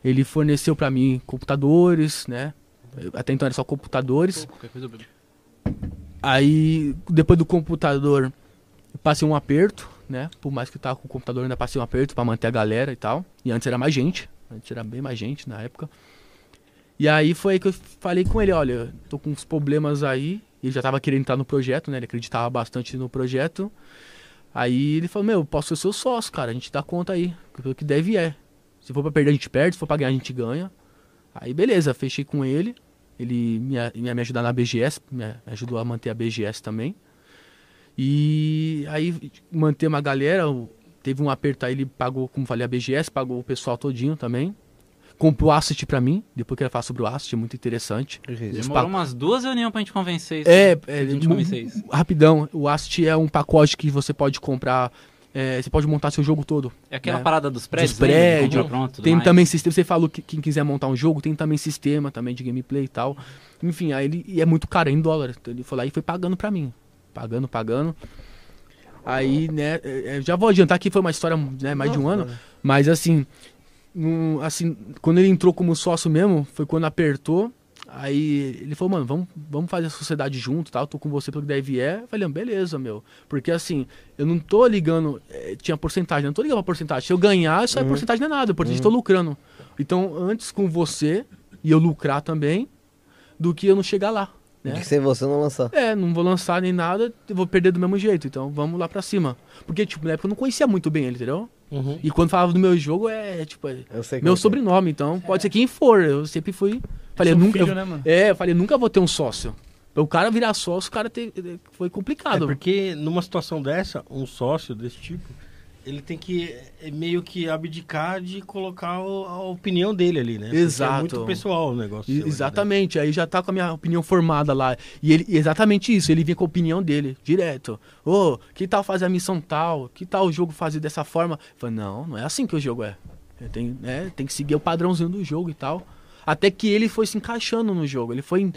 ele forneceu pra mim computadores, né? Eu- Até então era só computadores. Aí, depois do computador, eu passei um aperto, né? Por mais que eu tava com o computador, ainda passei um aperto pra manter a galera e tal. E antes era mais gente. Antes era bem mais gente na época. E aí foi aí que eu falei com ele, olha, eu tô com uns problemas aí. Ele já tava querendo entrar no projeto, né? Ele acreditava bastante no projeto. Aí ele falou, meu, eu posso ser seu sócio, cara. A gente dá conta aí. Pelo que deve é. Se for pra perder, a gente perde. Se for pra ganhar, a gente ganha. Aí beleza, fechei com ele. Ele me, a- me, me ajudar na BGS, me a- me ajudou a manter a BGS também. E aí manter uma galera, o- teve um aperto aí, ele pagou, como falei, a BGS, pagou o pessoal todinho também. Comprou o asset pra mim, depois que ele falar sobre o asset, é muito interessante. Eles Demorou pagam- umas duas reuniões pra gente convencer isso. É, é, a gente mu- convencer isso. rapidão, o asset é um pacote que você pode comprar, é, você pode montar seu jogo todo. É aquela né? parada dos prédios. Dos né? prédios. Compra Pronto, tudo tem mais. também sistema, você falou que quem quiser montar um jogo, tem também sistema também de gameplay e tal. Enfim, aí ele e é muito caro é em dólar. Então ele foi lá e foi pagando pra mim. Pagando, pagando. Aí, né, é, é, já vou adiantar que foi uma história, né, mais de um ano, mas assim, num- assim, quando ele entrou como sócio mesmo, foi quando apertou. Aí ele falou, mano, vamos, vamos fazer a sociedade junto, tal, tô com você pelo que deve é. Eu falei, ah, beleza, meu. Porque assim, eu não tô ligando, eh, tinha porcentagem, eu não tô ligando pra porcentagem. Se eu ganhar, isso é porcentagem não é nada, porque eu estou lucrando. Então, antes com você e eu lucrar também, do que eu não chegar lá. né? De que sem você não lançar. É, não vou lançar nem nada, eu vou perder do mesmo jeito, então vamos lá pra cima. Porque, tipo, na época eu não conhecia muito bem ele, entendeu? E quando falava do meu jogo, é, tipo, é Eu sei meu sobrenome, então pode ser quem for, eu sempre fui. Falei, eu É. Seu nunca. filho, eu- né, mano? é, eu falei, eu nunca vou ter um sócio. O cara virar sócio, o cara ter, foi É complicado. porque numa situação dessa, um sócio desse tipo, ele tem que eh, meio que abdicar de colocar o- a opinião dele ali, né? Porque É Exato. muito pessoal o negócio. E- seu, né? Exatamente, aí já tá com a minha opinião formada lá. E ele, e exatamente isso, ele vinha com a opinião dele, direto. Ô, que tal fazer a missão tal? Que tal o jogo fazer dessa forma? Eu falei, não, não é assim que o jogo é. Eu tenho, né, tem que seguir o padrãozinho do jogo e tal. Até que ele foi se encaixando no jogo. Ele foi. em-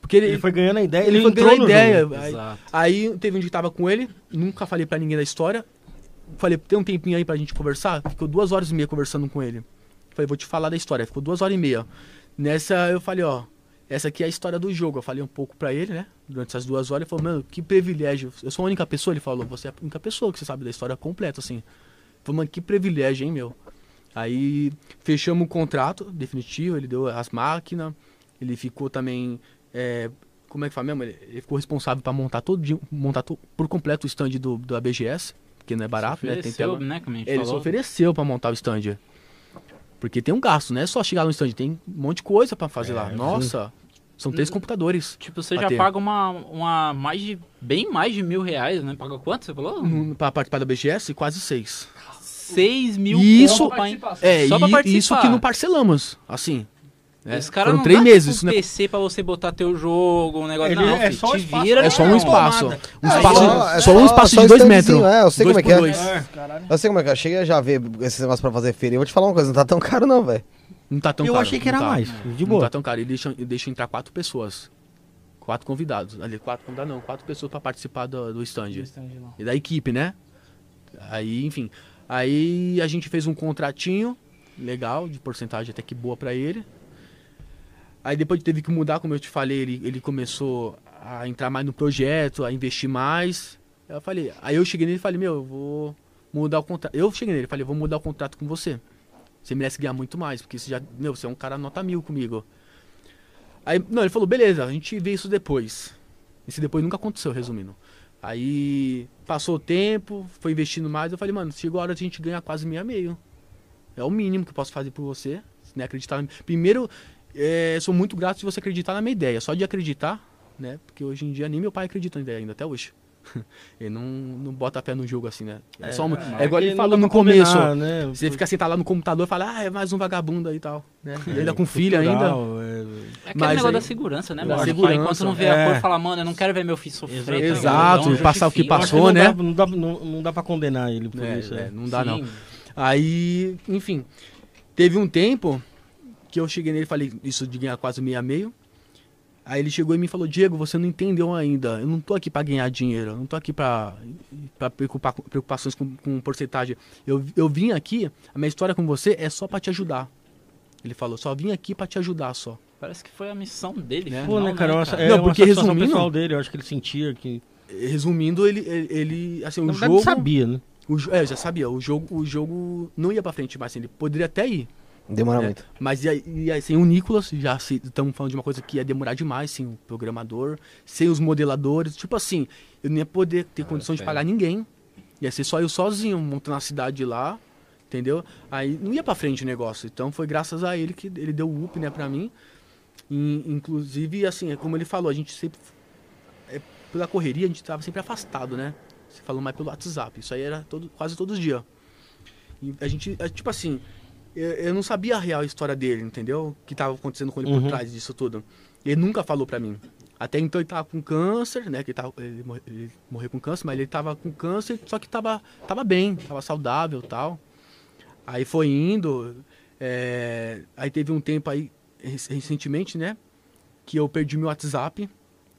Porque ele, Ele foi ganhando a ideia, ele ele, foi entrou ganhando no ideia. jogo. Aí, Exato. aí teve um dia que tava com ele, nunca falei pra ninguém da história. Falei, tem um tempinho aí pra gente conversar? Ficou duas horas e meia conversando com ele. Falei, vou te falar da história. Ficou duas horas e meia. Nessa eu falei, ó, essa aqui é a história do jogo. Eu falei um pouco pra ele, né? Durante essas duas horas, ele falou, mano, que privilégio. Eu sou a única pessoa, ele falou, você é a única pessoa que você sabe da história completa, assim. Eu Falei, mano, que privilégio, hein, meu? Aí fechamos o contrato definitivo, ele deu as máquinas, ele ficou também é, Como é que fala mesmo? Ele, ele ficou responsável pra montar todo dia, montar to- por completo o stand do, do ABGS, que não é barato, né? Tem tela. Ofereceu, né, como a gente Ele se falou. ofereceu pra montar o stand. Porque tem um gasto, não é só chegar no stand, tem um monte de coisa pra fazer lá. Nossa, são três computadores. Tipo, você pra já ter. paga uma, uma mais de, bem mais de mil reais, né? Paga quanto, você falou? Hum, Pra participar da BGS, quase seis. Seis mil E isso- pra in- É, Só pra e participar. isso que não parcelamos, assim. É. né? Esse cara Foram não três dá, meses, tipo, isso um não é- PC pra você botar teu jogo, um negócio. Ele não, é filho, só um te espaço, vira, né? É só um não. espaço. Um É espaço, só- é só, um só- espaço só de dois metros. standzinho, é, eu sei dois como é que é. por dois. É, caralho. Eu sei como é que é. Eu cheguei a já ver esse negócio pra fazer feira. Eu vou te falar uma coisa, não tá tão caro não, velho. Não tá tão Eu caro. achei que não era tá. mais, de Não boa. tá tão caro. Ele deixa, ele deixa entrar quatro pessoas. Quatro convidados. Ali, quatro convidados não. Quatro pessoas pra participar do, do stand. E da equipe, né? Aí, enfim. Aí a gente fez um contratinho legal, de porcentagem até que boa pra ele. Aí depois teve que mudar, como eu te falei, ele, ele começou a entrar mais no projeto, a investir mais. Aí Eu falei, aí eu cheguei nele e falei, meu, eu vou mudar o contrato. Eu cheguei nele e falei, vou mudar o contrato com você. Você merece ganhar muito mais, porque você já. Meu, você é um cara nota mil comigo. Aí, não, ele falou, beleza, a gente vê isso depois. Isso depois nunca aconteceu, resumindo. Aí passou o tempo, foi investindo mais, eu falei, mano, chegou a hora de a gente ganhar quase meia meio. É o mínimo que eu posso fazer por você. Se não acreditar em mim. Primeiro, é, sou muito grato se você acreditar na minha ideia. Só de acreditar, né? Porque hoje em dia nem meu pai acredita na ideia ainda, até hoje. *laughs* Ele não, não bota pé no jogo assim, né? É, só um- é igual ele Não falou dá no pra combinar, começo. né? Você fica sentado lá no computador e fala, ah, é mais um vagabundo aí e tal. Né? E ainda com filho ainda. É. Cultural, é. É aquele Mas negócio aí- da segurança, né, Da mano? segurança, Enquanto não vê é. a cor, fala, mano, eu não quero ver meu filho sofrer. Exato, tá ligado? Não passar o que justifica. Eu acho que passou, não né? Dá, não, dá, não, não dá pra condenar ele por É, isso. é, É. não dá, não. Sim. Aí, enfim, teve um tempo que eu cheguei nele e falei isso de ganhar quase meio a meio. Aí ele chegou em mim e falou, Diego, você não entendeu ainda. Eu não tô aqui pra ganhar dinheiro, eu não tô aqui pra, pra preocupar com- preocupações com, com porcentagem. Eu, eu vim aqui, a minha história com você é só pra te ajudar. Ele falou, só vim aqui pra te ajudar só. Parece que foi a missão dele. Né? final, Pô, né, cara? eu acho- É Não, uma porque satisfação resumindo- pessoal dele, eu acho que ele sentia que... Resumindo, ele, ele, ele, assim, o Na verdade, ele jogo... sabia, né? O, jo- é, eu já sabia, o jogo, o jogo não ia pra frente mais, assim, ele poderia até ir. Demora É. muito. Mas e aí, e aí, sem o Nicolas, já estamos falando de uma coisa que ia demorar demais, sem o programador, sem os modeladores, tipo assim, eu não ia poder ter condição de pagar ninguém. Ia ser só eu sozinho, montando a cidade lá, entendeu? Aí não ia pra frente o negócio. Então foi graças a ele que ele deu o up, né, pra mim. E, inclusive, assim, é como ele falou, a gente sempre. é, pela correria, a gente tava sempre afastado, né? Você falou mais pelo WhatsApp. Isso aí era todo, quase todo dia. E a gente, é, tipo assim, eu, eu não sabia a real história dele, entendeu? O que tava acontecendo com ele Uhum. por trás disso tudo. Ele nunca falou pra mim. Até então ele tava com câncer, né? Que ele, tava, ele, morre- ele morreu com câncer, mas ele tava com câncer, só que tava, tava bem, tava saudável e tal. Aí foi indo. é, aí teve um tempo aí, rec- recentemente, né? Que eu perdi meu WhatsApp,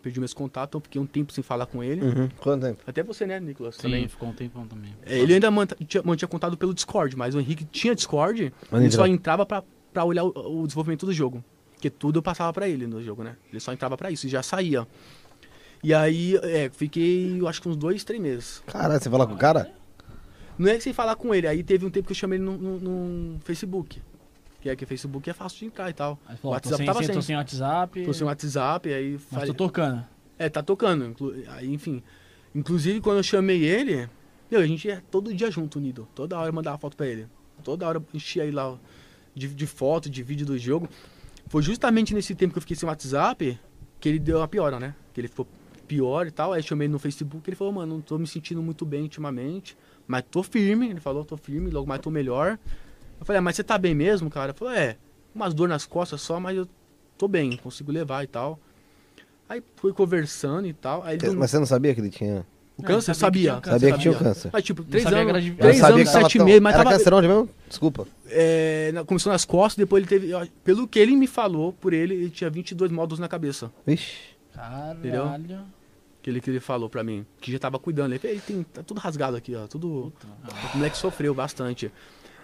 perdi meus contatos, então fiquei um tempo sem falar com ele. Uhum. Quanto tempo? Até você, né, Nicolas? Sim, ficou um tempão também. É, Ele ainda manta- tinha- mantinha contato pelo Discord, mas o Henrique tinha Discord Mas ele só entrou. entrava pra, pra olhar o, o desenvolvimento do jogo. Porque tudo eu passava pra ele no jogo, né? Ele só entrava pra isso e já saía. E aí, é, fiquei, eu acho que uns dois, três meses. Caralho, você fala com o cara? Não é sem falar com ele. Aí teve um tempo que eu chamei ele no, no- no Facebook. Que é que Facebook é fácil de entrar e tal. Aí, O falou, ó, tô WhatsApp sem, tava sem- sem. tô sem WhatsApp, Tô sem WhatsApp, aí mas falei, tô tocando. é, tá tocando. inclu- Aí, enfim. Inclusive, quando eu chamei ele, meu, a gente ia todo dia junto, unido. Toda hora eu mandava foto pra ele. Toda hora eu enchia ele lá de, de foto, de vídeo do jogo. Foi justamente nesse tempo que eu fiquei sem WhatsApp que ele deu uma piora, né? Que ele ficou pior e tal. Aí eu chamei ele no Facebook ele falou, mano, não tô me sentindo muito bem ultimamente, mas tô firme. Ele falou, tô firme, logo mais tô melhor. Eu falei, ah, mas você tá bem mesmo, cara? Ele falou, é, umas dor nas costas só, mas eu tô bem, consigo levar e tal. Aí fui conversando e tal. Aí ele Mas você não sabia que ele tinha? o câncer? Não, eu sabia sabia. que Sabia que tinha o câncer. Mas, tipo, três sabia que anos, era de- Eu não três sabia anos que tava sete tão- meses, mas Era tava, câncer onde mesmo? Desculpa. é, na- começou nas costas, depois ele teve, ó, pelo que ele me falou, por ele, ele tinha 22 módulos na cabeça, Vixe. Caralho. que ele, que ele falou pra mim, que já tava cuidando, ele, falou, ele tem, tá tudo rasgado aqui, ó, tudo, o moleque sofreu bastante.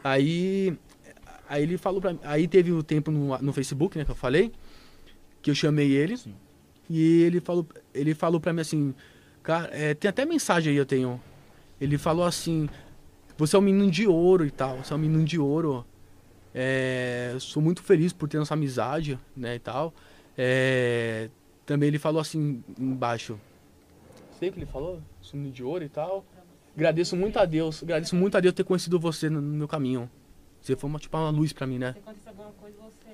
Aí, aí ele falou pra mim, aí teve o tempo no, no Facebook, né, que eu falei, que eu chamei ele, e ele falou, ele falou pra mim assim, cara, é, tem até mensagem aí eu tenho, ele falou assim, você é um menino de ouro e tal, você é um menino de ouro, É, eu sou muito feliz por ter nossa amizade, né, e tal. É, Também ele falou assim embaixo. Sei o que ele falou? Sumido de ouro e tal. Agradeço muito a Deus, agradeço muito a Deus ter conhecido você no, no meu caminho. Você foi uma, tipo uma luz pra mim, né? Se acontecer alguma coisa, você.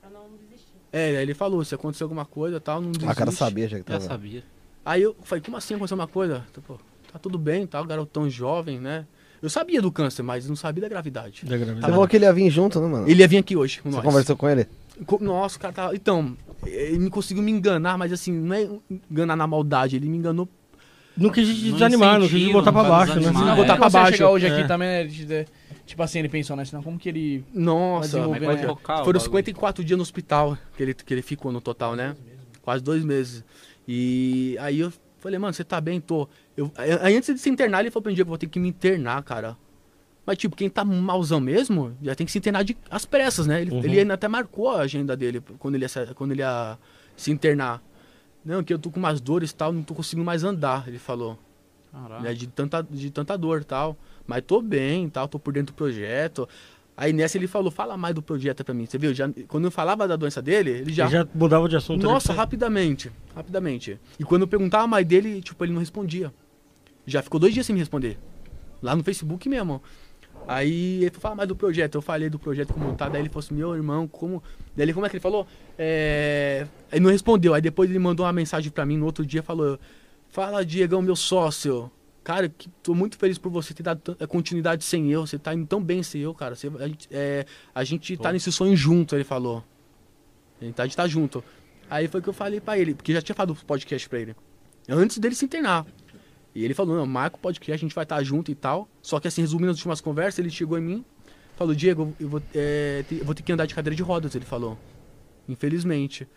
pra não desistir. É, aí ele falou, se acontecer alguma coisa e tal, não desiste. A cara sabia já que Já tava. sabia. Aí eu falei, como assim aconteceu uma coisa? Então, pô, tá tudo bem e tal, garotão jovem, né? Eu sabia do câncer, mas não sabia da gravidade. Da gravidez. Você falou que ele ia vir junto, né, mano? Ele ia vir aqui hoje com Você nós. conversou com ele? Co- Nossa, o cara tava. Então, ele me conseguiu me enganar, mas assim, não é enganar na maldade, ele me enganou. Não quis te Não desanimar, não quis te incentiva, botar não pra faz baixo, né? Se desanimar. Ah, não é? botar pra Você baixo. chegou hoje hoje aqui aqui também, né? tipo assim, ele pensou, né? Senão como que ele. Nossa, Mas Mas pode focar, o né? foram bagulho. 54 dias no hospital que ele, que ele ficou no total, né? Quase dois meses. E aí eu falei, mano, você tá bem? Tô. Eu, aí antes de se internar, ele falou pra mim, Diego, vou ter que me internar, cara. Mas, tipo, quem tá malzão mesmo, já tem que se internar de, às pressas, né? Ele, Uhum. ele ainda até marcou a agenda dele quando ele ia, se- quando ele ia se internar. Não, que eu tô com umas dores e tal, não tô conseguindo mais andar, ele falou. né, de, tanta, de tanta dor e tal. Mas tô bem e tal, tô por dentro do projeto. Aí nessa ele falou, fala mais do projeto pra mim. Você viu? Já, quando eu falava da doença dele, ele já. Já. já mudava de assunto. né? ali. Nossa, rapidamente. Rapidamente. E quando eu perguntava mais dele, tipo, ele não respondia. Já ficou dois dias sem me responder. Lá no Facebook mesmo. Aí ele falou, fala mais do projeto. Eu falei do projeto como tá. Daí ele falou assim, meu irmão, como. Daí ele, como é que ele falou? É... Ele não respondeu. Aí depois ele mandou uma mensagem pra mim no outro dia falou: Fala, Diegão, meu sócio. Cara, que, tô muito feliz por você ter dado tan- eh, continuidade sem eu. Você tá indo tão bem sem eu, cara. Você- a, gente, eh, a gente tá nesse sonho junto, ele falou. A gente tá, a gente tá junto. Aí foi que eu falei pra ele, porque eu já tinha falado do podcast pra ele. Antes dele se internar. E ele falou, não, marca o podcast, a gente vai estar junto e tal. Só que assim, resumindo as últimas conversas, ele chegou em mim, falou, Diego, eu vou, eh, te- eu vou ter que andar de cadeira de rodas, ele falou. Infelizmente.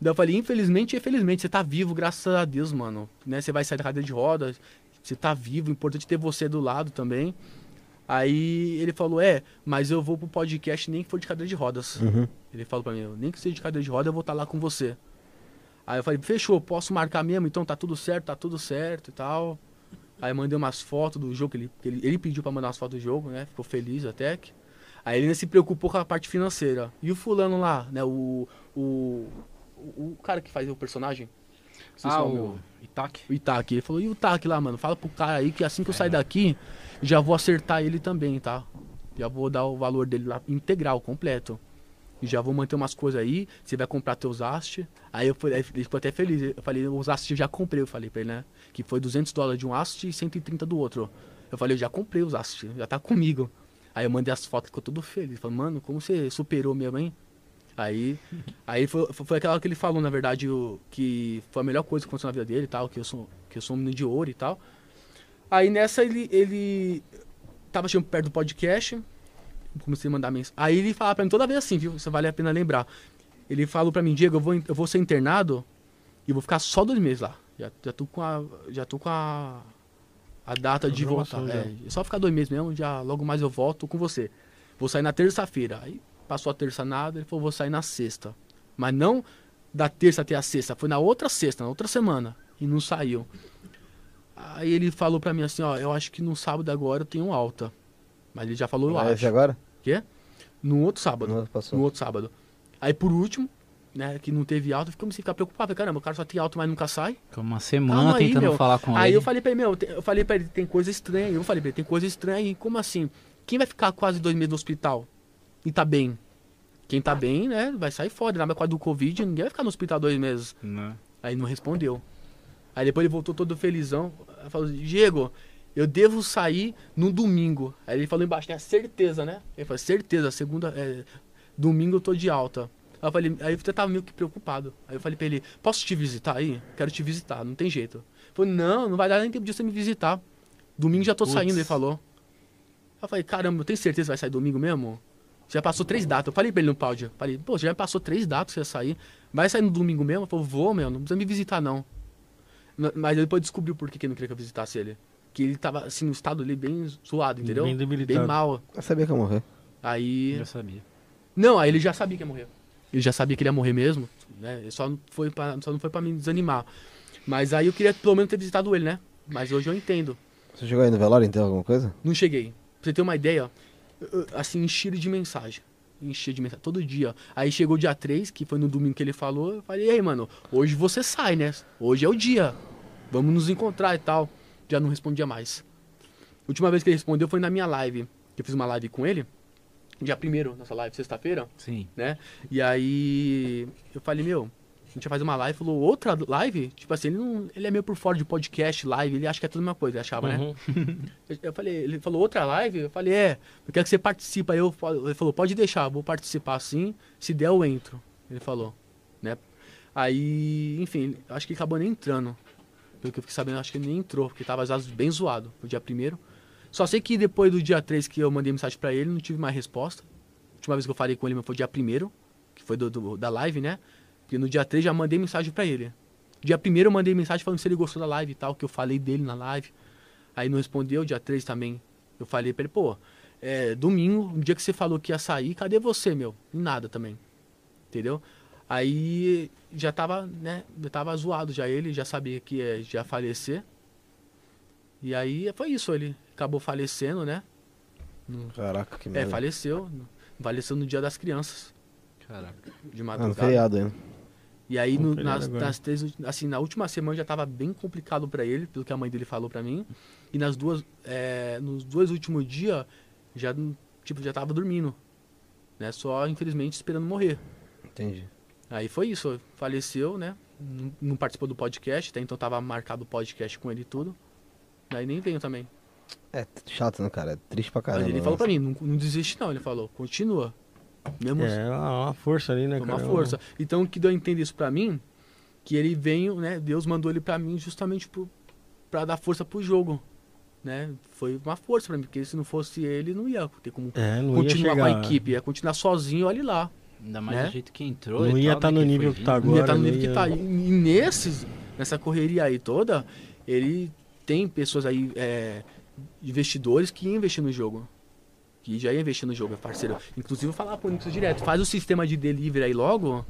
Daí eu falei, infelizmente e felizmente, você tá vivo, graças a Deus, mano. Né? Você vai sair da cadeira de rodas, você tá vivo, importante ter você do lado também. Aí ele falou, é, mas eu vou pro podcast nem que for de cadeira de rodas. Ele falou pra mim, "Eu, nem que seja de cadeira de rodas, eu vou estar lá com você. Aí eu falei, fechou, posso marcar mesmo? Então tá tudo certo, tá tudo certo e tal. Aí eu mandei umas fotos do jogo, que ele, que ele, ele pediu pra mandar umas fotos do jogo, né? Ficou feliz até que. Aí ele ainda se preocupou com a parte financeira. E o fulano lá, né? O. O, o o cara que faz o personagem? Esqueci Ah, nome, o Itaque. é o Itaque. Ele falou, e o Itaque lá, mano? Fala pro cara aí que assim É. que eu sair daqui, já vou acertar ele também, tá? Já vou dar o valor dele lá integral, completo. E já vou manter umas coisas aí, você vai comprar teus hastes. Aí eu falei, aí ele ficou até feliz. Eu falei, os hastes eu já comprei, eu falei pra ele, né? Que foi 200 dólares de um haste e 130 do outro. Eu falei, eu já comprei os hastes, já tá comigo. Aí eu mandei as fotos, ficou todo feliz. Falei, mano, como você superou mesmo, hein? Aí, aí foi, foi aquela que ele falou, na verdade, o, que foi a melhor coisa que aconteceu na vida dele e tal, que eu sou, que eu sou um menino de ouro e tal. Aí nessa ele, ele tava chegando perto do podcast, comecei a mandar mensagem. Aí ele falava pra mim toda vez assim, viu? Isso vale a pena lembrar. Ele falou pra mim, Diego, eu vou, in- eu vou ser internado e vou ficar só dois meses lá. Já, já tô com a. Já tô com a. A data de voltar. Programação É, só ficar dois meses mesmo, já logo mais eu volto com você. Vou sair na terça-feira. Aí passou a terça nada, ele falou, vou sair na sexta. Mas não da terça até a sexta, foi na outra sexta, na outra semana. E não saiu. Aí ele falou pra mim assim, ó, eu acho que no sábado agora eu tenho alta. Mas ele já falou, eu Ah, esse acho. agora? No outro sábado. Não, passou. No outro sábado. Aí por último, né, que não teve alta, eu comecei a ficar preocupado. Falei, caramba, o cara só tem alta, mas nunca sai. Ficou uma semana Calma aí, tentando meu. falar com Aí ele. eu falei pra ele, meu, tem- eu falei pra ele, tem coisa estranha aí. Eu falei pra ele, tem coisa estranha aí. Como assim? Quem vai ficar quase dois meses no hospital e tá bem? Quem tá bem, né, vai sair fora. Na quadra do Covid, ninguém vai ficar no hospital dois meses. Né? Aí não respondeu. Aí depois ele voltou todo felizão. Aí falou, Diego, eu devo sair no domingo. Aí ele falou embaixo, né? Certeza, né? Ele falou, certeza, segunda. é, domingo eu tô de alta. Aí eu falei, aí eu tava meio que preocupado. Aí eu falei pra ele, posso te visitar aí? Quero te visitar, não tem jeito. Ele falou, não, não vai dar nem tempo de você me visitar. Domingo já tô saindo, ele falou. Aí eu falei, caramba, eu tenho certeza que vai sair domingo mesmo? Já passou três datas. Eu falei pra ele no pódio. Falei, pô, já passou três datas que você ia sair. Vai sair no domingo mesmo? Ele falou, vou, meu, não precisa me visitar, não. N- Mas depois descobriu por que que ele não queria que eu visitasse ele. Que ele tava, assim, no estado ali bem zoado, entendeu? Bem debilitado. Bem mal. Eu sabia que ia morrer. Aí. Eu sabia. Não, aí ele já sabia que ia morrer. Ele já sabia que ele ia morrer mesmo, né? Ele Só não foi pra, só não foi pra me desanimar. Mas aí eu queria pelo menos ter visitado ele, né? Mas hoje eu entendo. Você chegou aí no velório, então, alguma coisa? Não cheguei. Pra você ter uma ideia, eu- eu, assim, enchido de mensagem. enchia de mensagem todo dia. Aí chegou o dia 3, que foi no domingo que ele falou, eu falei, ei, mano, hoje você sai, né? Hoje é o dia. Vamos nos encontrar e tal. Já não respondia mais. Última vez que ele respondeu foi na minha live. Que eu fiz uma live com ele. Dia primeiro, nossa live, sexta-feira. Sim. né? E aí eu falei, meu, a gente vai fazer uma live, Ele falou, outra live? Tipo assim, ele, não, ele é meio por fora de podcast, live, ele acha que é tudo a mesma coisa, ele achava, né? Eu, eu falei, ele falou, outra live? Eu falei, é, eu quero que você participe. Aí eu, falo- ele falou, pode deixar, eu vou participar sim, se der eu entro. Ele falou, né? Aí, enfim, eu acho que ele acabou nem entrando. Pelo que eu fiquei sabendo, eu acho que ele nem entrou, porque tava já bem zoado no dia primeiro. Só sei que depois do dia 3 que eu mandei mensagem pra ele, não tive mais resposta. A última vez que eu falei com ele foi dia 1 que foi do, do- da live, né? Porque no dia 3 já mandei mensagem pra ele. Dia 1 eu mandei mensagem falando se ele gostou da live e tal, que eu falei dele na live. Aí não respondeu, dia 3 também. Eu falei pra ele, pô, é, domingo, no dia que você falou que ia sair, cadê você, meu? E Nada também. Entendeu? Aí já tava, né? Eu tava zoado já ele, já sabia que eh, já ia falecer. E aí foi isso, ele acabou falecendo, né? Caraca, que É, merda. faleceu. Faleceu no dia das crianças. Caraca. De Ah, no madrugada. feriado ainda. e aí, No no- feriado nas, agora. nas três, ulti- assim, na última semana já tava bem complicado pra ele, pelo que a mãe dele falou pra mim. E nas duas, é, nos dois últimos dias, já, não- tipo, já tava dormindo. Né? Só, infelizmente, esperando morrer. Entendi. Aí foi isso, faleceu, né? Não, não participou do podcast, até então tava marcado o podcast com ele e tudo. Daí nem veio também. É t- chato, né, cara? É triste pra Mas caramba. ele né? falou pra mim, não, não desiste não, ele falou, continua. Mesmo É, uma uma força ali, né, Foi uma cara? força. Então, o que deu a entender isso pra mim, que ele veio, né? Deus mandou ele pra mim justamente pro, pra dar força pro jogo, né? Foi uma força pra mim, porque se não fosse ele, não ia ter como É, não continuar ia com chegar... a equipe. Ia continuar sozinho, olha lá. Ainda mais Né? do jeito que entrou. Não e ia tal, estar né, no que nível foi que tá vindo. agora. é. ia estar no não nível que ia- tá. E e nesses, nessa correria aí toda, ele tem pessoas aí, é, investidores que investem no jogo. Que já investem no jogo, é parceiro. Inclusive, eu falava pro Nixon direto, faz o sistema de delivery aí logo,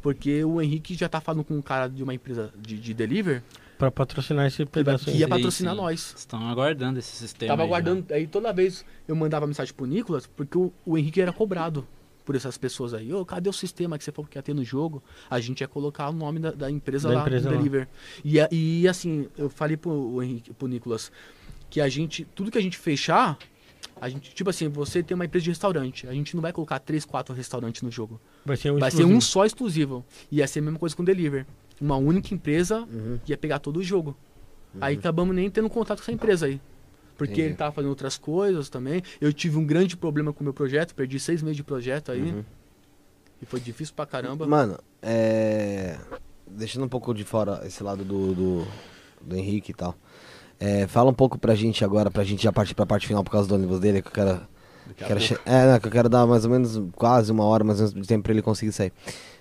porque o Henrique já tá falando com um cara de uma empresa de, de delivery Pra patrocinar esse pedaço que aí. ia sim, patrocinar sim. nós. Estão aguardando esse sistema. Tava aí já. aguardando, aí toda vez eu mandava mensagem pro Nicolas, porque o, o Henrique era cobrado por essas pessoas aí. Ô, cadê o sistema que você falou que ia ter no jogo? A gente ia colocar o nome da, da empresa Da lá, empresa do lá. Deliver. E, a- e assim, eu falei pro, o Henrique, pro Nicolas que a gente, tudo que a gente fechar, a gente, tipo assim, você tem uma empresa de restaurante, a gente não vai colocar três, quatro restaurantes no jogo. Vai ser um Vai ser exclusivo. um só exclusivo. Ia ser a mesma coisa com o Deliver. Uma única empresa ia pegar todo o jogo. Aí acabamos nem tendo contato com essa empresa aí. Porque Entendi. ele tava fazendo outras coisas também. Eu tive um grande problema com o meu projeto, perdi seis meses de projeto aí. E foi difícil pra caramba. Mano, é. Deixando um pouco de fora esse lado do, do, do Henrique e tal. É, fala um pouco pra gente agora, pra gente já partir pra parte final por causa do ônibus dele, que eu quero. quero che- é, né, que eu quero dar mais ou menos quase uma hora, mais ou menos de tempo pra ele conseguir sair.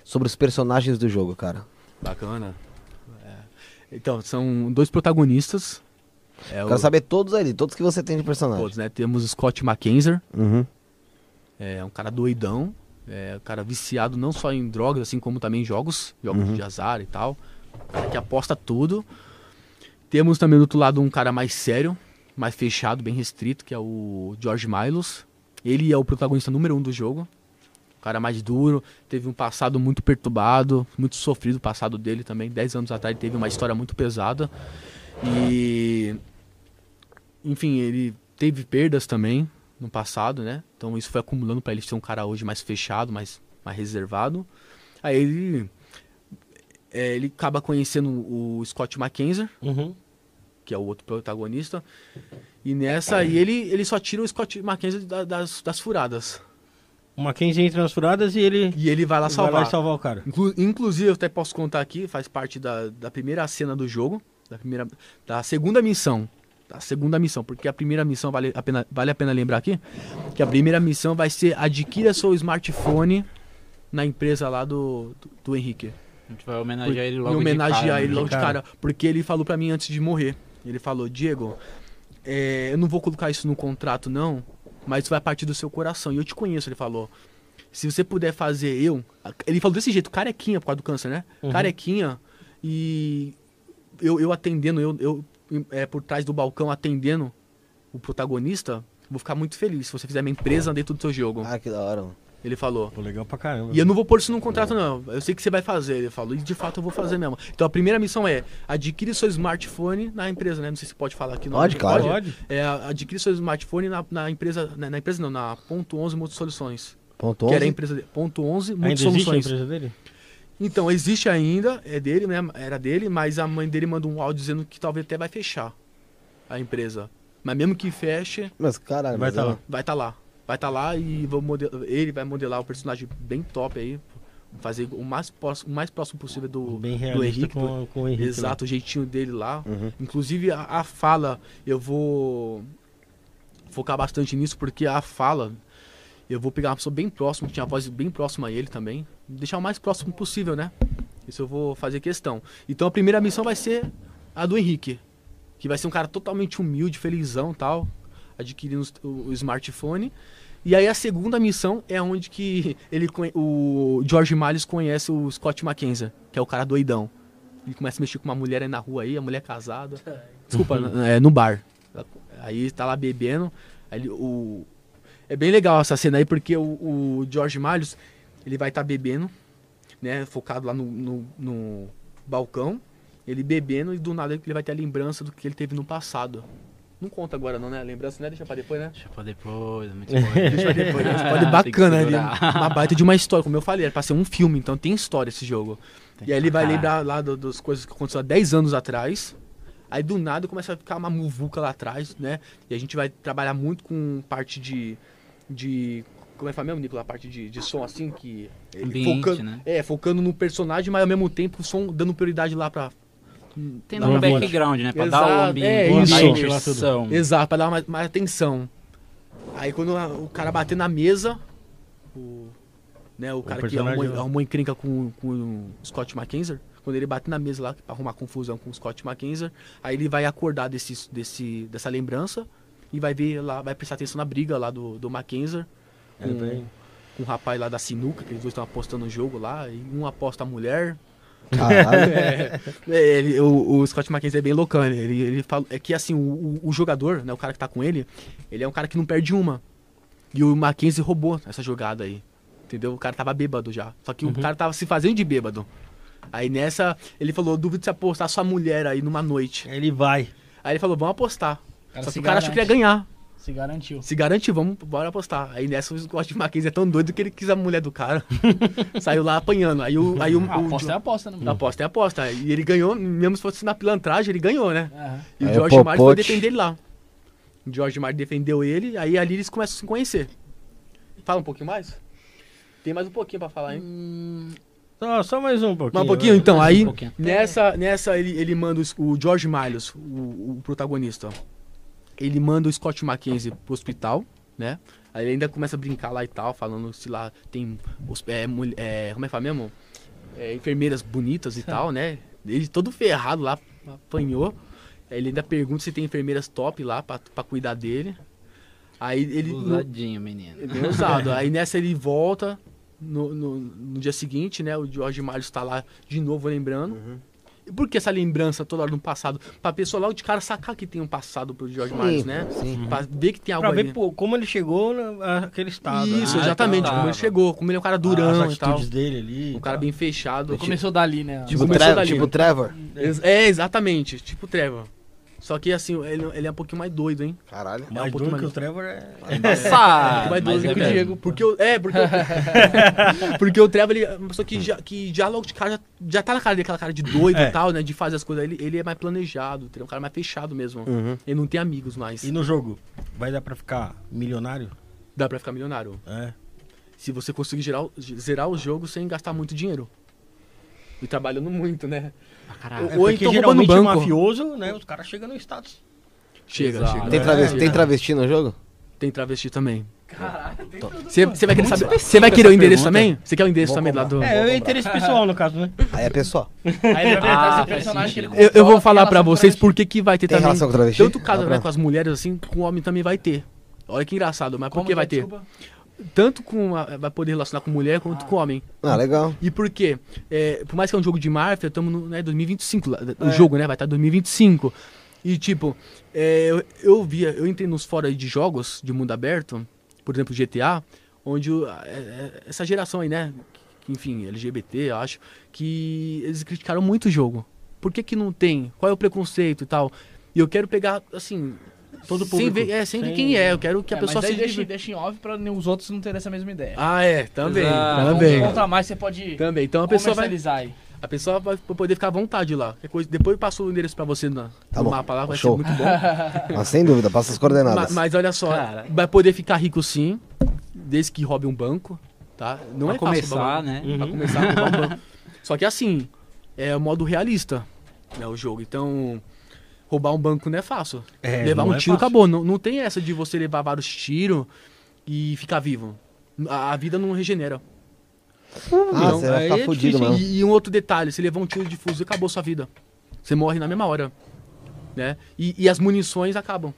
Sobre os personagens do jogo, cara. Bacana. É. Então, são dois protagonistas. É, Quero o- saber todos ali, todos que você tem de personagem. todos, né? Temos o Scott Mackenzie. Uhum. É um cara doidão, é um cara viciado não só em drogas, assim como também em jogos, jogos de azar e tal. Um cara que aposta tudo. Temos também do outro lado um cara mais sério, mais fechado, bem restrito, que é o George Milos. Ele é o protagonista número um do jogo. O cara mais duro, teve um passado muito perturbado, muito sofrido o passado dele também. Dez anos atrás ele teve uma história muito pesada. E. Enfim, ele teve perdas também no passado, né? Então isso foi acumulando pra ele ser um cara hoje mais fechado, mais, mais reservado. Aí ele. é, ele acaba conhecendo o Scott Mackenzie, Uhum. que é o outro protagonista. E nessa aí ele, ele só tira o Scott Mackenzie da- das, das furadas. Uma 15 entra nas furadas e ele E ele vai lá vai salvar. lá e salvar o cara. Inclu- inclusive, eu até posso contar aqui, faz parte da, da primeira cena do jogo, da primeira, da segunda missão. Da segunda missão, porque a primeira missão vale a pena, vale a pena lembrar aqui, que a primeira missão vai ser adquira seu smartphone na empresa lá do, do, do Henrique. A gente vai homenagear ele logo e homenagear de cara, ele né? logo de cara. cara, porque ele falou pra mim antes de morrer. Ele falou, Diego, é, eu não vou colocar isso no contrato não, mas isso vai partir do seu coração. E eu te conheço, ele falou. Se você puder fazer eu. Ele falou desse jeito, carequinha por causa do câncer, né? Uhum. Carequinha e eu, eu atendendo, eu, eu é, por trás do balcão atendendo o protagonista, vou ficar muito feliz se você fizer minha empresa dentro do seu jogo. Ah, que da hora, mano. Ele falou. Pô, legal pra caramba. E eu não vou pôr isso num contrato, não. Eu sei que você vai fazer, ele falou. E de fato eu vou fazer mesmo. Então a primeira missão é adquirir seu smartphone na empresa, né? Não sei se pode falar aqui. Não. Pode, claro. Pode. É, adquirir seu smartphone na, na empresa, na, na empresa não, na Ponto 11 Multi Soluções. Ponto Que era a 11. empresa dele. Ponto 11 Ainda Multi existe a Soluções. empresa dele? Então, existe ainda, é dele, né? Era dele, mas a mãe dele mandou um áudio dizendo que talvez até vai fechar a empresa. Mas mesmo que feche, Mas caralho, Vai mas tá é- lá. vai estar lá. Vai estar lá e vou model- ele vai modelar o personagem bem top aí. Fazer o mais próximo, o mais próximo possível do, Bem do realista Henrique. com, com o Henrique. né? lá. Exato, o jeitinho dele lá. Uhum. Inclusive, a, a fala, eu vou focar bastante nisso, porque a fala, eu vou pegar uma pessoa bem próxima, que tinha a voz bem próxima a ele também, deixar o mais próximo possível, né? Isso eu vou fazer questão. Então, a primeira missão vai ser a do Henrique, que vai ser um cara totalmente humilde, felizão tal, adquirindo os- o, o smartphone. E aí a segunda missão é onde que ele conhe- o George Miles conhece o Scott Mackenzie, que é o cara doidão. Ele começa a mexer com uma mulher aí na rua aí, a mulher casada. Desculpa, n- é no bar. Ela- Aí tá lá bebendo. Aí ele- o... É bem legal essa cena aí, porque o, o George Malhos, ele vai estar bebendo, né? Focado lá no, no- no balcão. Ele bebendo e do nada ele vai ter a lembrança do que ele teve no passado. Não conta agora não, né? A lembrança, né? Deixa pra depois, né? Deixa pra depois, é muito spoiler. Deixa pra *laughs* depois. né? Ah, Pode tem que bacana ali. segurar. Uma baita de uma história, como eu falei, era pra ser um filme, então tem história esse jogo. E aí ele vai Ah. lembrar lá do- das coisas que aconteceu há 10 anos atrás. Aí do nada começa a ficar uma muvuca lá atrás, né? E a gente vai trabalhar muito com parte de. de como é que fala mesmo, Nicolas? A parte de, de som assim que. ele Ambiente, focando, né? É, focando no personagem, mas ao mesmo tempo o som dando prioridade lá pra. Tem Dá um um ambiente. background, né? Pra dar o Exato, ambiente, é dar isso. a Ventilar imersão. Exato, pra dar mais, mais atenção. Aí quando a- o cara bater na mesa, o, né, o cara que personagem- arrumou, arrumou encrenca com, com o Scott Mackenzie, quando ele bater na mesa lá pra arrumar confusão com o Scott Mackenzie, aí ele vai acordar desse, desse, dessa lembrança e vai ver lá, vai prestar atenção na briga lá do, do Mackenzie É, bem- com o rapaz lá da sinuca, que eles dois estão apostando no jogo lá, e um aposta a mulher, Caralho. *laughs* é, é, ele- o, o Scott McKenzie é bem loucão. Ele, ele, ele fala, é que assim, o, o- o jogador, né, o cara que tá com ele, ele é um cara que não perde uma. E o Mackenzie roubou essa jogada aí. Entendeu? O cara tava bêbado já. Só Uhum. que o cara tava se fazendo de bêbado. Aí nessa, ele falou: duvido de se apostar sua mulher aí numa noite. Ele vai. Aí ele falou: vamos apostar. Cara, Só se que o cara achou que ele ia garante. ganhar. Se garantiu. Se garantiu, vamos, bora apostar. Aí nessa, o Scott McKenzie é tão doido que ele quis a mulher *laughs* do cara. Saiu lá apanhando. Aí o. Aí o, Ah, o- aposta é aposta, né? Hum. Aposta é aposta. E ele ganhou, mesmo se fosse na pilantragem, ele ganhou, né? Aham. E Aí o o George Martin foi Popote. defender ele lá. O George Martin defendeu ele, aí ali eles começam a se conhecer. Fala um pouquinho mais? Tem mais um pouquinho pra falar, hein? Só, só mais um pouquinho. Mais um pouquinho, vai. então. Aí, pouquinho. nessa, nessa ele, ele manda os- o George Miles, o, o protagonista. Ele manda o Scott Mackenzie pro hospital, né? Aí ele ainda começa a brincar lá e tal, falando se lá tem. os- É, mulher- é, como é que fala mesmo? É, enfermeiras bonitas e tal, né? Ele todo ferrado lá, apanhou. Aí Ele ainda pergunta se tem enfermeiras top lá pra, pra cuidar dele. Aí ele. no- Usadinho, menino. é bem *laughs* ousado. Aí nessa ele volta no, no, no dia seguinte, né? O George Miles está lá de novo lembrando. Uhum. E por que essa lembrança toda hora no passado? Pra pessoa logo de cara sacar que tem um passado pro George Sim, Miles, né? sim. Pra ver que tem algo Uhum. Pra ali. ver pô, como ele chegou naquele estado. Isso, né? Ah, Ah, exatamente. então como tava. ele chegou, como ele é um cara As durão e tal. atitudes dele ali. Um cara bem fechado. Começou dali, né? Tipo, Tipo, começou Trevor, dali. tipo Trevor. Ex- É, exatamente. Tipo Trevor. Só que assim, ele, ele é um pouquinho mais doido, hein? Caralho. Mais um pouquinho duro que mais- o Trevor é. Embaçado, mais mas doido é que o mesmo. Diego. Porque eu, é, porque *laughs* eu, porque o Trevor ele é uma pessoa que já, que já logo de cara já, já tá na cara dele, aquela cara de doido É. e tal, né? De fazer as coisas. Ele, ele é mais planejado, ele é um cara mais fechado mesmo. Hum. Uhum. Ele não tem amigos mais. E no jogo? Vai dar pra ficar milionário? Dá pra ficar milionário. É. Se você conseguir gerar, o- zerar o jogo sem gastar muito dinheiro. E trabalhando muito, né? Ah, Caralho. Ou É, porque então roubando geralmente banco. mafioso, né? Os caras chegam no status. Chega, Exato. chega. Tem travesti, tem travesti no jogo? Tem travesti também. Caralho, tem tudo. Você vai querer saber. Você específico vai querer o essa endereço pergunta. também? Você quer o endereço Vou também lá do. É, é interesse pessoal, no caso, né? Aí é pessoal. Aí ele vai atrás Ah, do personagem que ele Eu, eu vou controla, falar tem pra relação vocês com o por que que vai ter Tem também. relação com travesti? Tanto caso Dá né, pra- com as mulheres assim, com o homem também vai ter. Olha que engraçado, mas por Como que que vai é, ter? desculpa? Tanto com a- vai poder relacionar com mulher quanto com homem. Ah, legal. E por quê? É, por mais que é um jogo de máfia, estamos no né, 2025. lá, O jogo, né? Vai estar 2025. E tipo, é, eu, eu via, eu entrei nos fóruns de jogos de mundo aberto, por exemplo, GTA, onde o- a- é- é- essa geração aí, né? que- Enfim, LGBT, eu acho, que eles criticaram muito o jogo. Por que, que não tem? Qual é o preconceito e tal? E eu quero pegar, assim. Todo Sem público. ver, é, sem ver Sem- quem é. Eu quero que a É, pessoa mas se aí deixa, divir- deixa em off pra os outros não terem essa mesma ideia. Ah, é, também. Exato. Também. Conta mais, você pode Também. Então a pessoa vai. comercializar aí. A pessoa vai poder ficar à vontade lá. Qualquer coisa- Depois eu passo o endereço pra você na, Tá no bom. mapa lá, vai Show. ser *laughs* muito bom. Mas Ah, sem dúvida, passa as coordenadas. mas, mas olha só, Cara. vai poder ficar rico sim, desde que roube um banco, tá? Não Pra é fácil roubar começar, um né? banco, Pra começar a roubar um banco. Só que assim, é o modo realista, né, o jogo. Então, roubar um banco não *laughs* é fácil. É, levar não um é tiro fácil. acabou. Não, não tem essa de você levar vários tiros e ficar vivo. A, a vida não regenera. Ah, Não, você vai aí ficar é fudido, difícil. mano. E, e um outro detalhe, você levou um tiro de fuzil, acabou sua vida. Você morre na mesma hora. Né? E, e as munições acabam.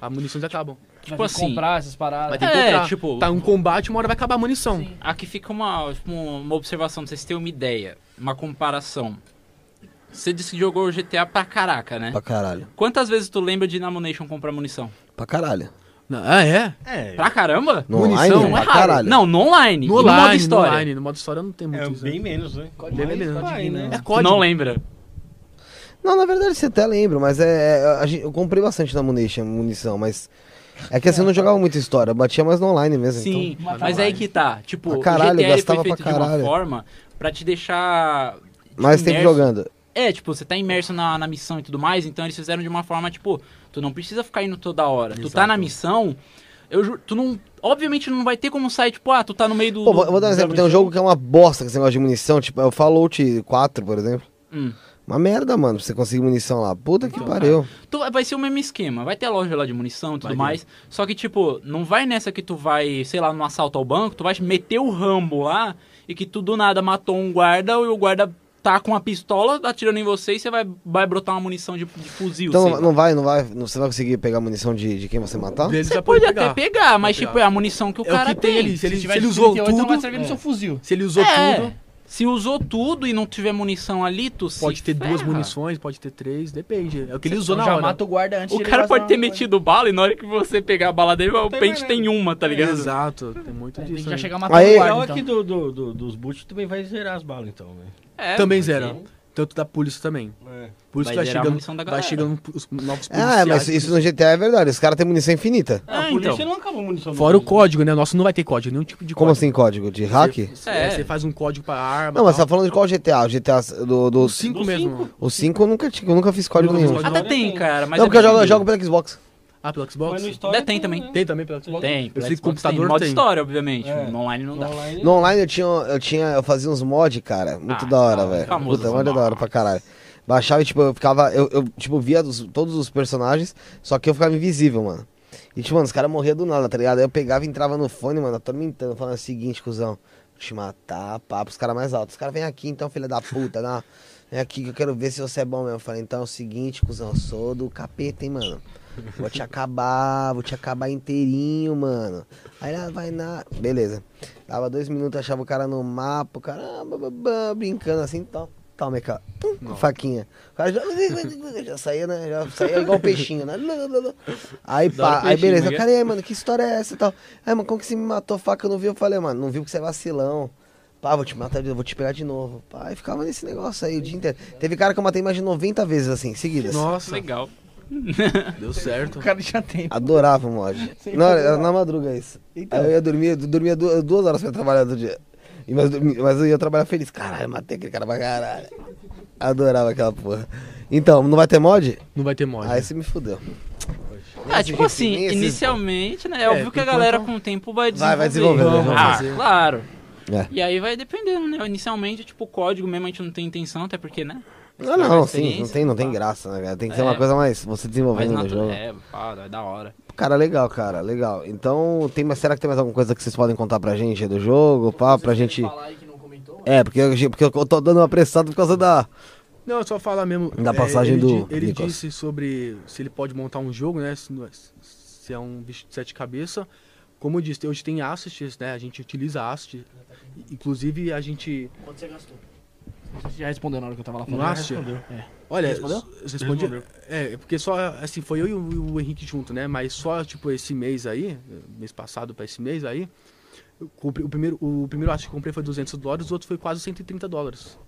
As munições acabam. Tipo assim, comprar essas paradas. Vai ter que É, comprar. tipo- Tá um combate, uma hora vai acabar a munição. Sim. Aqui fica uma, tipo, uma observação pra vocês terem uma ideia, uma comparação. Você disse que jogou GTA pra caraca, né? Pra caralho. Quantas vezes tu lembra de ir na Munition comprar munição? Pra caralho. Não, ah, é? É, Pra caramba? No Munição, online, é pra raro. caralho. Não, no online. No e online, modo história. no online. No modo história não tem muito é isso. bem menos, né? Código Bem Morse, menos. código Vai, né? Morse. É Tu código. não lembra. Não, na verdade você até lembra, mas é. é, a gente- eu comprei bastante na Munition, munição, mas. É que assim eu não jogava muita história, eu batia mais no online mesmo. Sim, Então. mas, mas aí online. que tá. Tipo, Pra o caralho, GTA ele gastava foi pra feito de uma caralho. forma pra te deixar... tipo, então, Mais tempo imerso. jogando. É, tipo, você tá imerso na, na missão e tudo mais, então eles fizeram de uma forma, tipo, tu não precisa ficar indo toda hora. Tu tá Exato. na missão, eu ju- tu não. Obviamente não vai ter como sair, tipo, ah, tu tá no meio do. Pô, do- vou, vou dar um da exemplo. Tem um missão. jogo que é uma bosta com esse negócio de munição, tipo, é o Fallout 4, por exemplo. Hum. Uma merda, mano, pra você conseguir munição lá. Puta que pariu. Tu, vai ser o mesmo esquema. Vai ter a loja lá de munição e tudo Vai ter. mais. Só que, tipo, não vai nessa que tu vai, sei lá, no assalto ao banco, tu vai meter o rambo lá e que tu do nada matou um guarda e o guarda tá com a pistola atirando em você e você vai, vai brotar uma munição de, de fuzil. Então sei não, lá. não vai, não vai. não- você vai conseguir pegar munição de, de quem você matar? Deles Você vai pode poder até pegar. pegar, mas, pegar. tipo, é a munição que o É o cara que tem ali. Se Se ele, se tiver ele usou 38, não vai tudo, servir no seu fuzil. se ele usou É. tudo, Se usou tudo e não tiver munição ali, tu se pode ter duas ferra. munições, pode ter três, depende. É o que ele Então usou na já hora. mata o guarda antes O de ele cara vazar pode ter na hora. metido bala e na hora que você pegar a bala dele, o né? Tem mais pente nada. tem uma, tá ligado? Exato, tem muito É, Tem que disso. já aí. chegar matando Aí- o O legal guarda, então. é que do, do- do- dos boot também vai zerar as balas, então, né? É, Também porque- zera. Tanto da polícia também. É. Por isso Vai que vai zerar a munição da chegando, vai galera. chegando os novos policiais. Ah, mas isso no GTA é verdade. Os caras têm munição infinita. Ah, a polícia não acabou a munição do Fora o banco. código, né? O nosso não vai ter código, nenhum tipo de Como código. assim, código? De hack? Você, É. é, você faz um código pra arma. Não, mas você tal. tá falando de qual GTA? O GTA do. do... O 5 Do mesmo. cinco. O 5 eu nunca, tive, eu nunca fiz código Nunca fiz nenhum. código Até Não, tem, tem. cara, mas não, é porque eu jogo, eu pequenininho. jogo pelo Xbox. Ah, pelo Mas Xbox? no história Tem também. né? Tem também pelo Xbox? Tem, Eu pelo sei que Xbox tem. computador Modo tem. história, obviamente. É. No online não dá. Online- No online eu tinha, eu tinha. Eu fazia uns mod, cara. Muito Ah, da hora, tá. velho. Famoso Puta, os mod é da hora mods. pra caralho. Baixava e, tipo, eu ficava. Eu, eu, tipo, via dos- todos os personagens, só que eu ficava invisível, mano. E, tipo, mano, os caras morriam do nada, tá ligado? Aí eu pegava e entrava no fone, mano, atormentando, falando o seguinte, cuzão. Vou te matar, pá, pros caras mais altos. Os caras vêm aqui então, filha da puta, dá. uma- Vem aqui que eu quero ver se você é bom mesmo. Eu falei, então é o seguinte, cuzão, eu sou do capeta, hein, mano. Vou te acabar, vou te acabar inteirinho, mano. Aí ela vai na. Beleza. Dava dois minutos, achava o cara no mapa, o cara ah, bá, bá, bá, brincando assim, tal. Toma, cara. Tum, com faquinha. O cara já, *laughs* já saía, né? Já saía igual um peixinho, né? Lá, lá, lá. Aí Da hora pá, o aí peixinho, beleza. né? Cara, e aí, mano, que história é essa e tal? Aí, mano, como que você me matou faca? Eu não vi. Eu falei, mano, não viu porque você é vacilão. Pá, vou te matar de novo, vou te pegar de novo. Pá, e ficava nesse negócio aí o dia inteiro. Teve cara que eu matei mais de 90 vezes, assim, seguidas. Nossa, *laughs* Legal. deu certo. O cara já tem. Adorava o mod. *laughs* Sempre Não, era adorava. na madruga isso. Então. Aí eu ia dormir, eu dormia du- duas horas pra trabalhar do dia. E Mas, eu dormi- mas eu ia trabalhar feliz. Caralho, matei aquele cara pra caralho. Adorava aquela porra. Então, não vai ter mod? Não vai ter mod. Aí você me fudeu. Ah, tipo esse- assim, esse- inicialmente, né? É óbvio por que a galera enquanto- com o tempo Vai- vai desenvolver. vai desenvolvendo, vamos Ah, fazer. claro. É. E aí vai dependendo, né? Inicialmente, tipo, o código mesmo a gente não tem intenção, até porque, né? Ah, Não, Não, não, a sim, não tem, não tem graça, né, cara? Tem que ser É. uma coisa mais você Mas desenvolvendo um no natural. jogo. É, pá, é da hora. Cara, legal, cara, legal. Então, tem, mas será que tem mais alguma coisa que vocês podem contar pra gente aí do jogo? Pá, pra gente. É, porque, eu- porque eu tô dando uma apressada por causa da. Não, é só falar mesmo. Da É, passagem ele do di- Ele Nicolas. disse sobre se ele pode montar um jogo, né? Se, não é- se é um bicho de sete cabeças. Como eu disse, hoje tem assets, né? A gente utiliza assets. Inclusive, a gente. Quanto você gastou? Você já respondeu na hora que eu tava lá Um falando. É, asset. Olha, Respondeu? s- respondi. Respondeu. É, é porque só, assim, foi eu e o, e o Henrique junto, né? Mas só, tipo, esse mês aí, mês passado pra esse mês aí, eu comprei- o primeiro, o primeiro acho que eu comprei foi 200 dólares, o outro foi quase 130 dólares.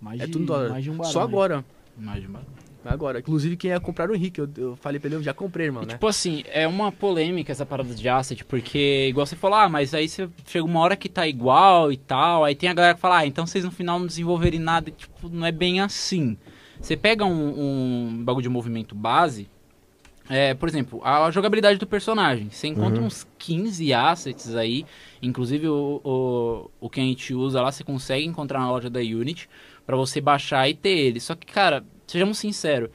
Mais é de- tudo em dólar. mais de um barão, Só né? agora. Mais de uma- Agora. Inclusive, quem ia comprar era o Henrique, eu, eu falei pra ele, eu já comprei, irmão, né? Tipo assim, é uma polêmica essa parada de asset, porque igual você falou, ah, mas aí você chega uma hora que tá igual e tal, aí tem a galera que fala, ah, então vocês no final não desenvolverem nada, e, tipo, não é bem assim. Você pega um, um bagulho de movimento base, é, por exemplo, a jogabilidade do personagem. Você encontra uns 15 assets aí, inclusive o, o, o que a gente usa lá, você consegue encontrar na loja da Unity pra você baixar e ter ele. Só que, cara, sejamos sinceros,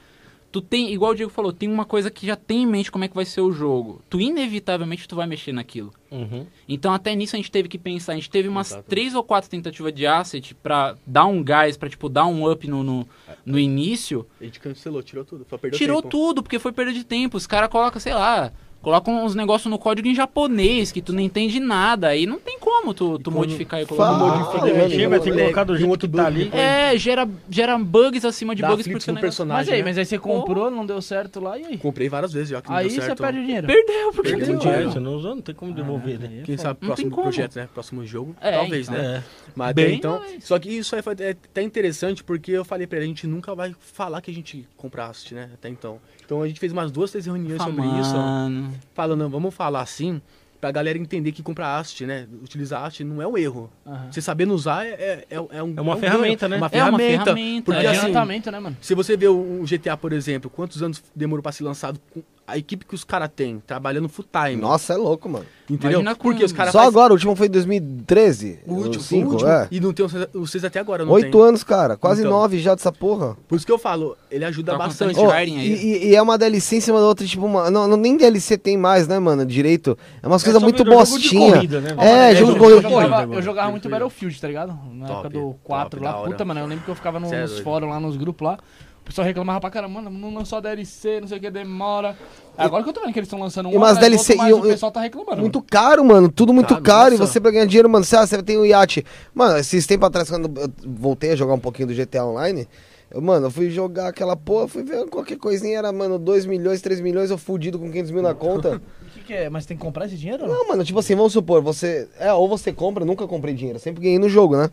tu tem, igual o Diego falou, tem uma coisa que já tem em mente como é que vai ser o jogo. Tu inevitavelmente tu vai mexer naquilo. Uhum. Então até nisso a gente teve que pensar, a gente teve umas três ou quatro tentativas de asset pra dar um gás, pra tipo dar um up no, no, É. no início. A gente cancelou, tirou tudo. Foi perder Tirou tudo, porque foi perda de tempo. Os caras colocam, sei lá, colocam uns negócios no código em japonês que tu não entende nada. Aí não tem como tu, tu modificar e colocar. fala- Ah, um fala- código. Chega, vai ter que colocar do E um jeito outro que tá bug ali. É, gera, gera bugs acima de Dá bugs flips porque o no negócio... personagem, Mas aí, né? mas aí você comprou, não deu certo lá, e aí? Comprei várias vezes já que não Aí deu você certo. perde o dinheiro. Perdeu, porque Perdeu deu. o dinheiro. Você não usou, não tem como devolver, né? Quem sabe Não tem próximo como. projeto, né? Próximo jogo, É, talvez, então. né? É. Mas até Bem então. mais. Só que isso aí foi até- até interessante porque eu falei pra ele, a gente nunca vai falar que a gente compra assist, né? Até então. Então a gente fez umas duas, três reuniões sobre isso, ó, Mano. falando, "Não, vamos falar assim, pra galera entender que comprar assist, né? Utilizar assist não é um erro. Aham. Você sabendo usar é, é, é um- é um É uma um ferramenta, né? É uma É uma ferramenta. ferramenta, Porque É assim, adiantamento, né, mano? se você vê o o GTA, por exemplo, quantos anos demorou pra ser lançado, com a equipe que os caras têm, trabalhando full time. Nossa, é louco, mano. entendeu? Imagina com- Porque os caras Só faz- agora, o último foi em 2013. O último, cinco, o último. é. E não tem o seis- o seis até agora, não Oito tem. anos, cara. Quase Então. nove já dessa porra. Por isso que eu falo, ele ajuda Tá contando bastante. esse Ô, Skyrim aí. e, e- e é uma DLC em cima da outra, tipo, uma, não, não- nem DLC tem mais, né, mano, direito. É umas coisas só muito virou jogo de bostinha. corrida, né, mano? é, É, jogo jogo de corrido. Eu Corrida jogava, agora. eu jogava muito Perfeito. Battlefield, tá ligado? Na Top, época do 4 top, da lá. hora. Puta, mano, eu lembro que eu ficava no- Cê é nos doido. fóruns lá, nos grupos lá. O pessoal reclamava pra caramba, mano, não lançou a DLC, não sei o que, demora. Agora que eu tô vendo que eles estão lançando um e umas DLC mas e o um- pessoal tá reclamando. Muito caro, mano. Tudo muito Tá, caro. E nossa. você pra ganhar dinheiro, mano. Você, ah, você tem o iate. Mano, esses tempos atrás, quando eu voltei a jogar um pouquinho do GTA Online, eu, mano, eu fui jogar aquela porra, fui ver qualquer coisinha, era, mano, 2 milhões, 3 milhões, eu fudido com 500 mil na conta. mano. O que, que é? Mas tem que comprar esse dinheiro? ou não? Não, mano, tipo assim, vamos supor, você. É, ou você compra, eu nunca comprei dinheiro, sempre ganhei no jogo, né?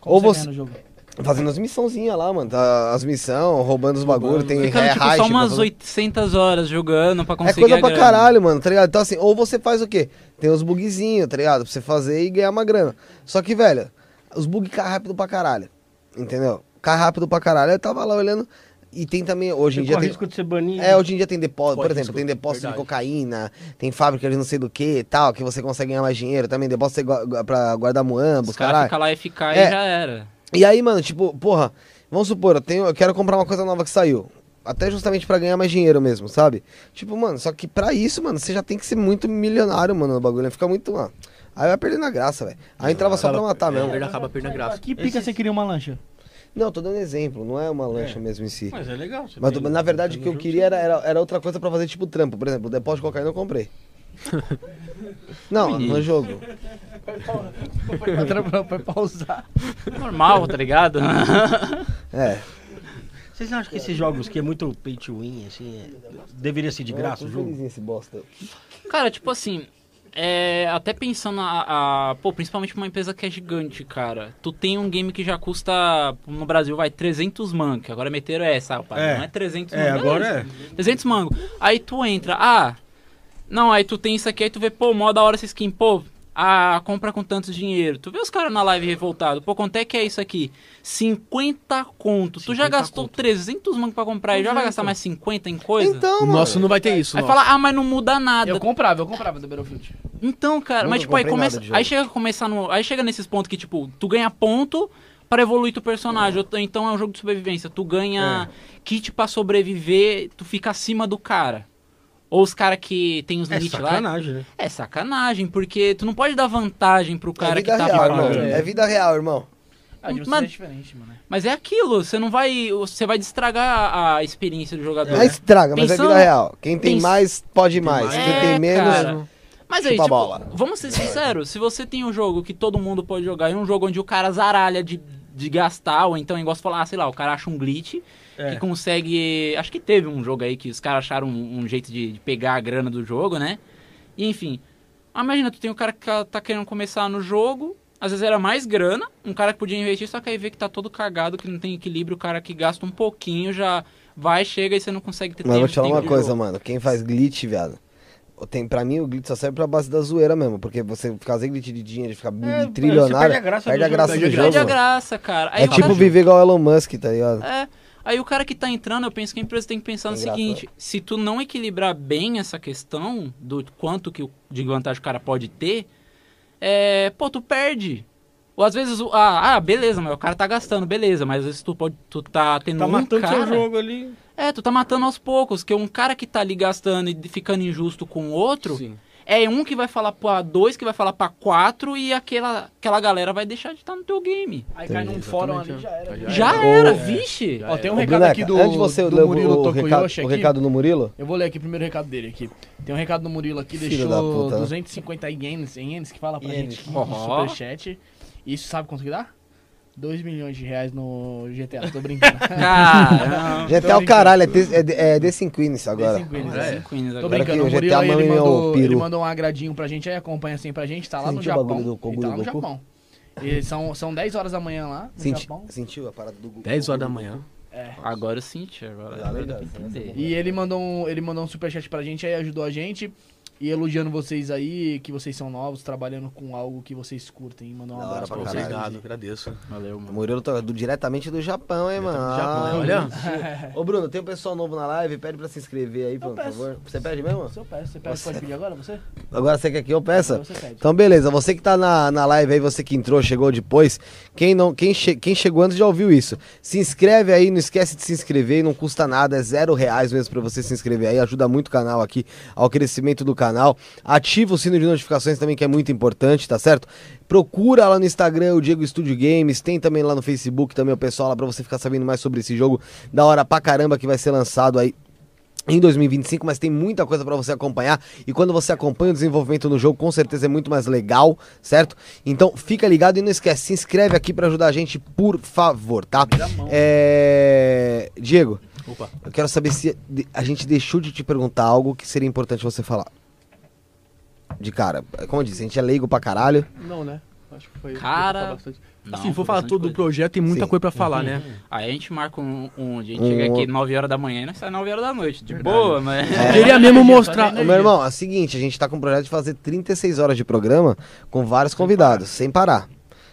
Como ou ganha você. no jogo? Fazendo as missãozinhas lá, mano. tá- as missão, roubando os bagulho, tem Ficando, é, tipo, heist só pra umas fazer. 800 horas jogando pra É conseguir coisa a pra grana. caralho, mano, tá ligado? Então assim, ou você faz o quê? Tem os bugzinhos, tá ligado? Pra você fazer e ganhar uma grana. Só que, velho, os bug cai rápido pra caralho. Entendeu? Cai rápido pra caralho. Eu tava lá olhando. E tem também, hoje em Tem dia o tem. risco de ser banido. É, hoje em dia tem depósito, por Corre exemplo, risco, tem depósito de verdade. cocaína, tem fábrica de não sei do que e tal, que você consegue ganhar mais dinheiro também, depósito de gua- pra guardar muambos, Os caras caralho. ficam lá e ficar É. e já era. E aí, mano, tipo, porra, vamos supor, eu, tenho, eu quero comprar uma coisa nova que saiu. Até justamente pra ganhar mais dinheiro mesmo, sabe? Tipo, mano, só que pra isso, mano, você já tem que ser muito milionário, mano, no bagulho. né? Fica muito, mano. Aí vai perdendo a graça, velho. Aí entrava só pra matar É, mesmo. ele acaba perdendo a graça. Que pica você queria uma lancha? Não, tô dando exemplo, não é uma lancha mesmo em si. Mas é legal. você Mas tem- na verdade tem o que eu jogo, queria era, era, era outra coisa pra fazer, tipo trampo. Por exemplo, o depósito de cocaína eu comprei. Não, no jogo. Foi pra trampar, foi pra usar. Normal, tá ligado? É. você- Vocês acham que esses jogos que é muito pay to win, assim, é- deveria ser de graça o Eu tô jogo? felizinho esse bosta. cara, tipo assim, é, até pensando a, a- Pô, principalmente pra uma empresa que é gigante, cara. Tu tem um game que já custa, no Brasil, vai, 300 mango. que Agora meteram essa, rapaz. É. Não é 300 É, mango, agora é. 300 mango. Aí tu entra, ah, não, aí tu tem isso aqui, aí tu vê, pô, mó da hora essa skin, pô, ah, compra com tanto dinheiro. Tu vê os caras na live revoltado, pô, quanto é que é isso aqui? 50 conto. tu já 50 gastou conto. 300 mango pra comprar e já vai gastar mais 50 em coisa? Então, mano. Nossa, não vai ter isso. Aí nossa. fala, ah, mas não muda nada. Eu comprava, eu comprava do Battlefield. Então, cara, Nunca mas tipo, aí comprei nada começa. de jogo. Aí chega a começar no. Aí chega nesses pontos que, tipo, tu ganha ponto pra evoluir teu personagem. Ou- Então é um jogo de sobrevivência. Tu ganha É. kit pra sobreviver, tu fica acima do cara. Ou os cara que tem os É limites lá. sacanagem, né? É sacanagem, porque tu não pode dar vantagem pro É cara que vida tá real, falando. irmão. É vida real, irmão. Ah, de vocês Mano. é diferente, mano. Mas é aquilo, você não vai. Você vai destragar a- a experiência do jogador. Mas estraga, mas Pensando- é vida real. Quem tem É. Pens- mais, pode mais. mais. Quem É, tem menos. cara. Mas aí, Chupa a tipo, bola. vamos ser sinceros, se você tem um jogo que todo mundo pode jogar e um jogo onde o cara zaralha de, de gastar, ou então, igual você falar, ah, sei lá, o cara acha um glitch É. que consegue. Acho que teve um jogo aí que os caras acharam um, um jeito de, de pegar a grana do jogo, né? E enfim. Ah, imagina, tu tem um cara que tá querendo começar no jogo, às vezes era mais grana, um cara que podia investir, só que aí vê que tá todo cagado, que não tem equilíbrio, o cara que gasta um pouquinho já vai, chega e você não consegue ter Mas eu vou te falar tempo uma de coisa, jogo. mano. Quem faz glitch, viado. Tem, pra mim, o glitch só serve pra base da zoeira mesmo. Porque você fazer glitch de dinheiro, de ficar mano, você trilionário, perde a graça perde do a jogo, graça do perde a jogo. Perde É a mano. graça, cara. Aí É o cara tipo viver igual o Elon Musk, tá ligado? É. Aí o cara que tá entrando, eu penso que a empresa tem que É pensar no Engraçado. seguinte: se tu não equilibrar bem essa questão do quanto que o- de vantagem o cara pode ter, é, pô, tu perde. Ou às vezes, o- ah, ah, beleza, mas o cara tá gastando, beleza, mas às vezes tu, pode, tu tá tendo Tá um matando seu cara... jogo ali. É, tu tá matando aos poucos, que um cara que tá ali gastando e ficando injusto com o outro, Sim. é um que vai falar pra dois, que vai falar pra quatro, e aquela, aquela galera vai deixar de estar no teu game. Aí cai num Exatamente, fórum ali é. já era. Já Já é. era, Ô, vixe! Ó, tem um Ô, recado Bruneca, aqui do, antes de você do ler Murilo o, recado, Tokoyoshi o aqui. recado do Murilo, Eu vou ler aqui primeiro o recado dele aqui. Tem um recado do Murilo aqui, Filho da deixou puta, né? 250 ienes, ienes que fala pra Ienes. gente aqui no Ó. superchat. Isso sabe quanto que dá? 2 milhões de reais no GTA, tô brincando. Caramba! já Ah, até o brincando. caralho, é, T- é, D- é D5 Queens *laughs* agora. 25 ienes, É. né? Cinco ienes Tô agora. Agora brincando, o que o Murilo GTA aí, ele, amanhã é o mandou, peru. ele mandou um agradinho pra gente aí, acompanha sempre a gente, tá lá Você no sentiu o Japão. bagulho do ele tá cogulho lá do no Japão. E são, são 10 horas da manhã lá no Senti- Japão. É. sentiu a parada do Google? 10 horas da manhã. Agora eu senti, agora Tá eu ligado, entendi. E ele mandou um, ele mandou um superchat pra gente aí, ajudou a gente. E elogiando vocês aí, que vocês são novos, trabalhando com algo que vocês curtem. Mandou um Da hora abraço Tá pra pra vocês. caralho. Obrigado, agradeço. Valeu, mano. Murilo tá do, diretamente do Japão, hein, mano? Japão, né? Ah, olha. *laughs* Ô, Bruno, tem um pessoal novo na live, pede pra se inscrever aí, por peço. favor. Você pede mesmo? Se eu peço, você pede, é pode pedir agora você? Agora você quer que eu peça? Você pede. Então, beleza, você que tá na, na live aí, você que entrou, chegou depois, quem não quem, che- quem chegou antes já ouviu isso. Se inscreve aí, não esquece de se inscrever, não custa nada, é zero reais mesmo pra você se inscrever aí, ajuda muito o canal aqui, ao crescimento do canal. Ativa o sino de notificações também, que é muito importante, tá certo? Procura lá no Instagram o Diego Studio Games, tem também lá no Facebook também o pessoal lá pra você ficar sabendo mais sobre esse jogo da hora pra caramba que vai ser lançado aí em 2025, mas tem muita coisa pra você acompanhar. E quando você acompanha o desenvolvimento no jogo, com certeza é muito mais legal, certo? Então fica ligado e não esquece, se inscreve aqui pra ajudar a gente, por favor, tá? É... Diego, Opa. eu quero saber se de- a gente deixou de te perguntar algo que seria importante você falar. De cara, como eu disse, a gente é leigo pra caralho. Não, né? Acho que foi. Cara, foi bastante. Não, assim, foi vou falar bastante todo do coisa. projeto, tem muita Sim. Uhum. coisa pra falar, né? Aí a gente marca um, um dia, a gente Um chega aqui outro. 9 horas da manhã e nós sai 9 horas da noite. De *laughs* boa, mas. *laughs* Eu Queria mesmo mostrar. É. Ô, meu irmão, é o seguinte, a gente tá com um projeto de fazer 36 horas de programa com vários convidados, sem parar.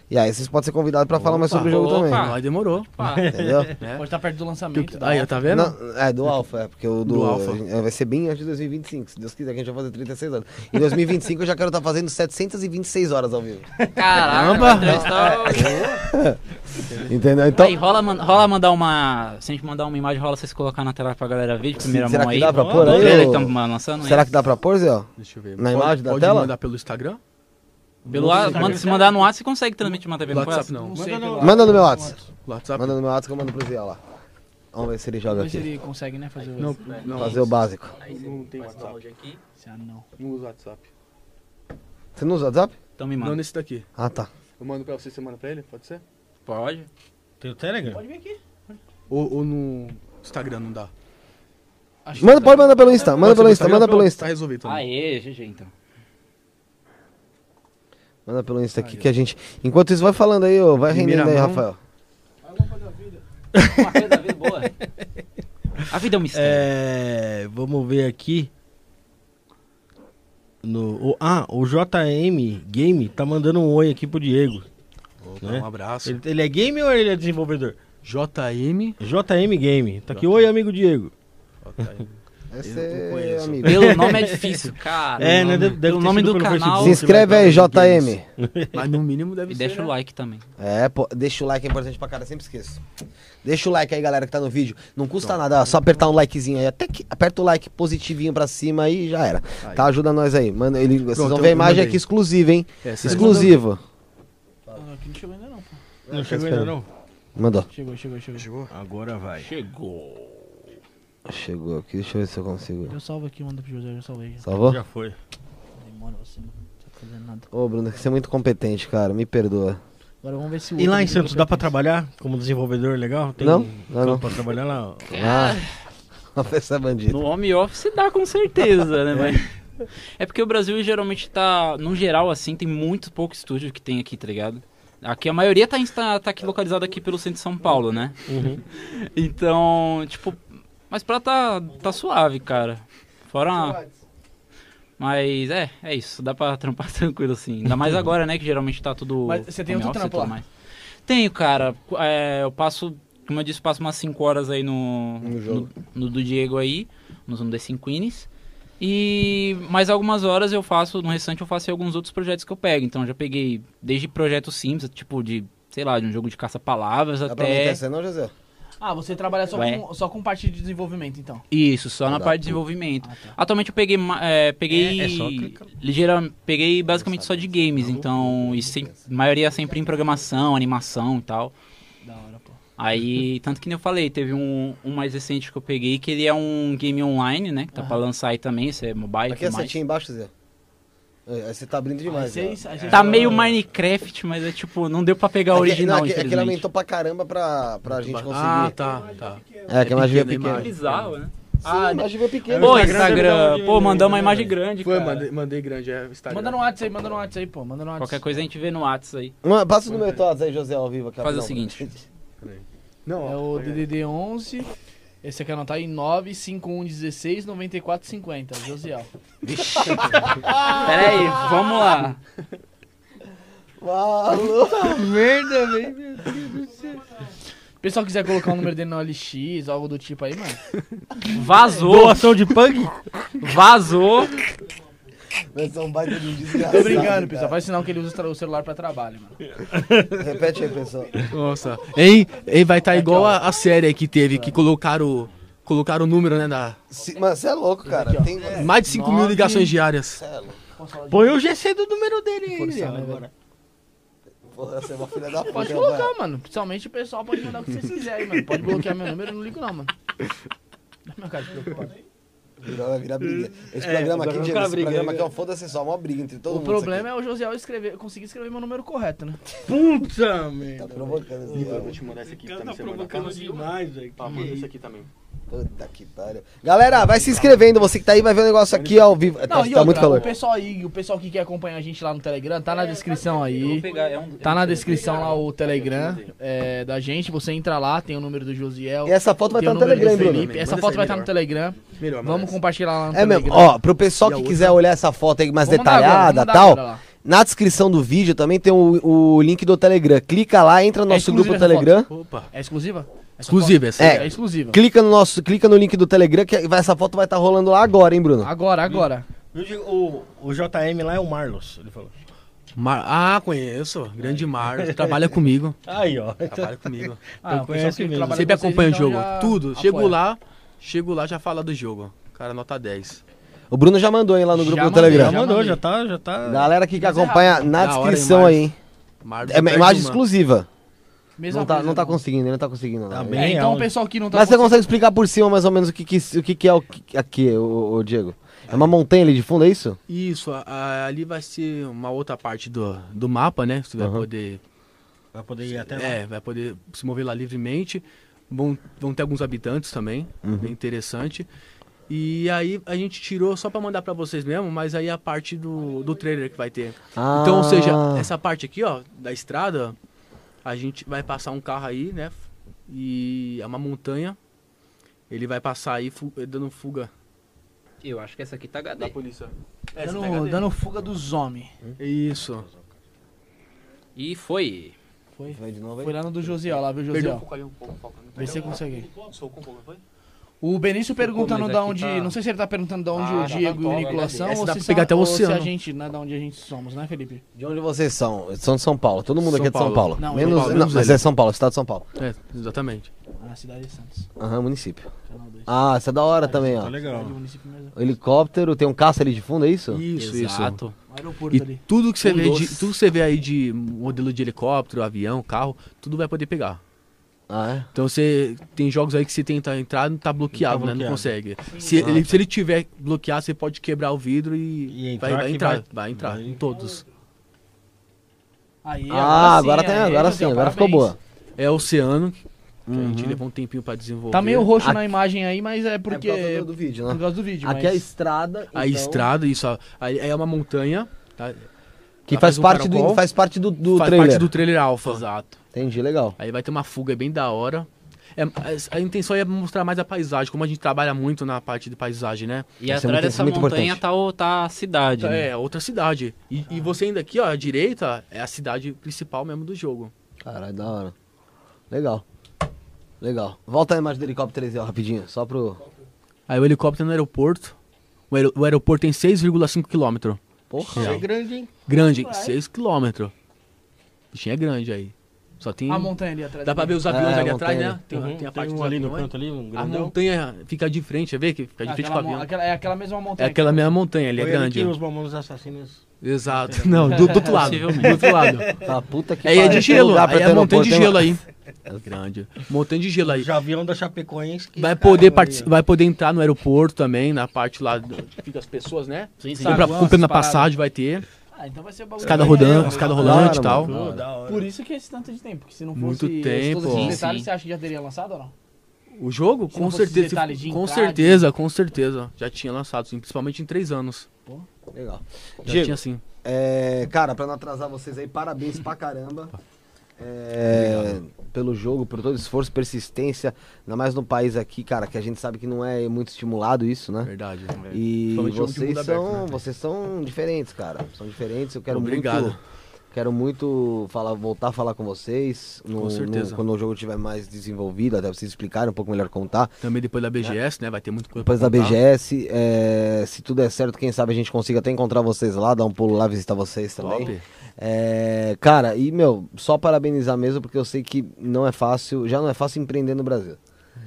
E aí vocês podem ser convidados pra falar mais sobre o jogo Opa. também, Nós demorou. Pá, entendeu? Pode estar perto do lançamento. da Aí, hora. tá vendo? Não, é, do Alpha, é, porque o do, Do Alpha. é, vai ser bem antes de 2025. Se Deus quiser, que a gente vai fazer 36 horas. Em 2025 eu já quero estar fazendo 726 horas ao vivo. Caramba. Caramba! vai entrevistar *laughs* Então- o- Entendeu? Então. então, Aí rola, man- rola mandar uma. Se a gente mandar uma imagem, rola vocês colocar na tela pra galera ver de primeira será mão que aí. dá pra pôr Do aí, trailer ô? que tão, mano, lançando, Será hein? que dá pra pôr, Zé? ó? Deixa eu ver. Na Pode- imagem da pode tela? mandar pelo Instagram? Pelo ar, manda, se mandar no ar, você consegue transmitir uma TV Pelo no WhatsApp Quest? não. Não sei Manda pelo- no- Manda no meu WhatsApp. WhatsApp? Manda no meu WhatsApp que eu mando pro Zé lá. Vamos ver se ele joga Vamos ver se aqui. ele consegue, né, fazer o... Não, não. Fazer o básico. Não tem WhatsApp. Esse ano não. Não uso WhatsApp. Você não usa WhatsApp? Então me Não manda. nesse daqui. Ah, tá. Eu mando pra você, você manda pra ele? Pode ser? Pode. Tem o Telegram? Pode vir aqui. Ou, ou no Instagram não dá? Acho que Manda, tá. pode mandar pelo Insta. Manda Pode ser pelo Insta, no Instagram? manda pelo Pronto, Insta. Tá resolvido. também. Aê, GG então. Manda pelo Insta aqui que a gente. Enquanto isso, vai falando aí, ô, vai Primeira rendendo aí, mão. Rafael. Uma coisa da vida boa. A vida é um mistério. É, vamos ver aqui. No, o- ah, o JM Game tá mandando um oi aqui pro Diego. Opa, Né? Um abraço. Ele, ele é game ou ele é desenvolvedor? JM. JM Game. Tá aqui, oi amigo Diego. Esse não é conheço. amigo. Pelo nome é difícil, *laughs* cara. É, né, O nome- deve- deve o ter nome sido do pelo canal. Se Facebook. inscreve aí, JM. Mas no mínimo deve E ser. deixa o né? like também. É, pô, deixa o like, é importante pra cara, eu sempre esqueço. Deixa o like aí, galera, que tá no vídeo. Não custa nada, ó, só apertar um likezinho aí. Até que aperta o like positivinho pra cima aí e já era. Tá, ajuda nós aí. Manda, ele, vocês Pronto, vão eu- ver a eu imagem mandei. aqui exclusiva, hein? É, sério. Exclusivo. Não, aqui não chegou ainda não, pô. Não chegou ainda não? Mandou. Chegou, chegou, chegou. Agora vai. Chegou. Chegou aqui, deixa eu ver se eu consigo. Eu salvo aqui, manda pro José, eu salvei já. Salvou? Já foi. Demora, você não tá fazendo nada. Ô, Bruno, você é muito competente, cara. Me perdoa. *laughs* Agora vamos ver se o E lá em outro Santos, dá pra competência. trabalhar como desenvolvedor legal? Tem um Não, campo não, não. pra trabalhar lá? Ah, essa é bandida. No home office dá com certeza, né? Mas *laughs* É porque o Brasil geralmente tá, no geral, assim, tem muito pouco estúdio que tem aqui, tá ligado? Aqui a maioria tá, em- tá, tá aqui localizada aqui pelo centro de São Paulo, né? Uhum. *laughs* Então, tipo, mas pra tá, tá suave, cara. Fora. Mas é, é isso. Dá pra trampar *laughs* tranquilo assim. Ainda mais agora, né? Que geralmente tá tudo. Mas você tem home outro office e trampo tudo lá? mais. Tenho, cara. É, eu passo, como eu disse, passo umas 5 horas aí no. No jogo. no- no do Diego aí, nos um desses Queens. E mais algumas horas eu faço, no restante eu faço aí alguns outros projetos que eu pego. Então eu já peguei desde projetos simples, tipo de, sei lá, de um jogo de caça-palavras Dá pra meter até. essa não, José? Ah, você trabalha só Ué. com, só com parte de desenvolvimento, então. Isso, só na Dá parte tudo. de desenvolvimento. Ah, tá. Atualmente eu peguei. ma- É, peguei É- é só clicar. ligeira- peguei basicamente só de games, então. E sem, maioria sempre em programação, animação e tal. Da hora, pô. Aí, tanto que nem eu falei, teve um, um mais recente que eu peguei, que ele é um game online, né? Que tá pra lançar aí também, isso é mobile. e Aqui é tudo mais. setinha embaixo, Zé. É, Você tá abrindo demais, Zé. é. Vocês- a gente- Tá meio Minecraft, mas é tipo, não deu pra pegar o É que- original, não, é que- é que ele infelizmente. aumentou pra caramba pra, pra gente conseguir. Ah, tá, tá. É, que a imagem veio pequena, pequena. a imagem. Bizarro, né? ah, Ah, a imagem veio pequena. Pô, né? Instagram Instagram, deve dar um pô, de- mandou uma né, imagem velho? grande, Foi, cara. mandei, mandei grande, é Instagram. Manda no WhatsApp aí, manda no WhatsApp aí, pô. Manda no WhatsApp. Qualquer coisa a gente vê no WhatsApp aí. Mano, passa o número do aí, José, ao vivo. Aqui, Faz o rapidão. seguinte. Não, É o DDD11. Esse aqui é anotar em 95116 9450, Josiel. Pera aí, vamos lá. Maluco. Merda, velho. O pessoal quiser colocar o número dele no LX, algo do tipo aí, mano. Vazou, Doação de pug? vazou. Mas são um baita de um Tô desgraçado. brincando, pessoal. É. cara. Faz sinal que ele usa o tra- o celular pra trabalho, mano. Repete aí, pessoal. Nossa. Hein? Hein, vai estar igual a, a série aí que teve, que colocaram, colocaram o número, né? Da, Se- Mano, você é louco, cara. Tem... É. mais de 5 mil Nove. ligações diárias. Você é louco. Põe o GC do número dele aí, Forçar, né, Zé, agora. Porra, você é uma filha da puta. Pode velho. colocar, mano. Principalmente o pessoal pode mandar o que vocês quiserem, mano. Pode bloquear meu número, eu não ligo não, mano. Dá Minha cara de preocupado. Virar- Vai virar briga. Esse É, programa aqui, Diego, esse programa aqui é um foda-se só, uma briga entre todo né? O mundo. problema é o Josiel escrever, conseguir escrever meu número correto, né? Puta, é... Tá merda. provocando. Zé. te mandar esse aqui também. provocando demais, velho. aqui também. Puta que pariu. Galera, vai se inscrevendo. Você que tá aí vai ver o negócio aqui ao vivo. Tá, Não, e tá outra, muito o calor. pessoal aí, o pessoal que quer acompanhar a gente lá no Telegram, tá na descrição aí. pegar, é um... Tá na descrição lá o Telegram é, da gente. Você entra lá, tem o número do Josiel. E essa foto vai tem estar o no número do Telegram, Bruno. Felipe. Bruno. Essa Manda foto isso vai aí, estar no melhor. Telegram. Melhor, mano. Vamos compartilhar lá no É Telegram. mesmo, ó, pro pessoal E a que outra? quiser olhar essa foto aí mais Vou mandar agora, detalhada vou e mandar tal, agora lá. na descrição do vídeo também tem o, o link do Telegram. Clica lá, entra no É nosso grupo exclusiva do essa Telegram. Opa. É exclusiva? Essa Exclusiva foto? essa. É, É. exclusiva. Clica no nosso, clica no link do Telegram que vai- essa foto vai estar rolando lá agora, hein, Bruno? Agora, agora. O, o JM lá é o Marlos, ele falou. Mar- Ah, conheço. Grande *laughs* Mar. Trabalha comigo. Aí, ó. Trabalha comigo. Ah, o pessoal conhece que mesmo. trabalha Sempre com vocês, acompanha o então, jogo. já Tudo. apoia. Chego lá, chego lá, já fala do jogo. Cara, nota 10. O Bruno já mandou, hein, lá no grupo Já do mandei, Já Telegram. já mandou, mandei. já tá, já tá. Galera aqui que Mas é acompanha na Da hora a descrição aí, hein? Mar, É uma imagem exclusiva. Mesma Não tá, coisa, não tá irmão. conseguindo, não tá conseguindo. Tá Não. bem. É, então o áudio. pessoal que não tá Mas você conseguindo- consegue explicar por cima mais ou menos o que, que, o que, que é o que- aqui, o, Diego? É uma montanha ali de fundo, é isso? Isso, a- a- ali vai ser uma outra parte do, do mapa, né? Você vai Aham. poder. Vai poder ir até lá. É, vai poder se mover lá livremente. Vão, vão ter alguns habitantes também, bem interessante. E aí a gente tirou só pra mandar pra vocês mesmo, mas aí a parte do, do trailer que vai ter. Então, ou seja, Ah. essa parte aqui, ó, da estrada, a gente vai passar um carro aí, né? E é uma montanha. Ele vai passar aí fu- dando fuga. Eu acho que essa aqui tá HD. polícia. É, Dando, dando fuga dos homens. Isso. E foi. Vai de novo aí? Foi lá no do Josiel, lá viu, Josiel? Foca ali um pouco, foca. Não Vê se você consegue. Socou um pouco, não foi? O Benício perguntando mas da aqui onde. tá- Não sei se ele tá perguntando da onde Ah, o já tá Diego e top, o Nicolas HD. são, Essa ou, dá se pra pegar são- até o ou se a oceano. gente, né, da onde a gente somos, né, Felipe? De onde vocês são? São de São Paulo. Todo mundo São aqui é de São Paulo. Paulo. Não, menos, São Paulo, não, menos mas ele. é São Paulo, estado de São Paulo. É, exatamente. Ah, cidade de Santos. Aham, município. Canal 2. Ah, essa é da hora também, Tá ó. legal. Cidade, município mesmo. O helicóptero, tem um caça ali de fundo, é isso? Isso, isso. Exato. O aeroporto E ali. tudo que você Um vê de, doce. tudo que você vê aí de modelo de helicóptero, avião, carro, tudo vai poder pegar. Ah, é? Então você tem jogos aí que você tenta entrar, não tá bloqueado, né? bloqueado. Não consegue. Se ele, se ele tiver bloqueado, você pode quebrar o vidro e, E entrar vai, vai que entrar, vai- vai, entrar vai- em todos. Aí, ah, agora, sim, tem, aí, Ah, agora Josiel, sim, agora ficou parabéns. boa. É oceano, que a gente levou um tempinho pra desenvolver. Tá meio roxo na Aqui- imagem aí, mas é por porque. causa do, do vídeo, né? por causa do vídeo. Aqui é a mas... estrada. A então, estrada, isso, ó, aí é uma montanha, tá? Que Ela faz um parte, do, caracol, faz parte do, do faz trailer. parte do trailer alfa, exato. Entendi, legal. Aí vai ter uma fuga bem da hora. É, a, a intenção é mostrar mais a paisagem, como a gente trabalha muito na parte de paisagem, né? E Isso é atrás muito- dessa muito montanha importante. tá, o- tá a cidade, né? É, outra cidade. E, e você ainda aqui, ó, à direita, é a cidade principal mesmo do jogo. Caralho, da hora. Legal. Legal. Volta a imagem do helicóptero 3 rapidinho, só pro. Aí o helicóptero é no aeroporto. O, aer- o aeroporto tem 6,5 km. Porra. É grande, hein? Grande, 6 km. Bichinho é grande aí. Só tem. A montanha ali atrás. Dá pra ver os aviões É, ali a atrás, montanha. né? Tem, Uhum, tem a parte um dos ali no aviões. canto ali, um é? A grandão. montanha fica de frente, quer ver? Que fica de frente com o aquela, mo- avião. aquela, é aquela mesma É montanha. aquela mesma montanha, ali é Foi grande. que os mamonos assassinos. Exato. *laughs* Não, do, do outro lado. Do outro lado. Tá puta que Aí é de pariu, tem um gelo. lugar pra Aí ter é montanha de aeroporto, gelo tem- aí. É grande. Montanha de gelo aí. Já avião da Chapecoense. que tá Vai ficaram poder, ali, partici- ó. vai poder entrar no aeroporto também, na parte lá do- que fica as pessoas, né? Sim, sim. Compra, Saguão, comprando a essas paradas. passagem, vai ter. Ah, então vai ser o bagulho. Escada da rodando, galera. escada rolante e Da hora, tal. mano. Pô, da hora. Por isso que é esse tanto de tempo, porque se não fosse Muito esse- tempo, todos esses ó. detalhes, Sim. você acha que já teria lançado ou não? O jogo? não Com fosse certeza. detalhe de Com entrada, certeza, com certeza. Já tinha lançado, sim, principalmente em três anos. Legal. Já Diego. tinha sim. É, cara, pra não atrasar vocês aí, parabéns pra caramba. É, pelo jogo, por todo esforço, persistência, ainda mais no país aqui, cara, que a gente sabe que não é muito estimulado isso, né? Verdade. é. E Principalmente jogo de vocês mundo são, aberto, né? vocês são diferentes, cara. São diferentes. Eu quero Obrigado. muito, quero muito falar, voltar a falar com vocês. no- Com certeza. no- quando o jogo estiver mais desenvolvido, até vocês explicarem um pouco melhor contar. Também depois da BGS, né? Vai ter muito coisa Depois pra da contar. BGS, é, se tudo é certo, quem sabe a gente consiga até encontrar vocês lá, dar um pulo lá, visitar vocês também. Top. É, cara, e meu, só parabenizar mesmo, porque eu sei que não é fácil, já não é fácil empreender no Brasil.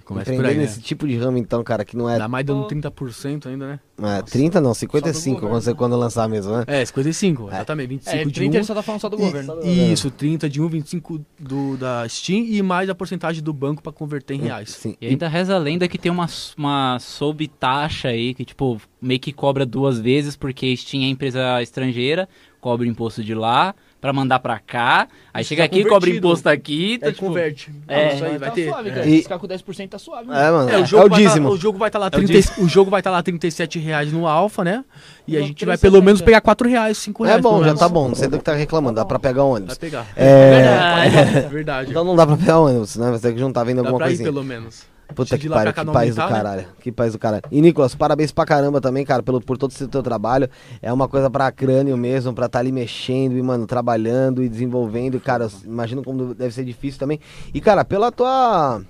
Começa por empreender aí, né? nesse tipo de ramo, então, cara, que não é, Dá mais dando 30% ainda, né? é 30 não, 55 governo, quando, você- quando lançar mesmo, né? É, 55, exatamente. 25 é, de 30 um. ele só tá falando só do governo. Isso, 30 de 1, 25 do, da Steam e mais a porcentagem do banco pra converter em reais. Sim. E ainda reza a lenda que tem uma, uma sobretaxa aí, que tipo, meio que cobra duas vezes, porque Steam é empresa estrangeira, cobra o imposto de lá, pra mandar pra cá, aí chega tá aqui, cobra convertido. imposto aqui, tá, É, tipo, converte. é, isso aí, vai tá ter. suave, É. cara. E- Se ficar com 10% tá suave. né? É, mano, é, É, o, vai tá- dízimo. o jogo vai estar lá É o 30, o jogo vai estar lá 37 reais no alfa, né? E a Não, gente vai pelo 3,70. menos pegar 4 reais, 5 é reais. Tá bom, pelo já menos. tá bom, não sei do que tá reclamando, dá pra pegar Vai ônibus. pegar. É, É, verdade. então não dá pra pegar ônibus, né? Você que não tá vendo Dá alguma pra ir coisinha. pelo menos. Puta De que lá pra pariu, cá que não país do aumentar, né? caralho. Que país do caralho. E, Nicolas, parabéns pra caramba também, cara, pelo, por todo esse teu trabalho. É uma coisa pra crânio mesmo, pra tá ali mexendo e, mano, trabalhando e desenvolvendo. Cara, eu imagino como deve ser difícil também. E, cara, pela tua.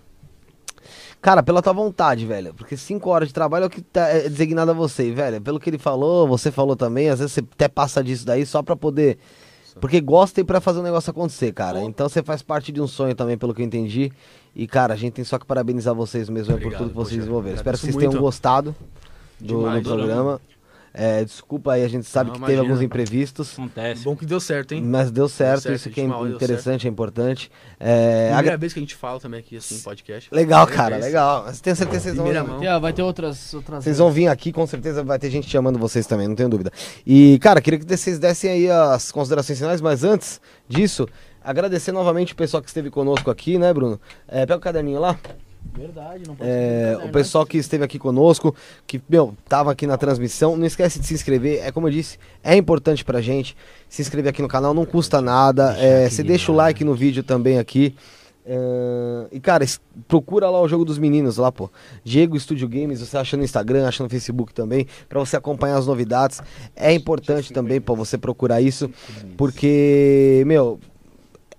Cara, pela tua vontade, velho. Porque cinco horas de trabalho é o que tá é designado a você, e, velho. Pelo que ele falou, você falou também. Às vezes você até passa disso daí só pra poder. Porque gosta e pra fazer o negócio acontecer, cara. Então você faz parte de um sonho também, pelo que eu entendi. E, cara, a gente tem só que parabenizar vocês mesmo é por Obrigado, tudo que poxa, vocês desenvolveram. Espero que agradeço vocês tenham muito. gostado do, do Demais, programa. É, desculpa aí, a gente sabe Não, que teve imagina. alguns imprevistos. acontece. É Bom que deu certo, hein? Mas deu certo, certo, isso que é gente, uma hora deu interessante, é importante. É, Primeira agra- vez que a gente fala também aqui, assim, em podcast. Legal, Primeira cara, vez. legal. Mas tenho certeza que vocês Primeira vão. mão. E, ó, vai ter outras. outras Vocês vão vir aqui, com certeza vai ter gente chamando vocês também, não tenho dúvida. E, cara, queria que vocês dessem aí as considerações finais, mas antes disso, agradecer novamente o pessoal que esteve conosco aqui, né, Bruno? É, pega o caderninho lá. Verdade, não pode É, ser. o pessoal que esteve aqui conosco, que, meu, tava aqui na transmissão, não esquece de se inscrever, é como eu disse, é importante pra gente se inscrever aqui no canal, não custa nada, é, você deixa o like no vídeo também aqui, é, e cara, es- procura lá o jogo dos meninos lá, pô, Diego Studio Games, você acha no Instagram, acha no Facebook também, pra você acompanhar as novidades, é importante também, pô, você procurar isso, porque, meu...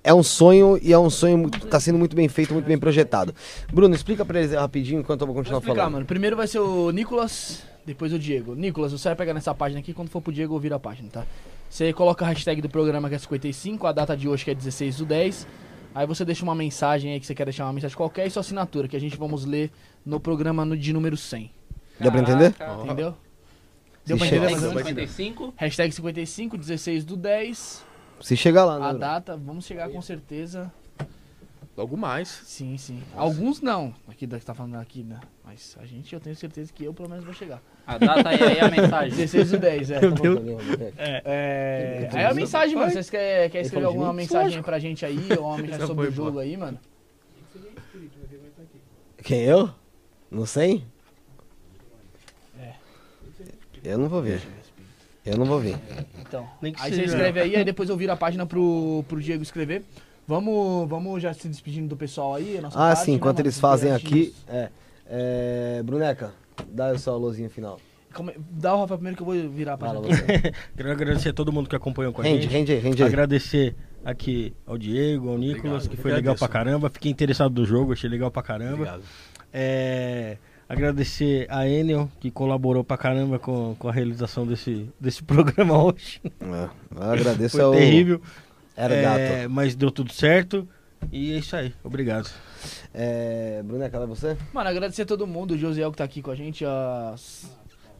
É um sonho e é um sonho que tá sendo muito bem feito, muito bem projetado. Bruno, explica pra eles aí rapidinho enquanto eu vou Vou continuar explicar, falando. mano. Primeiro vai ser o Nicolas, depois o Diego. Nicolas, você vai pegar nessa página aqui, quando for pro Diego, ouvir a página, tá? Você coloca a hashtag do programa que é 55, a data de hoje que é 16 do 10. Aí você deixa uma mensagem aí que você quer deixar uma mensagem qualquer e sua assinatura, que a gente vamos ler no programa no- de número 100. Deu pra entender? Entendeu? Deu pra entender? Ixi, é. mais ou menos? 55? Hashtag 55, 16 do 10. Se chegar lá, né? A Bruno? *laughs* data, vamos chegar com certeza. Logo mais. Sim, sim. Alguns não. Aqui da que tá falando aqui, né? Mas a gente, eu tenho certeza que eu pelo menos vou chegar. A data e aí a mensagem. 16 do 10, *laughs* é. Não, não, não, não. É, aí a mensagem, assim, "Hum, *laughs* mano. Vocês querem quer escrever alguma mensagem pra gente aí? Ou uma mensagem sobre o jogo aí, mano? Quem eu? Não sei? É. Eu não vou ver. Eu não vou ver. Então, Nem que aí né? seja- você escreve aí, aí depois eu viro a página pro, pro Diego escrever. Vamos, vamos já se despedindo do pessoal aí. a nossa Ah, parte, sim, né, enquanto mano? eles fazem Divertir. aqui. É, é, Bruneca, dá só a luzinha final. Calma aí, dá o Rafa primeiro que eu vou virar a página. Fala *laughs* você. Quero agradecer a todo mundo que acompanhou com a Rende, gente. rende aí, rende aí. Agradecer aqui ao Diego, ao Nicolas, que foi legal pra caramba. Fiquei interessado do jogo, achei legal pra caramba. Obrigado. É, agradecer a Enel, que colaborou pra caramba com, com a realização desse, desse *laughs* programa hoje. É, eu agradeço foi ao terrível. Era o É, gato. mas deu tudo certo. E é isso aí. Obrigado. É, Bruneca, dá você? Mano, agradecer a todo mundo, o Josiel que tá aqui com a gente, as,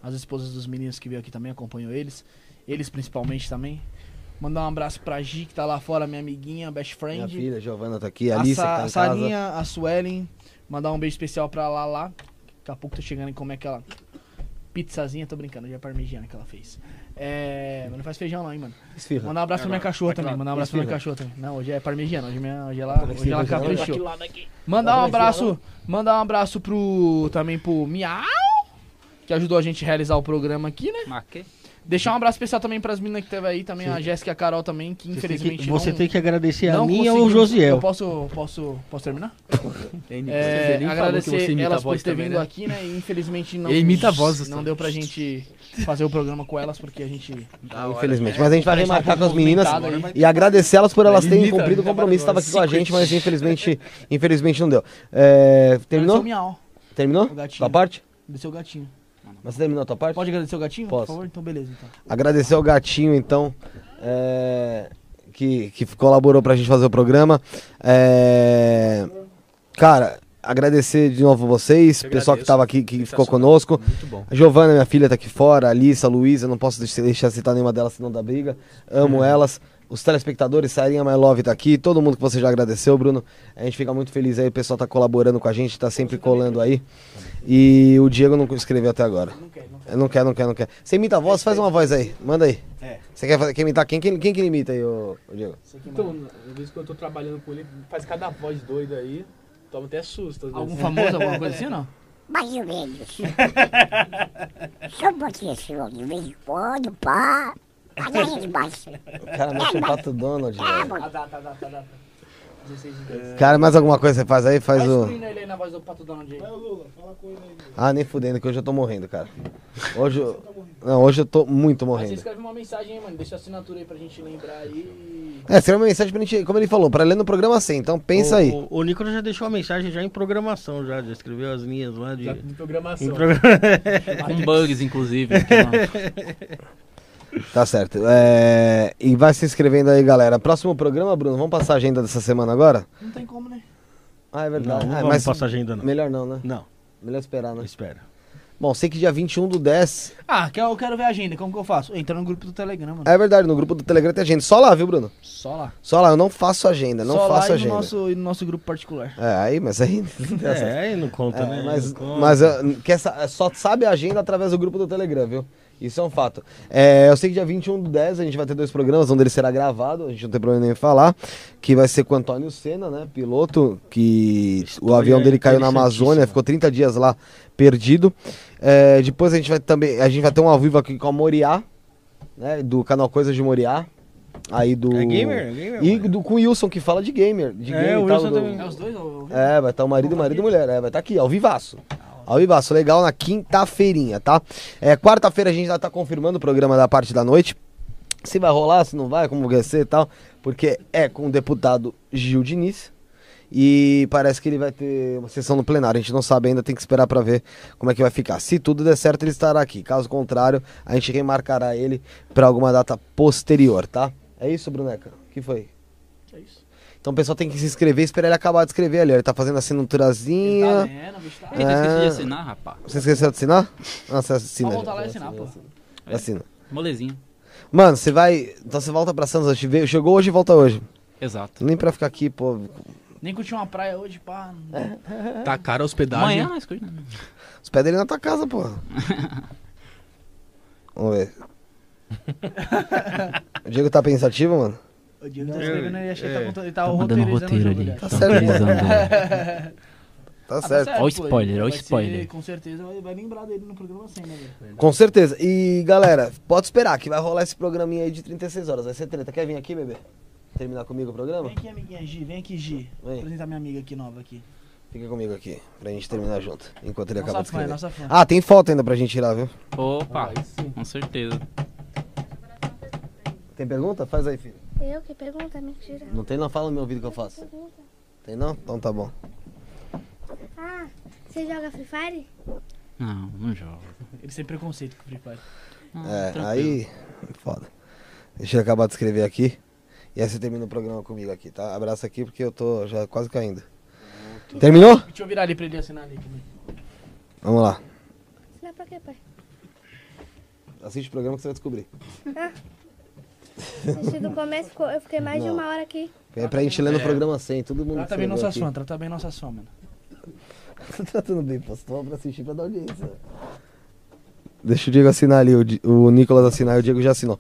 as esposas dos meninos que veio aqui também, acompanhou eles. Eles principalmente também. Mandar um abraço pra Gi, que tá lá fora, minha amiguinha, best Minha friend. filha, Giovana tá aqui, a a Alice Sa- que tá em casa. Sarinha, a Suelen. Mandar um beijo especial pra Lala. Daqui a pouco tô chegando em comer aquela pizzazinha, tô brincando, já é parmegiana que ela fez. É. Mas não faz feijão não, hein, mano. Esfirra. Mandar um abraço pra minha cachorra também. Mandar um abraço pra minha cachorra também. Não, hoje é parmegiana, hoje, minha, hoje ela, hoje ela caprichou. Mandar um abraço, mandar um abraço pro também pro Miau, que ajudou a gente a realizar o programa aqui, né? Maquê? Deixar um abraço especial também pras meninas que teve aí, também a Jéssica e a Carol também, que Você tem que- infelizmente você não tem que agradecer a não mim ou conseguimos. o Josiel. Eu posso, posso, posso terminar? Você É, nem falou que você agradecer imita elas a por voz ter também, vindo né? aqui, né? E infelizmente não, Ele imita a voz, não você- deu pra gente fazer o programa com elas, porque a gente. Infelizmente. é, Mas a gente vai remarcar com as meninas tá movimentado aí. e agradecer elas por É elas terem Imita, cumprido o né? imita compromisso. Tava agora. aqui com a gente, mas infelizmente, infelizmente não deu. É, Agradecer o terminou? Tá miau, Terminou? o gatinho. Tua parte? agradecer o gatinho. Mas você terminou a tua parte? Pode agradecer o gatinho, Posso. por favor? Então beleza, então. Agradecer ao gatinho, então, é, que, que colaborou pra gente fazer o programa. É, cara, agradecer de novo vocês, o pessoal que tava aqui, que ficou conosco. Muito bom. A Giovana, minha filha, tá aqui fora, a Alissa, a Luísa, não posso deixar deixar citar nenhuma delas senão da briga. Amo elas. Os telespectadores, Sarinha My Love tá aqui, todo mundo que você já agradeceu, Bruno. A gente fica muito feliz aí, o pessoal tá colaborando com a gente, tá sempre colando aí. E o Diego não escreveu até agora. Não quer, não quer, não quer. Você imita a voz, faz uma voz aí, manda aí. Você quer, fazer, quer imitar quem? Quem, quem que imita aí, ô, ô Diego? Então, às vezes que eu tô trabalhando com ele, faz cada voz doida aí. Toma até susto. às Algum vezes. famoso, alguma coisa assim, não? Mais ou menos. Só um pouquinho assim, ó, de vez em quando, pá. Mas a gente bate. O cara mexe o pato Donald. Ah, velho. mano. dá, tá, dá, tá, dá. 16 de 10. Cara, mais alguma coisa você faz aí? Faz Vai o. excluindo ele aí na voz do Pato Donald aí. Ah, nem fudendo, que hoje eu tô morrendo, cara. Hoje eu. Não, hoje eu tô muito Aí você morrendo. escreve uma mensagem aí, mano. Deixa a assinatura aí pra gente lembrar aí. É, escreve uma mensagem pra gente, como ele falou, pra ler no programa assim, então pensa o, aí. O, o Nicolas já deixou a mensagem já em programação, já, já escreveu as linhas lá de. Já de programação. em *laughs* programa- Um Com bugs, inclusive. que não- Tá certo. É, E vai se inscrevendo aí, galera. Próximo programa, Bruno, vamos passar a agenda dessa semana agora? Não tem como, né? Ah, é Não, verdade. não Ah, vamos passar agenda, não. Melhor não, né? Não, Melhor esperar, né? espera. Bom, sei que dia 21 do 10. Ah, que eu quero ver a agenda. Como que eu faço? Entra no grupo do Telegram, mano. É verdade, no grupo do Telegram tem agenda. Só lá, viu, Bruno? Só lá. Só lá, eu não faço agenda, não Só lá faço e agenda. No nosso, e no nosso grupo particular. É, aí, mas aí. *laughs* É, aí não conta, É, né? mas Não conta. mas eu- que essa- é só sabe a agenda através do grupo do Telegram, viu? Isso é um fato. É, eu sei que dia 21 do 10 a gente vai ter dois programas, um deles será gravado, a gente não tem problema nem em falar, que vai ser com o Antônio Senna, né, piloto, que o História avião dele caiu na interessantíssima. Amazônia, ficou 30 dias lá perdido. É, depois a gente vai também, a gente vai ter um ao vivo aqui com a Moriá, né, do canal Coisas de Moriá, aí do... É gamer, é gamer. E mano. do, com o Wilson, que fala de gamer, de É, game o e tal, Wilson do- também. É os dois? Ou... é, vai estar o marido, marido e mulher. É, vai estar aqui, ao vivaço. Ao vivaço, legal, na quinta-feirinha, tá? É, quarta-feira a gente já tá confirmando o programa da parte da noite. Se vai rolar, se não vai, como vai ser e tal. Porque é com o deputado Gil Diniz. E parece que ele vai ter uma sessão no plenário. A gente não sabe ainda, tem que esperar pra ver como é que vai ficar. Se tudo der certo, ele estará aqui. Caso contrário, a gente remarcará ele pra alguma data posterior, tá? É isso, Bruneca? O que foi? Que é isso? Então o pessoal tem que se inscrever e esperar ele acabar de escrever ali. ó. Ele tá fazendo assinaturazinha. Tá lendo, o bicho tá- Eita, esqueci de assinar, rapaz. Você esqueceu de assinar? Não, você assina. Só já. voltar lá e Você assinar, pô. assina. Assina. Molezinho. Mano, você vai. Então você volta pra Santos. a gente vê- Chegou hoje e volta hoje. Exato. Nem pra ficar aqui, pô. Nem curtiu uma praia hoje, pá. não- Tá cara a hospedagem. Amanhã, as coisas, né? Os pés dele é na tua casa, pô. Vamos ver. O Diego tá pensativo, mano? O Diego tá Não, escrevendo, ele achei que tá é. contando. Ele tá, Tá mandando roteirizando o roteiro jogo ali. dele. Tá Tá certo, roteirizando. Tá Ah, tá certo. certo, Ó o pô, spoiler, ele ó o vai ser- spoiler. Com certeza vai, vai lembrar dele no programa sem, né, velho? Com certeza. E galera, pode esperar que vai rolar esse programinha aí de 36 horas. Vai ser treta. Quer vir aqui, bebê? Terminar comigo o programa? Vem aqui, amiguinha Gi, vem aqui, Gi. Vou Vem. apresentar minha amiga aqui nova aqui. Fica comigo aqui, pra gente terminar junto. Enquanto ele acaba Nossa de fã, escrever. nossa fã. Ah, tem foto ainda pra gente tirar, viu? Opa, com certeza. Tem pergunta? Faz aí, filho. Eu que pergunta, mentira. Não tem, não fala no meu ouvido que eu faço. Pergunta. Tem não? Então tá bom. Ah, você joga Free Fire? Não, não jogo. Ele tem preconceito com o Free Fire. Ah, É, tranquilo. aí. Foda. Deixa eu acabar de escrever aqui. E aí você termina o programa comigo aqui, tá? Abraço aqui porque eu tô já quase caindo. Terminou? Deixa eu virar ali pra ele assinar ali também. Vamos lá. Você dá pra quê, *laughs* pai? Assiste o programa que você vai descobrir. Assisti do começo, ficou- eu fiquei mais de Não. uma hora aqui. É pra gente ler no programa 100, todo mundo Trata bem escreveu nossas aqui. fãs, trata bem nossas fãs, mano. Tô *laughs* tratando Tá bem, pô. Você tava pra assistir pra dar audiência. Deixa o Diego assinar ali, o, Di- o Nicolas assinar e o Diego já assinou.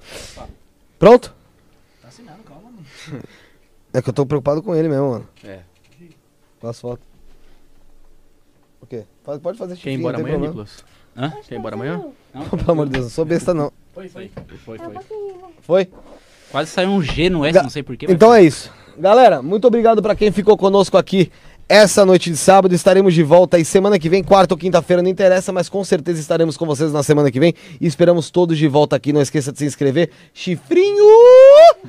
Pronto? Tá assinando, calma, mano. É que eu tô preocupado com ele mesmo, mano. É. Com as fotos. O quê? Faz- Pode fazer xixi, Quer ir embora não tem amanhã, problema. Nicolas? Quer ir embora amanhã? *laughs* Pelo amor de Deus, não sou besta não. Foi, foi. Foi, É um foi. pouquinho, né? Foi? Quase saiu um G no S, Ga- não sei porquê. Então é isso. Galera, muito obrigado pra quem ficou conosco aqui essa noite de sábado. Estaremos de volta aí semana que vem, quarta ou quinta-feira, não interessa, mas com certeza estaremos com vocês na semana que vem. E esperamos todos de volta aqui. Não esqueça de se inscrever. Chifrinho!